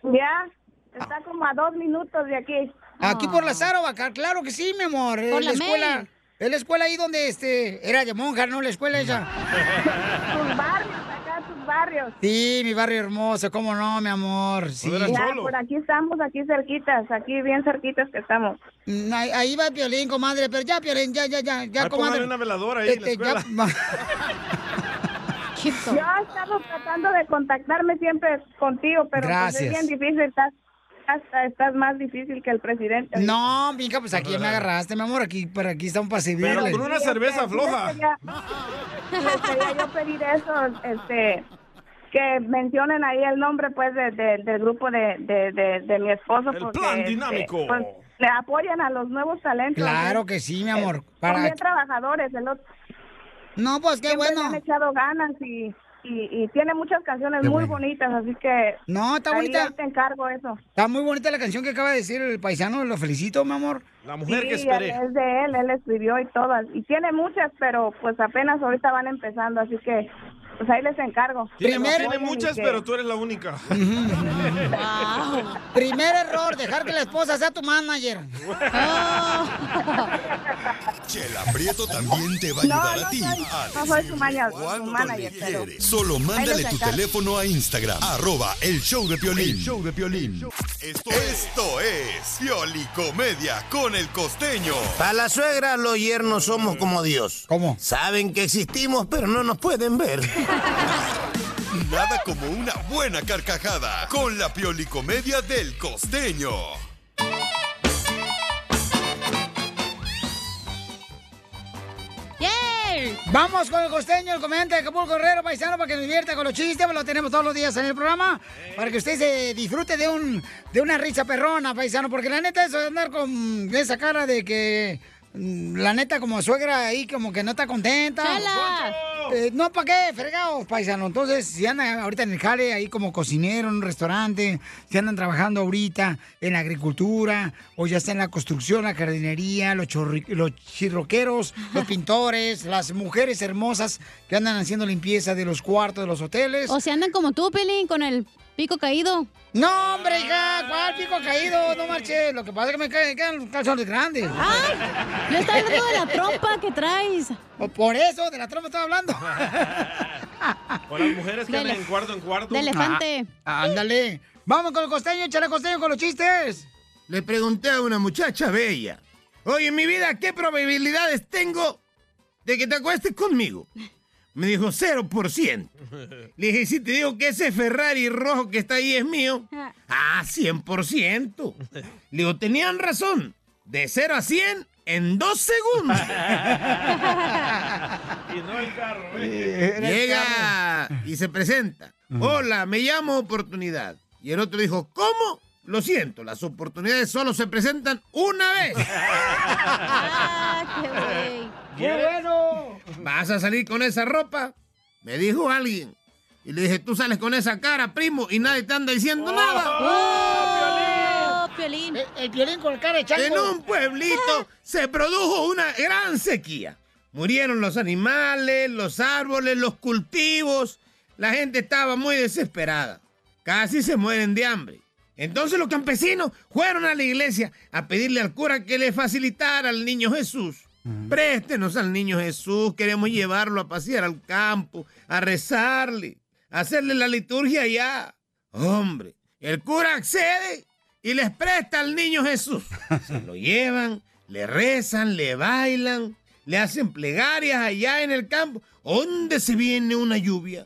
[SPEAKER 16] Ya, está como a dos minutos de aquí.
[SPEAKER 2] Aquí por la Zárova, ca- claro que sí, mi amor.
[SPEAKER 16] Ah. Por
[SPEAKER 2] es
[SPEAKER 16] la
[SPEAKER 2] la escuela.
[SPEAKER 16] May.
[SPEAKER 2] Es la escuela ahí donde este era de monja, no la escuela esa.
[SPEAKER 16] Tus barrios, acá tus barrios.
[SPEAKER 2] Sí, mi barrio hermoso, cómo no, mi amor. Pues Sí.
[SPEAKER 16] Ya, por aquí estamos, aquí cerquitas, aquí bien cerquitas que estamos.
[SPEAKER 2] Mm, Ahí, ahí va Piolín, comadre, pero ya, Piolín, ya, ya, ya, ya, comadre.
[SPEAKER 16] Ahí Ah,
[SPEAKER 2] Este,
[SPEAKER 16] póngale una veladora ahí en la
[SPEAKER 2] ya-
[SPEAKER 16] Yo he estado tratando de contactarme siempre contigo, pero pues es
[SPEAKER 2] Gracias.
[SPEAKER 16] bien difícil, estás, hasta estás más difícil que el presidente.
[SPEAKER 2] No, mija,
[SPEAKER 4] <laughs>
[SPEAKER 2] pues aquí me agarraste, mi amor. Aquí, para aquí está un pasivo.
[SPEAKER 4] Pero con una cerveza floja.
[SPEAKER 16] Pues quería yo pedir eso, este, que mencionen ahí el nombre, pues, de, de- del grupo de, de, de, de mi esposo.
[SPEAKER 2] El
[SPEAKER 16] porque,
[SPEAKER 2] Plan
[SPEAKER 16] este,
[SPEAKER 2] Dinámico.
[SPEAKER 16] pues, le apoyan a los nuevos talentos.
[SPEAKER 2] Claro
[SPEAKER 16] ¿sí?
[SPEAKER 2] que sí, mi amor.
[SPEAKER 16] eh, Son
[SPEAKER 2] Para
[SPEAKER 16] bien trabajadores. El otro,
[SPEAKER 2] no, pues qué
[SPEAKER 16] bueno. han echado ganas y, y, y tiene muchas canciones muy bonitas, así que...
[SPEAKER 2] No, está
[SPEAKER 16] ahí
[SPEAKER 2] bonita.
[SPEAKER 16] ahí te encargo eso.
[SPEAKER 2] Está muy bonita la canción que acaba de decir el paisano, lo felicito, mi amor.
[SPEAKER 4] La
[SPEAKER 16] Sí, es de él, él escribió y todas. Y tiene muchas, pero pues apenas ahorita van empezando, así que Pues ahí les encargo.
[SPEAKER 4] Tiene,
[SPEAKER 16] Primero-
[SPEAKER 4] tiene muchas, pero tú eres la única.
[SPEAKER 2] <laughs>
[SPEAKER 4] <laughs>
[SPEAKER 2] Primer error, dejar que la esposa sea tu
[SPEAKER 16] <laughs>
[SPEAKER 2] manager.
[SPEAKER 16] Ah.
[SPEAKER 9] Chela Prieto también te va a ayudar a ti. a
[SPEAKER 16] No soy su, manager, su manager, pero...
[SPEAKER 9] decidir. Solo mándale tu teléfono a Instagram, arroba el show de Piolín.
[SPEAKER 16] El
[SPEAKER 9] show de Esto, esto es Pioli Comedia con el costeño.
[SPEAKER 12] Para la suegra, los yernos somos como Dios.
[SPEAKER 2] ¿Cómo?
[SPEAKER 12] Saben que existimos, pero no nos pueden ver.
[SPEAKER 9] Nada como una buena carcajada con la Pioli Comedia del costeño.
[SPEAKER 2] Vamos con el costeño, el comediante de Acapulco Guerrero, paisano, para que nos divierta con los chistes, pues lo tenemos todos los días en el programa,
[SPEAKER 9] Eh.
[SPEAKER 2] para que usted se disfrute de un de una risa perrona, paisano, porque la neta eso de andar con esa cara de que mm, la neta como suegra ahí como que no está contenta.
[SPEAKER 1] ¡Chela!
[SPEAKER 2] Eh, no, ¿para qué? Fregados, paisano. Entonces, si andan ahorita en el jale, ahí como cocinero en un restaurante, si andan trabajando ahorita en la agricultura, o ya sea en la construcción, la jardinería, los, chorri- los chirroqueros,
[SPEAKER 1] <laughs>
[SPEAKER 2] los pintores, las mujeres hermosas que andan haciendo limpieza de los cuartos, de los hoteles.
[SPEAKER 1] O sea, andan como tú, Pelín, con el pico caído.
[SPEAKER 2] No, hombre, hija, ¿cuál pico caído? No marche, lo que pasa es que me caen, caen los calzones grandes. ¡Ay!
[SPEAKER 1] yo estaba hablando de la trompa que traes.
[SPEAKER 2] por eso, de la trompa estaba
[SPEAKER 1] <laughs>
[SPEAKER 2] hablando.
[SPEAKER 4] O las mujeres que
[SPEAKER 2] De
[SPEAKER 4] andan
[SPEAKER 2] elef-
[SPEAKER 4] en cuarto en cuarto.
[SPEAKER 2] Ah, ándale. Vamos con el costeño, échale costeño con los chistes.
[SPEAKER 17] Le pregunté a una muchacha bella. Oye, mi vida, ¿qué probabilidades tengo de que te acuestes conmigo? Me dijo 0%. Le dije, si te digo que ese Ferrari rojo que está ahí es mío. Ah, 100%. Le digo, tenían razón. De 0 a 100 en dos segundos.
[SPEAKER 4] <laughs> Y no el carro, ¿eh?
[SPEAKER 17] Llega y se presenta. Hola, me llamo Oportunidad. Y el otro dijo, ¿cómo? Lo siento, las oportunidades solo se presentan una vez.
[SPEAKER 27] Ah,
[SPEAKER 2] <laughs> ¡Qué bueno!
[SPEAKER 17] ¿Vas a salir con esa ropa? Me dijo alguien. Y le dije, tú sales con esa cara, primo, y nadie te anda diciendo
[SPEAKER 2] Oh.
[SPEAKER 17] nada.
[SPEAKER 2] El, el piolín con cara de chango.
[SPEAKER 17] En un pueblito se produjo una gran sequía. Murieron los animales, los árboles, los cultivos. La gente estaba muy desesperada. Casi se mueren de hambre. Entonces los campesinos fueron a la iglesia a pedirle al cura que le facilitara al niño Jesús. Préstenos al niño Jesús, queremos llevarlo a pasear al campo, a rezarle, a hacerle la liturgia allá. Hombre, el cura accede y les presta al niño Jesús. Se lo llevan, le rezan, le bailan, le hacen plegarias allá en el campo. ¿Dónde se viene una lluvia?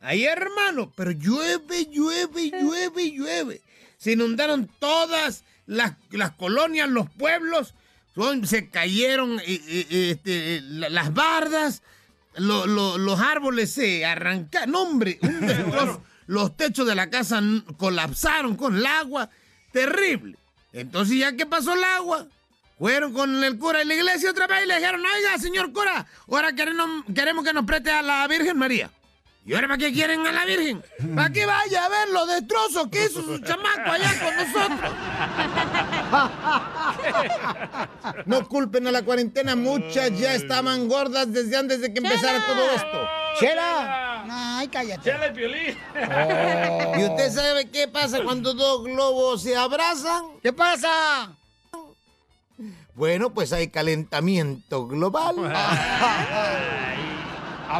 [SPEAKER 17] Ahí, hermano, pero llueve, llueve, llueve, llueve. Se inundaron todas las, las colonias, los pueblos. Son- se cayeron eh, eh, eh, este, eh, la- las bardas, lo- lo- los árboles se arrancaron. No, hombre, un destrozo. Los techos de la casa n- colapsaron con el agua. Terrible. Entonces, ya que pasó el agua, fueron con el cura de la iglesia otra vez y le dijeron, oiga, señor cura, ahora queremos, queremos que nos preste a la Virgen María. ¿Y ahora para qué quieren a la Virgen? Para que vaya a ver los destrozos que hizo su chamaco allá con nosotros. No culpen a la cuarentena, muchas ya estaban gordas desde antes de que empezara todo esto.
[SPEAKER 2] ¡Chela! ¡Ay, cállate!
[SPEAKER 4] ¡Chela y Piolín!
[SPEAKER 12] ¿Y usted sabe qué pasa cuando dos globos se abrazan?
[SPEAKER 2] ¿Qué pasa?
[SPEAKER 12] Bueno, pues hay calentamiento global.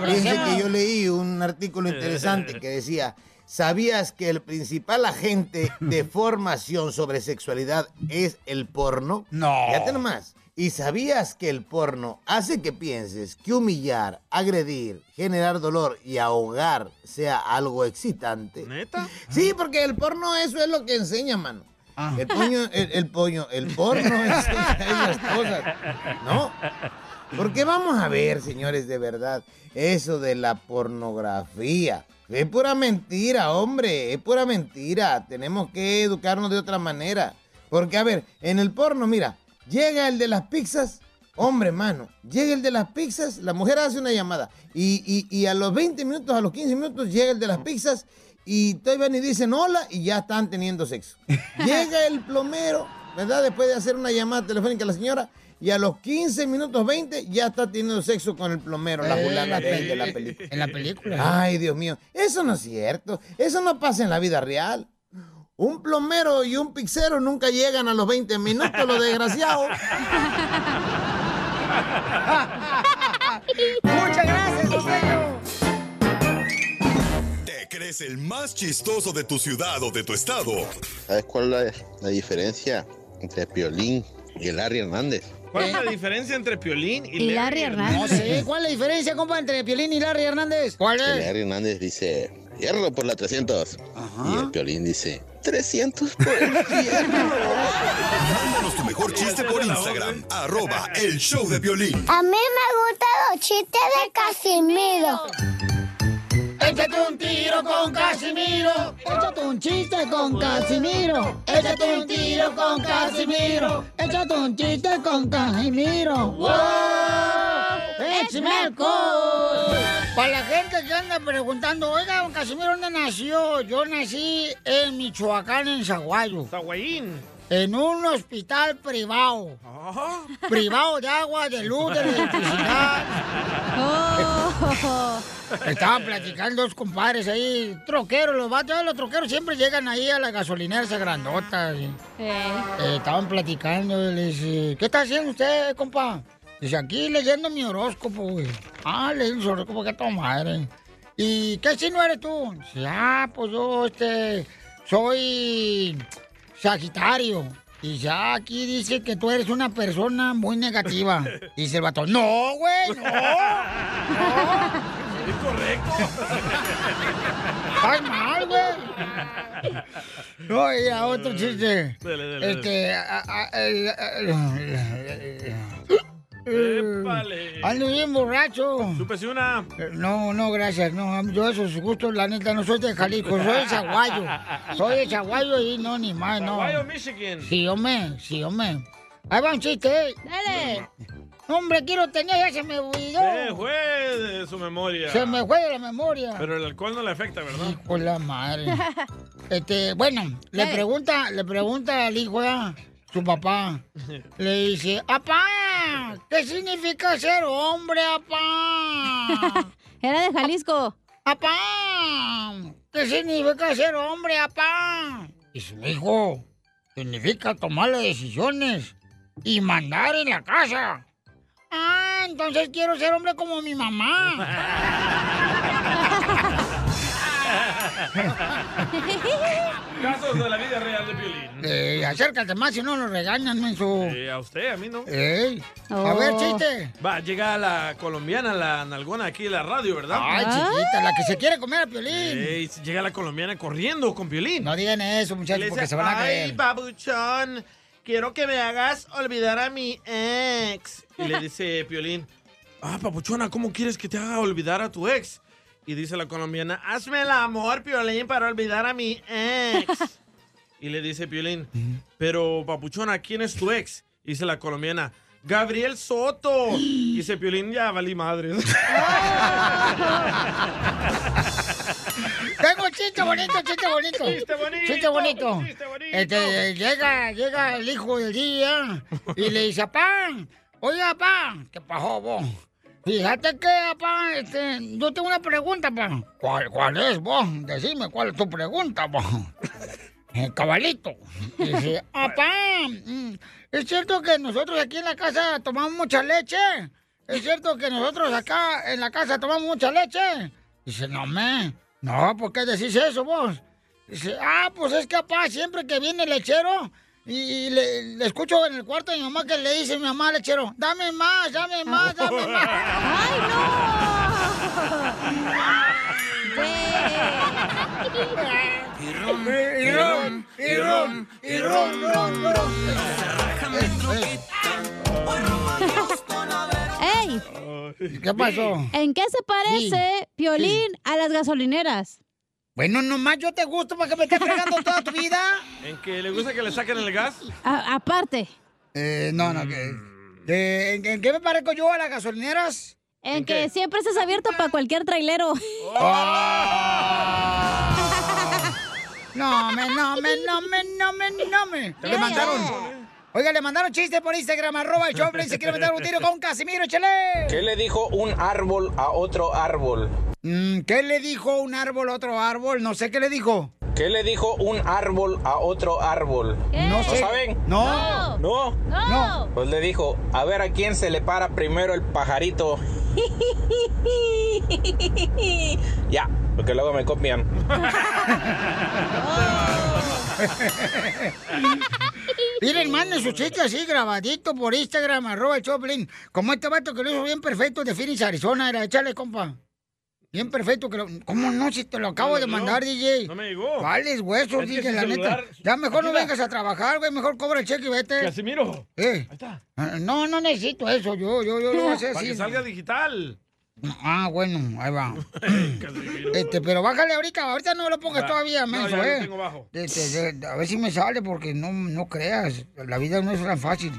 [SPEAKER 12] Fíjense que yo leí un artículo interesante que decía, ¿sabías que el principal agente de formación sobre sexualidad es el porno? No. Fíjate nomás. ¿Y sabías que el porno hace que pienses que humillar, agredir, generar dolor y ahogar sea algo excitante?
[SPEAKER 4] ¿Neta?
[SPEAKER 12] Sí, porque el porno eso es lo que enseña, mano. El puño, el, el puño, el porno enseña esas cosas, ¿no? Porque vamos a ver, señores, de verdad, eso de la pornografía. Es pura mentira, hombre, es pura mentira. Tenemos que educarnos de otra manera. Porque, a ver, en el porno, mira, llega el de las pizzas, hombre, mano, llega el de las pizzas, la mujer hace una llamada. Y, y- y a los 20 minutos, a los 15 minutos, llega el de las pizzas y todavía ni dicen hola y ya están teniendo sexo. Llega el plomero, ¿verdad? Después de hacer una llamada telefónica a la señora
[SPEAKER 11] y a los 15 minutos 20 ya está teniendo sexo con el plomero, la
[SPEAKER 2] Eh,
[SPEAKER 11] mulata
[SPEAKER 2] la
[SPEAKER 11] de
[SPEAKER 2] peli-
[SPEAKER 11] de la película.
[SPEAKER 2] En la película.
[SPEAKER 11] Ay, Dios mío, eso no es cierto, eso no pasa en la vida real. Un plomero y un pixero nunca llegan a los 20 minutos, los desgraciados.
[SPEAKER 2] Muchas gracias, costeño.
[SPEAKER 9] ¿Te crees el más chistoso de tu ciudad o de tu estado?
[SPEAKER 19] ¿Sabes cuál es la, la diferencia entre Piolín y el Larry Hernández?
[SPEAKER 4] ¿Cuál es la
[SPEAKER 2] Eh.
[SPEAKER 4] diferencia entre Piolín y,
[SPEAKER 2] No sé, ¿cuál es la diferencia, compa, entre Piolín y Larry Hernández? ¿Cuál
[SPEAKER 19] El Larry Hernández dice, hierro por la 300. Y el Piolín dice, 300 por el
[SPEAKER 9] Mándanos tu mejor chiste por Instagram, arroba <laughs> el show de violín.
[SPEAKER 27] A mí me gustan los chistes de Casimiro.
[SPEAKER 2] Échate un tiro con Casimiro. Échate un chiste con Casimiro. Échate un tiro con Casimiro. Échate un chiste con Casimiro. ¡Wow! ¡Échame alcohol! Para la gente que anda preguntando, oiga, don Casimiro, ¿dónde nació? Yo nací en Michoacán, en Zaguayo.
[SPEAKER 4] Zaguayín.
[SPEAKER 2] En un hospital privado.
[SPEAKER 12] Oh.
[SPEAKER 2] Privado de agua, de luz, de electricidad. Estaban platicando dos compadres ahí, troqueros, los vatos, los troqueros siempre llegan ahí a la gasolinera esa grandota. y, eh, estaban platicando, y le dice, ¿qué está haciendo usted, compa? Dice, aquí leyendo mi horóscopo, güey. Ah, leyendo su horóscopo, qué toma madre. ¿Y qué signo eres tú? Dice, ah, pues yo, este, soy Sagitario. Y ya aquí dice que tú eres una persona muy
[SPEAKER 4] <laughs>
[SPEAKER 2] negativa. Dice el vato, no, güey, no.
[SPEAKER 4] Es correcto.
[SPEAKER 2] Estás mal, güey. No, mira, otro chiste.
[SPEAKER 4] Dale, dale, dale.
[SPEAKER 2] Este. a- a- el- el-
[SPEAKER 4] Épale.
[SPEAKER 2] Ando bien borracho.
[SPEAKER 4] Súpese una.
[SPEAKER 2] Eh, No, no, gracias. No, yo esos gustos, la neta, no soy de Jalisco, soy de Chaguayo. Soy de Chaguayo y no, ni más, no.
[SPEAKER 4] Ohio, Michigan.
[SPEAKER 2] Sí, hombre, sí, hombre. Ahí va un chiste, ¿eh? Dale. Hombre, quiero tener, ya se me olvidó.
[SPEAKER 4] Se Eh, fue de su memoria.
[SPEAKER 2] Se me fue de la memoria.
[SPEAKER 4] Pero el alcohol no le afecta,
[SPEAKER 2] <laughs>
[SPEAKER 4] ¿verdad?
[SPEAKER 2] Por la
[SPEAKER 4] <laughs>
[SPEAKER 2] madre. Este, bueno, le pregunta, le pregunta al hijo a su papá. Le dice, ¡apá! ¿Qué significa ser hombre, apá? <laughs> Era de Jalisco. ¡Apá! ¿Qué significa ser hombre, apá? Y su hijo, significa tomar las decisiones y mandar en la casa. Ah, entonces quiero ser hombre como mi mamá.
[SPEAKER 4] <laughs> Casos de la vida real de Piolín.
[SPEAKER 2] Eh, acércate más, si no lo regañan, menso.
[SPEAKER 4] Eh, a usted, a mí no.
[SPEAKER 2] Ey. A ver, chiste.
[SPEAKER 4] Va, llega la colombiana, la nalgona aquí en la radio, ¿verdad?
[SPEAKER 2] Ay, chiquita, la que se quiere comer a Piolín.
[SPEAKER 4] Ey, llega la colombiana corriendo con Piolín.
[SPEAKER 2] No digan eso, muchachos,
[SPEAKER 4] Le
[SPEAKER 2] porque
[SPEAKER 4] dice,
[SPEAKER 2] se van a
[SPEAKER 4] Ay,
[SPEAKER 2] creer.
[SPEAKER 4] babuchón, quiero que me hagas olvidar a mi ex. Y le
[SPEAKER 2] <laughs>
[SPEAKER 4] dice Piolín, ah, papuchona, ¿cómo quieres que te haga olvidar a tu ex? Y dice la colombiana, hazme el amor, Piolín, para olvidar a mi
[SPEAKER 2] <laughs>
[SPEAKER 4] ex. y le dice Piolín, pero papuchona, ¿quién es tu ex? Y dice la colombiana, Gabriel Soto. Y dice Piolín, ya valí madre.
[SPEAKER 2] <laughs> Tengo un chiste bonito, chiste bonito. Chiste bonito. Chiste bonito. Este, llega, llega el hijo del día y le dice, papá, oye, papá, ¿qué pasó vos? Fíjate que, papá, este, yo tengo una pregunta, papá. ¿Cuál, cuál es vos? Decime cuál es tu pregunta, vos. El cabalito. Dice, papá, mm, ¿es cierto que nosotros aquí en la casa tomamos mucha leche? ¿Es cierto que nosotros acá en la casa tomamos mucha leche? Dice, no, me. No, Oh, ¿por qué decís eso vos? Dice, ah, pues es capaz, siempre que viene el lechero y, y le, le escucho en el cuarto de mi mamá que le dice a mi mamá al lechero, dame más, dame
[SPEAKER 5] <laughs>
[SPEAKER 2] más, dame más. ¡Ay,
[SPEAKER 12] Y ron,
[SPEAKER 2] y ron, y ron, y ron, ron,
[SPEAKER 5] ¡Ey!
[SPEAKER 2] ¿Qué pasó?
[SPEAKER 5] ¿En qué se parece
[SPEAKER 2] Sí,
[SPEAKER 5] Piolín a las gasolineras?
[SPEAKER 2] Bueno, nomás yo te gusto para que me estés fregando toda tu vida.
[SPEAKER 4] ¿En que le gusta que le saquen el gas?
[SPEAKER 2] aparte. Eh, no, no, que... que- ¿en, en qué me parezco yo a las gasolineras?
[SPEAKER 5] En, que siempre estás abierto para cualquier trailero.
[SPEAKER 2] No, me, no, me, no, me, no, me, no, me.
[SPEAKER 5] ¿Qué?
[SPEAKER 2] Le mandaron. Oiga, le mandaron chiste por Instagram, arroba el Choplin, se quiere meter un tiro con Casimiro, chele.
[SPEAKER 26] ¿Qué le dijo un árbol a otro árbol?
[SPEAKER 2] Mm, ¿Qué le dijo un árbol a otro árbol? No sé qué le dijo.
[SPEAKER 26] ¿Qué le dijo un árbol a otro árbol?
[SPEAKER 2] No sé.
[SPEAKER 26] saben?
[SPEAKER 2] No.
[SPEAKER 26] ¿No?
[SPEAKER 2] No. <laughs>
[SPEAKER 26] Pues le dijo, a ver a quién se le para primero el pajarito. ya, porque luego me copian.
[SPEAKER 2] <laughs> Miren, manden su chiste así grabadito por Instagram, arroba el Choplin. Como este vato que lo hizo bien perfecto de Phoenix, Arizona, era échale, compa. Bien perfecto, que lo... ¿cómo no? Si te lo acabo
[SPEAKER 4] No,
[SPEAKER 2] de
[SPEAKER 4] no,
[SPEAKER 2] mandar,
[SPEAKER 4] no.
[SPEAKER 2] DJ.
[SPEAKER 4] No me llegó.
[SPEAKER 2] Vales huesos,
[SPEAKER 4] Oh. Es que
[SPEAKER 2] DJ,
[SPEAKER 4] ese
[SPEAKER 2] la neta.
[SPEAKER 4] celular-
[SPEAKER 2] Ya mejor no
[SPEAKER 4] Aquí va.
[SPEAKER 2] vengas a trabajar, güey, mejor cobra el cheque y vete.
[SPEAKER 4] Casimiro.
[SPEAKER 2] Eh. Ah, No, no necesito eso, yo, yo, yo lo voy a hacer
[SPEAKER 4] Para
[SPEAKER 2] así.
[SPEAKER 4] que salga digital.
[SPEAKER 2] Ah, bueno, ahí
[SPEAKER 4] <laughs>
[SPEAKER 2] va. este, pero bájale ahorita, ahorita no lo pongas
[SPEAKER 4] Va.
[SPEAKER 2] todavía,
[SPEAKER 4] No,
[SPEAKER 2] menso,
[SPEAKER 4] ya lo
[SPEAKER 2] eh.
[SPEAKER 4] tengo bajo.
[SPEAKER 2] Este, de- a ver si me sale, porque no, no creas, la vida no es tan fácil.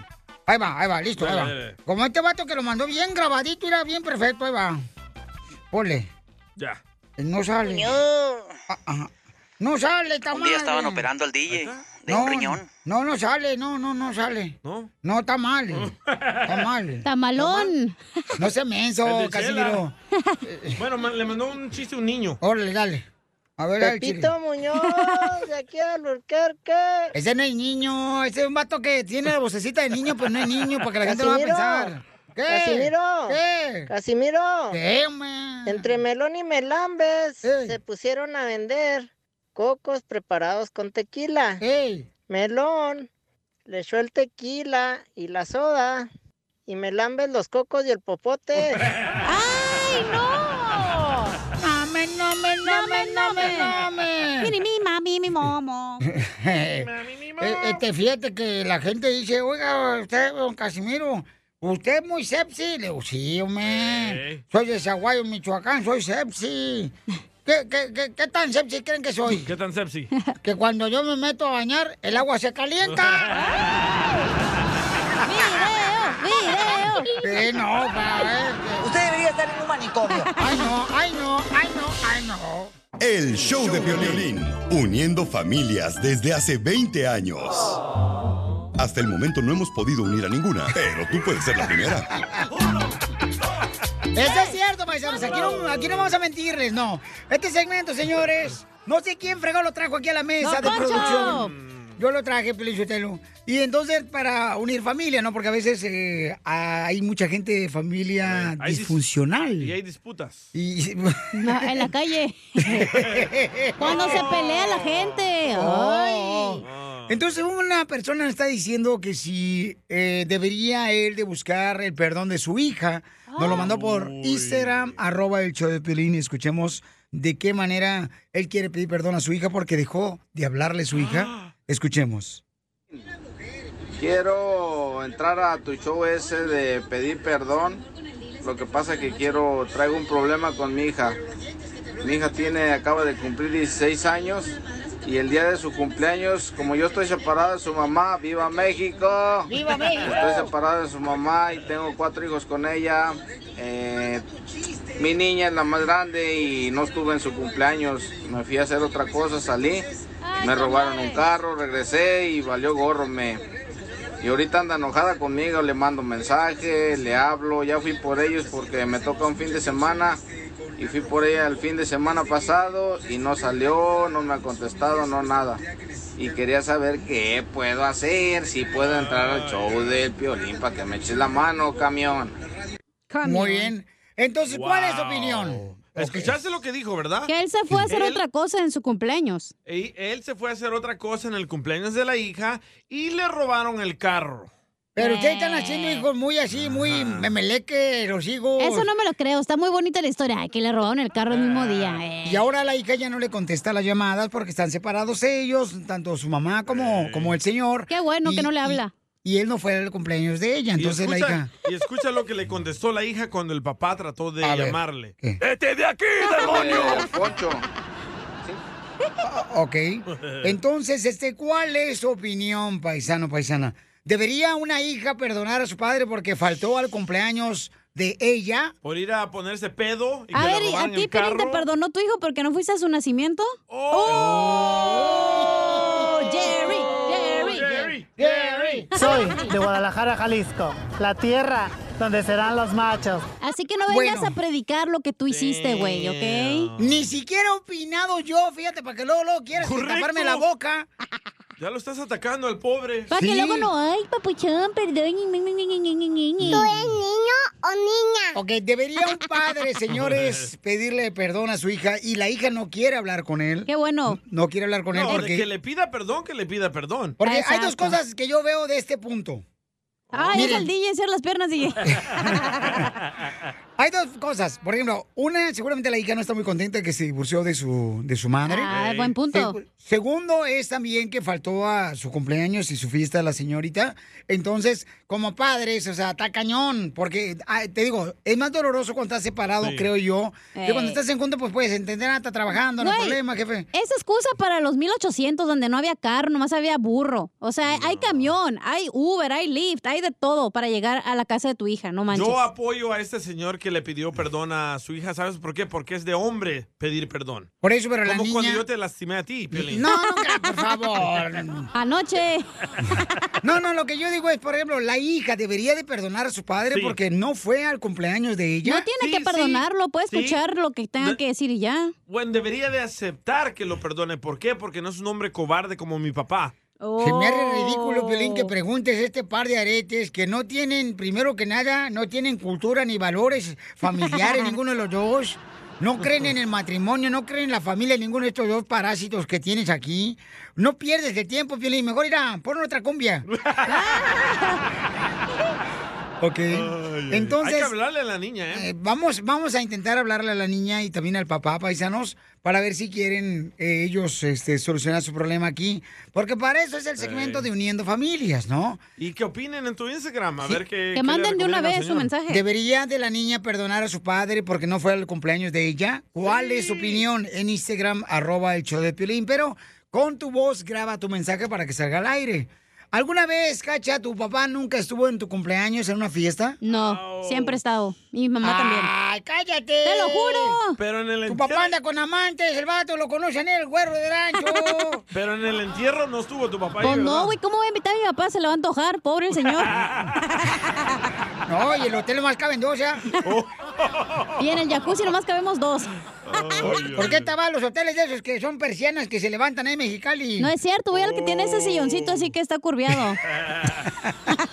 [SPEAKER 2] Ahí va, ahí va, listo, ahí va.
[SPEAKER 14] Dale, dale.
[SPEAKER 2] Como este vato que lo mandó bien grabadito, era bien perfecto, ahí va. Ponle,
[SPEAKER 4] Ya.
[SPEAKER 2] no sale. Ah, ajá. No sale, está
[SPEAKER 15] Un día
[SPEAKER 2] mal.
[SPEAKER 15] estaban operando al DJ de
[SPEAKER 2] No,
[SPEAKER 15] un riñón.
[SPEAKER 2] No, no sale, no, no, no sale.
[SPEAKER 4] ¿No?
[SPEAKER 2] No, está mal. Está mal.
[SPEAKER 5] Tamalón.
[SPEAKER 2] No se menso,
[SPEAKER 4] <laughs> El de
[SPEAKER 2] Casimiro.
[SPEAKER 4] <laughs> Bueno, ma- le mandó un chiste a un niño.
[SPEAKER 2] Órale, dale. A ver, dale, chile.
[SPEAKER 23] Pepito Muñoz, de aquí a Alburquerque.
[SPEAKER 2] Ese no es niño, ese es un vato que tiene la vocecita de niño, pues no es niño, para que la gente lo va a
[SPEAKER 23] Casimiro,
[SPEAKER 2] pensar. ¿Qué?
[SPEAKER 23] Casimiro.
[SPEAKER 2] ¿Qué?
[SPEAKER 23] Casimiro.
[SPEAKER 2] ¿Qué,
[SPEAKER 23] Entre Melón y Melambes se pusieron a vender cocos preparados con tequila. Melón le echó el tequila y la soda. Y Melambes los cocos y
[SPEAKER 2] <laughs>
[SPEAKER 23] el popote. ¡Ay, no!
[SPEAKER 2] Name, name, name, name, name.
[SPEAKER 5] Mini, mi, mami, mi,
[SPEAKER 2] <laughs>
[SPEAKER 5] momo.
[SPEAKER 2] Eh, este, fíjate que la gente dice, oiga, usted, don Casimiro, usted es muy sepsi. Le digo, sí, hombre, soy de Zaguayo, Michoacán, soy sepsi. ¿Qué, qué, qué, qué tan sepsi creen que soy?
[SPEAKER 4] ¿Qué tan sepsi?
[SPEAKER 2] Que cuando yo me meto a bañar, el agua
[SPEAKER 5] <laughs>
[SPEAKER 2] se calienta. ¡Video! ¡Video! Sí, no, Usted debería estar en un manicomio. Ay, no, ay, no, ay, no, ay, no.
[SPEAKER 9] El show de violín, uniendo familias desde hace 20 años. Hasta el momento no hemos podido unir a ninguna, pero tú puedes ser la primera.
[SPEAKER 2] Eso es cierto, paisanos. Aquí no, aquí no vamos a mentirles, no. Este segmento, señores, no sé quién fregado lo trajo aquí a la mesa
[SPEAKER 12] ¡Don
[SPEAKER 2] de
[SPEAKER 12] Poncho!
[SPEAKER 2] producción. Yo lo traje, Pelichotelo. Y entonces, para unir familia, ¿no? Porque a veces eh, hay mucha gente de familia
[SPEAKER 4] Hay dis-
[SPEAKER 2] disfuncional.
[SPEAKER 4] Y hay disputas.
[SPEAKER 2] Y-
[SPEAKER 5] No, en la
[SPEAKER 2] <laughs>
[SPEAKER 5] calle. Cuando se pelea la gente. Ay.
[SPEAKER 2] Oh, Entonces una persona está diciendo que si eh, debería él de buscar el perdón de su hija, nos lo mandó por Instagram, arroba el show de Piolín, y escuchemos de qué manera él quiere pedir perdón a su hija porque dejó de hablarle a
[SPEAKER 5] <gasps>
[SPEAKER 2] su hija. Escuchemos.
[SPEAKER 30] Quiero entrar a tu show ese de pedir perdón. Lo que pasa es que quiero, traigo un problema con mi hija. Mi hija tiene, acaba de cumplir 16 años y el día de su cumpleaños, como yo estoy separado de su mamá, ¡viva México!
[SPEAKER 12] ¡Viva México!
[SPEAKER 30] Estoy separado de su mamá y tengo cuatro hijos con ella. Eh, mi niña es la más grande y no estuve en su cumpleaños. Me fui a hacer otra cosa, salí, me robaron un carro, regresé y valió gorro. Me, y ahorita anda enojada conmigo, le mando mensaje, le hablo, ya fui por ellos porque me toca un fin de semana y fui por ella el fin de semana pasado y no salió, no me ha contestado, no nada. Y quería saber qué puedo hacer, si puedo entrar al show del Piolín para que me eches la mano, camión.
[SPEAKER 2] Muy bien. Entonces, ¿cuál es su
[SPEAKER 4] Wow.
[SPEAKER 2] opinión?
[SPEAKER 4] Escuchaste lo que dijo, ¿verdad?
[SPEAKER 5] Que él se fue a hacer
[SPEAKER 4] Él-
[SPEAKER 5] otra cosa en su cumpleaños.
[SPEAKER 4] Él, él se fue a hacer otra cosa en el cumpleaños de la hija y le robaron el carro.
[SPEAKER 2] Pero ustedes están haciendo hijos muy así, muy memeleque, los hijos.
[SPEAKER 5] Eso no me lo creo. Está muy bonita la historia. Ay, que le robaron el carro el mismo día. eh.
[SPEAKER 2] Ah. Y ahora la hija ya no le contesta las llamadas porque están separados ellos, tanto su mamá como,
[SPEAKER 4] Eh.
[SPEAKER 2] como el señor. Qué bueno
[SPEAKER 5] que no le habla.
[SPEAKER 2] Y, él no fue al cumpleaños de ella, entonces la hija.
[SPEAKER 4] y escucha lo que le contestó la hija cuando el papá trató de
[SPEAKER 2] A ver,
[SPEAKER 4] llamarle.
[SPEAKER 2] ¡Este de aquí,
[SPEAKER 30] Eh, Poncho,
[SPEAKER 2] ok.
[SPEAKER 4] <laughs>
[SPEAKER 2] Entonces, este, ¿cuál es su opinión, paisano, paisana? ¿Debería una hija perdonar a su padre porque faltó al cumpleaños de ella?
[SPEAKER 4] Por ir a ponerse pedo y
[SPEAKER 5] A
[SPEAKER 4] que
[SPEAKER 5] ver,
[SPEAKER 4] le
[SPEAKER 5] ¿y ¿a
[SPEAKER 4] robaran
[SPEAKER 5] ti,
[SPEAKER 4] el
[SPEAKER 5] Piolín, te
[SPEAKER 4] carro.
[SPEAKER 5] perdonó tu hijo porque no fuiste a su nacimiento?
[SPEAKER 2] Oh.
[SPEAKER 5] ¡Oh! Jerry, Jerry,
[SPEAKER 4] Jerry,
[SPEAKER 6] Soy de Guadalajara, Jalisco, la tierra donde serán los machos.
[SPEAKER 5] Así que no vengas a predicar lo que tú hiciste, güey, ¿ok?
[SPEAKER 2] Ni siquiera he opinado yo, fíjate, para que luego, luego quieras
[SPEAKER 4] Correcto.
[SPEAKER 2] taparme la boca.
[SPEAKER 4] Ya lo estás atacando al pobre.
[SPEAKER 5] Para que luego no hay, papuchón, perdón. y ni, ni, ni, ni, ni, ni, ni.
[SPEAKER 2] niño o niña? Ok, debería un padre,
[SPEAKER 4] <laughs>
[SPEAKER 2] señores, pedirle perdón a su hija y la hija no quiere hablar con él. Qué
[SPEAKER 5] bueno.
[SPEAKER 2] No quiere hablar con él
[SPEAKER 4] No,
[SPEAKER 2] porque...
[SPEAKER 4] que le pida perdón, que le pida perdón.
[SPEAKER 2] Porque hay dos cosas que yo veo de este punto.
[SPEAKER 5] Ah, es
[SPEAKER 2] Miren.
[SPEAKER 5] el DJ, hacer las piernas, DJ.
[SPEAKER 2] Hay dos cosas. Por ejemplo, una, seguramente la hija no está muy contenta de que se divorció de su, de su madre.
[SPEAKER 5] Ah, Ok. buen punto.
[SPEAKER 2] Se- segundo, es también que faltó a su cumpleaños y su fiesta la señorita. Entonces, como padres, o sea, está cañón. Porque, ah, te digo, es más doloroso cuando estás separado,
[SPEAKER 5] Sí.
[SPEAKER 2] creo yo.
[SPEAKER 5] Eh.
[SPEAKER 2] Que cuando estás en junto, pues puedes entender, ah, está trabajando, no hay
[SPEAKER 5] Güey,
[SPEAKER 2] problema, jefe.
[SPEAKER 5] Esa excusa para los 1800 donde no había carro, nomás había burro. O sea, hay camión, hay Uber, hay Lyft, hay de todo para llegar a la casa de tu hija, no manches.
[SPEAKER 4] Yo apoyo a este señor que le pidió perdón a su hija, ¿sabes por qué? Porque es de hombre pedir perdón.
[SPEAKER 2] Por eso, pero la
[SPEAKER 4] Como
[SPEAKER 2] niña-
[SPEAKER 4] cuando yo te lastimé a ti, Piolín.
[SPEAKER 2] No, no, por favor.
[SPEAKER 5] Anoche.
[SPEAKER 2] No, no, lo que yo digo es, por ejemplo, la hija debería de perdonar a su padre
[SPEAKER 5] Sí.
[SPEAKER 2] porque no fue al cumpleaños de ella.
[SPEAKER 5] No tiene que perdonarlo, puede
[SPEAKER 4] Sí.
[SPEAKER 5] escuchar lo que tenga
[SPEAKER 4] De-
[SPEAKER 5] que decir y ya.
[SPEAKER 4] <laughs> Bueno, debería de aceptar que lo perdone. ¿Por qué? Porque no es un hombre cobarde como mi papá.
[SPEAKER 2] Se me hace
[SPEAKER 5] Oh.
[SPEAKER 2] ridículo, Pelín, que preguntes a este par de aretes que no tienen, primero que nada, no tienen cultura ni valores
[SPEAKER 5] <laughs>
[SPEAKER 2] familiares, ninguno de los dos. No creen en el matrimonio, no creen en la familia, ninguno de estos dos parásitos que tienes aquí. No pierdes el tiempo, Piolín. Mejor irá, pon otra cumbia. ok. Entonces.
[SPEAKER 4] Hay que hablarle a la niña, ¿eh?
[SPEAKER 2] Eh, vamos, vamos a intentar hablarle a la niña y también al papá, paisanos, para ver si quieren eh, ellos este, solucionar su problema aquí. Porque para eso es el segmento
[SPEAKER 4] Ey.
[SPEAKER 2] de Uniendo Familias, ¿no?
[SPEAKER 4] Y que opinen en tu Instagram, a ver qué... qué le recomiendan al señor.
[SPEAKER 2] ¿Debería de la niña perdonar a su padre porque no fue al cumpleaños de ella? ¿Cuál es su opinión? En Instagram, arroba el show de Piolín. Pero con tu voz graba tu mensaje para que salga al aire. ¿Alguna vez, Cacha, tu papá nunca estuvo en tu cumpleaños en una fiesta?
[SPEAKER 5] No, siempre he estado. Y mi mamá también.
[SPEAKER 2] ¡Ay, cállate!
[SPEAKER 5] ¡Te lo juro!
[SPEAKER 4] Pero en el
[SPEAKER 2] Tu
[SPEAKER 4] entierro,
[SPEAKER 2] papá anda con amantes, el vato lo conocen el güero de rancho.
[SPEAKER 4] pero en el entierro no estuvo tu papá. ahí,
[SPEAKER 5] <laughs> Pues no,
[SPEAKER 4] ¿verdad?
[SPEAKER 5] güey, ¿cómo voy a invitar a mi papá? Se le va a antojar, pobre el
[SPEAKER 2] <laughs>
[SPEAKER 5] señor.
[SPEAKER 2] no, y el hotel más caben dos ya.
[SPEAKER 4] Oh,
[SPEAKER 5] Y en el jacuzzi nomás cabemos dos.
[SPEAKER 2] ah, ¿Por qué te va a los hoteles de esos que son persianas que se levantan ahí en Mexicali?
[SPEAKER 5] No es cierto, voy al que tiene ese silloncito así que está curviado.
[SPEAKER 4] <laughs>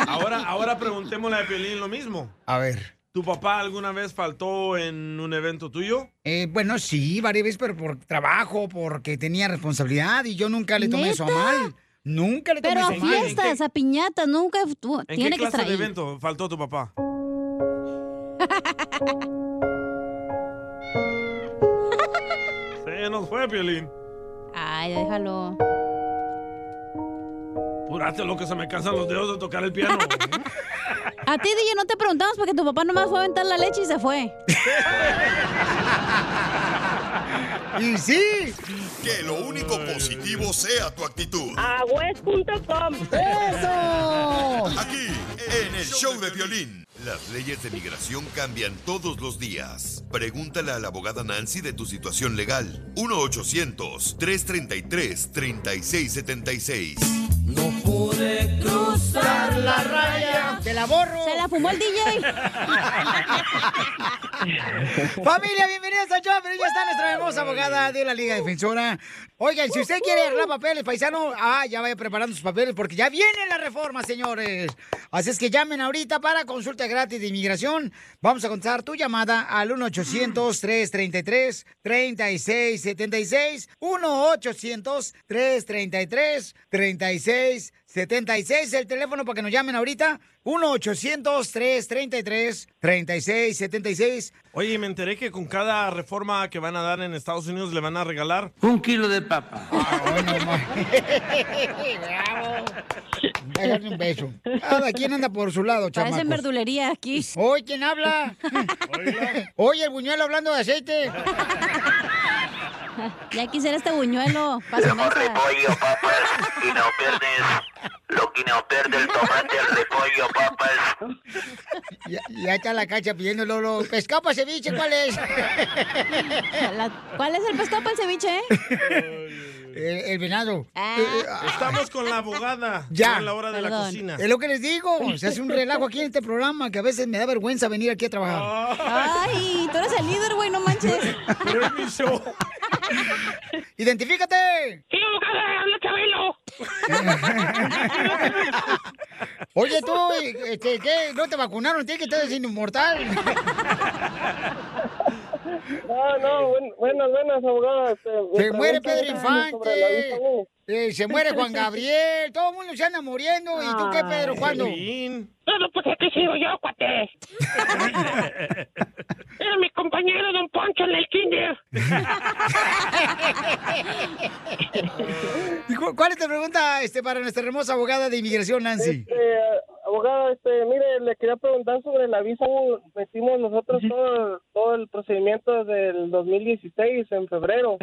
[SPEAKER 4] Ahora, ahora preguntémosle a Piolín lo mismo.
[SPEAKER 2] A ver.
[SPEAKER 4] ¿Tu papá alguna vez faltó en un evento tuyo?
[SPEAKER 2] Eh, bueno, sí, varias veces, pero por trabajo, porque tenía responsabilidad y yo nunca le tomé eso a
[SPEAKER 5] ¿Neta?
[SPEAKER 2] mal. Nunca le tomé
[SPEAKER 5] Pero a
[SPEAKER 2] eso a mal.
[SPEAKER 5] fiestas, a piñatas, nunca tú-
[SPEAKER 4] ¿En
[SPEAKER 5] tiene
[SPEAKER 4] qué
[SPEAKER 5] que
[SPEAKER 4] clase de
[SPEAKER 5] traer.
[SPEAKER 4] evento faltó tu papá? Se nos fue, Piolín.
[SPEAKER 5] <laughs> Ay, déjalo.
[SPEAKER 4] Puraste lo que se me cansan los dedos de tocar el
[SPEAKER 2] <laughs>
[SPEAKER 4] piano.
[SPEAKER 5] A ti, DJ, no te preguntamos porque tu papá nomás fue a aventar la leche y se fue.
[SPEAKER 2] ah. ¡Y sí!
[SPEAKER 9] Que lo único positivo sea tu actitud.
[SPEAKER 14] Agüez.com.
[SPEAKER 2] ¡Eso!
[SPEAKER 9] Aquí, en el show de violín. Las leyes de migración cambian todos los días. Pregúntale a la abogada Nancy de tu situación legal. 1-800-333-3676. No pude
[SPEAKER 2] cruzar la
[SPEAKER 5] raya.
[SPEAKER 2] ¡Te la borro!
[SPEAKER 5] Se la fumó el DJ.
[SPEAKER 2] <laughs> Familia, bienvenidos a Chopper. Ya está nuestra hermosa abogada de la Liga Defensora. Oigan, si usted quiere arreglar papeles, paisano, ah, ya vaya preparando sus papeles porque ya viene la reforma, señores. Así es que llamen ahorita para consulta gratis de inmigración. Vamos a contar tu llamada al 1-800-333-3676. 1-800-333-3676. 76, el teléfono para que nos llamen ahorita. 1-800-333-3676.
[SPEAKER 4] Oye, y me enteré que con cada reforma que van a dar en Estados Unidos le van a regalar
[SPEAKER 2] Un kilo de papa. <laughs>
[SPEAKER 5] Bravo.
[SPEAKER 2] Déjale un beso. Cada quien anda por su lado, chamacos.
[SPEAKER 5] Parecen verdulería aquí.
[SPEAKER 2] Oye, ¿quién habla? Oye, el buñuelo hablando de aceite.
[SPEAKER 5] <laughs> Ya quisiera este buñuelo para su mesa.
[SPEAKER 17] repollo, papas, y no pierdes lo que no pierde el tomate, el repollo, papas.
[SPEAKER 2] Ya, ya está la cacha pidiendo lolo. Pescado para ceviche, ¿cuál es?
[SPEAKER 5] La- ¿Cuál es el pescado para el ceviche, eh?
[SPEAKER 2] El, el venado. Eh, ah.
[SPEAKER 4] Estamos con la abogada.
[SPEAKER 2] Ya.
[SPEAKER 4] Son la hora de la cocina.
[SPEAKER 2] Es lo que les digo. Se hace un relajo aquí en este programa que a veces me da vergüenza venir aquí a trabajar.
[SPEAKER 5] Ay, tú eres el líder, güey, Ah, no manches.
[SPEAKER 4] Pero es mi show.
[SPEAKER 2] ¡Identifícate!
[SPEAKER 25] ¡Sí, abogada! ¡Habla Chabelo!
[SPEAKER 2] <laughs> Oye, tú, este, ¿qué? ¿No te vacunaron? Tienes que estar sin inmortal.
[SPEAKER 25] No, no, buen- buenas, buenas, abogada. Este, mi
[SPEAKER 2] Se muere
[SPEAKER 25] pregunta
[SPEAKER 2] Pedro
[SPEAKER 25] es sobre la visa U.
[SPEAKER 2] Infante. eh, se muere
[SPEAKER 25] <laughs>
[SPEAKER 2] Juan Gabriel. Todo el mundo se anda muriendo. ¿Y tú qué, Pedro? ¿Cuándo?
[SPEAKER 25] No, no, pues aquí sigo yo, cuate. Era mi compañero Don Poncho en el kinder.
[SPEAKER 2] ¿Y cu- ¿Cuál es tu pregunta este, para nuestra hermosa abogada de inmigración, Nancy?
[SPEAKER 25] Este, abogada, este, mire, le quería preguntar sobre la visa U. Metimos nosotros todo, todo el procedimiento del 2016 en febrero.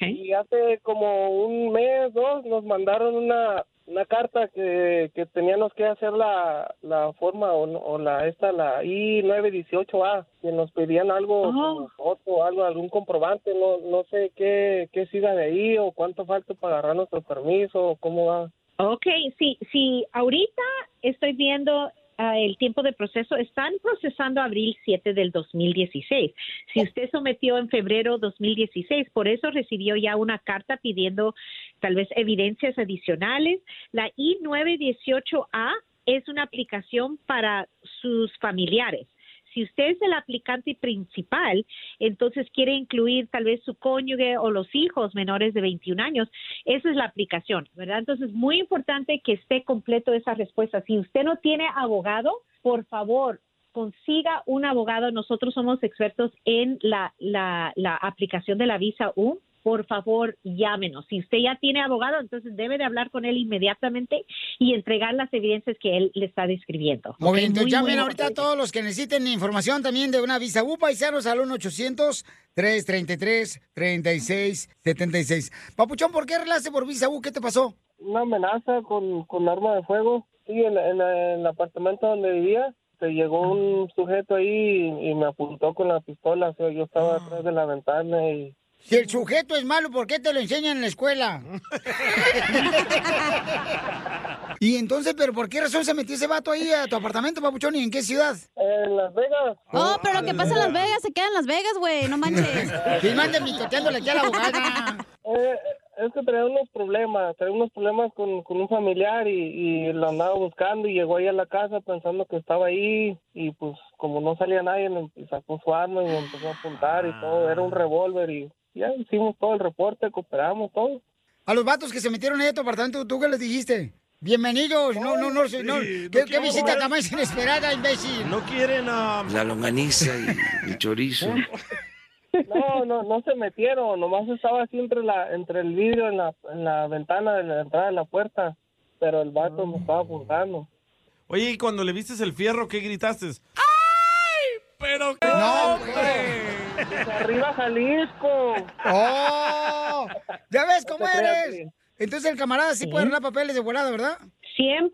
[SPEAKER 25] Y hace como un mes, dos, nos mandaron una, una carta que, que teníamos que hacer la, la forma o, no- o la esta, la I-918A, que nos pedían algo,
[SPEAKER 26] Oh,
[SPEAKER 25] como foto, algo, algún comprobante, no, no sé qué, qué siga de ahí o cuánto falta para agarrar nuestro permiso o cómo va.
[SPEAKER 21] Ok, sí, sí, ahorita estoy viendo ah, el tiempo de proceso. Están procesando abril 7 del 2016. Si usted sometió en febrero 2016, por eso recibió ya una carta pidiendo tal vez evidencias adicionales. La I-918A es una aplicación para sus familiares. Si usted es el aplicante principal, entonces quiere incluir tal vez su cónyuge o los hijos menores de 21 años, esa es la aplicación, ¿verdad? Entonces, muy importante que esté completo esa respuesta. Si usted no tiene abogado, por favor, consiga un abogado. Nosotros somos expertos en la, la, la aplicación de la visa U. Por favor, llámenos. Si usted ya tiene abogado, entonces debe de hablar con él inmediatamente y entregar las evidencias que él le está describiendo.
[SPEAKER 2] Muy bien,
[SPEAKER 21] ¿ok?
[SPEAKER 2] entonces
[SPEAKER 21] Muy,
[SPEAKER 2] llamen
[SPEAKER 21] muy
[SPEAKER 2] ahorita a todos los que necesiten información también de una visa U paisanos al 1-800-333-3676. Papuchón, ¿por qué arreglaste por visa U? ¿Qué te pasó?
[SPEAKER 25] una amenaza con, con arma de fuego. Sí, en, en- en el apartamento donde vivía, se llegó un sujeto ahí y, y me apuntó con la pistola. O sea, yo
[SPEAKER 2] Ah.
[SPEAKER 25] estaba atrás de la ventana y...
[SPEAKER 2] Si el sujeto es malo, ¿por qué te lo enseñan en la escuela? y entonces, ¿pero por qué razón se metió ese vato ahí a tu apartamento, Papuchón? ¿Y en qué ciudad?
[SPEAKER 25] En Las Vegas.
[SPEAKER 5] Oh, pero lo que pasa en Las Vegas se queda en Las Vegas, güey, no
[SPEAKER 2] <laughs>
[SPEAKER 5] manches.
[SPEAKER 2] Que mande mitoteándole aquí a la abogada.
[SPEAKER 25] Eh, es que traía unos problemas, traía unos problemas con, con un familiar y, y lo andaba buscando y llegó ahí a la casa pensando que estaba ahí y pues como no salía nadie, le sacó su arma y empezó a apuntar y todo. Era un
[SPEAKER 4] Ah.
[SPEAKER 25] revólver y ya hicimos todo el reporte, cooperamos todo.
[SPEAKER 2] A los vatos que se metieron ahí a tu apartamento, ¿tú qué les dijiste? Bienvenidos, no, no, no, no, no. ¿Qué, qué
[SPEAKER 4] quiero
[SPEAKER 2] visita
[SPEAKER 4] comer.
[SPEAKER 2] tan más inesperada, imbécil?
[SPEAKER 4] No quieren a...
[SPEAKER 14] La longaniza y el chorizo.
[SPEAKER 25] No, no, no se metieron, nomás estaba así entre, la, entre el vidrio en la, en la ventana de la entrada de la puerta, pero el vato
[SPEAKER 2] Ah.
[SPEAKER 25] me estaba apuntando.
[SPEAKER 4] Oye, ¿y cuando le vistes el fierro, qué gritaste?
[SPEAKER 25] Pero
[SPEAKER 4] qué No,
[SPEAKER 25] arriba Jalisco.
[SPEAKER 2] ¡Oh! ¿Ya ves cómo
[SPEAKER 21] No te creas,
[SPEAKER 2] eres? Entonces el camarada sí
[SPEAKER 21] Sí.
[SPEAKER 2] puede arreglar papeles de volada, ¿verdad?
[SPEAKER 21] 100%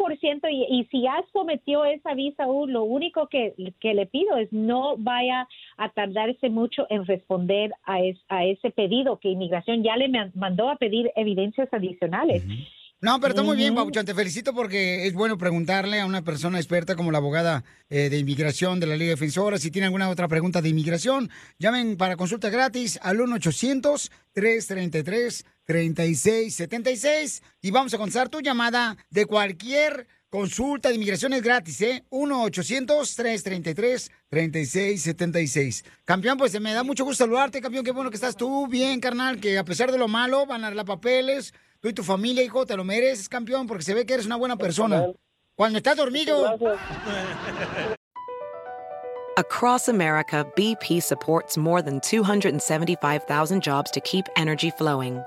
[SPEAKER 21] y, y si ya sometió esa visa U, lo único que, que le pido es no vaya a tardarse mucho en responder a, es- a ese pedido que inmigración ya le man- mandó a pedir evidencias adicionales.
[SPEAKER 2] No, pero está muy bien,
[SPEAKER 21] Ujú.
[SPEAKER 2] Pabuchón. Te felicito porque es bueno preguntarle a una persona experta como la abogada eh, de inmigración de la Liga Defensora. Si tiene alguna otra pregunta de inmigración, llamen para consulta gratis al 1-800-333-3676 y vamos a contestar tu llamada de cualquier consulta de inmigración. Es gratis, ¿eh? 1-800-333-3676. Campeón, pues me da mucho gusto saludarte, campeón. Qué bueno que estás tú bien, carnal, que a pesar de lo malo van a arreglar papeles. Tú y tu familia, hijo, te lo mereces, campeón, porque se ve que eres una buena persona. Cuando estás dormido.
[SPEAKER 18] Across America, BP supports more than 275,000 jobs to keep energy flowing.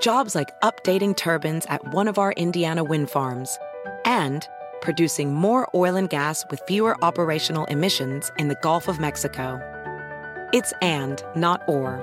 [SPEAKER 18] Jobs like updating turbines at one of our Indiana wind farms and producing more oil and gas with fewer operational emissions in the Gulf of Mexico. It's and, not or.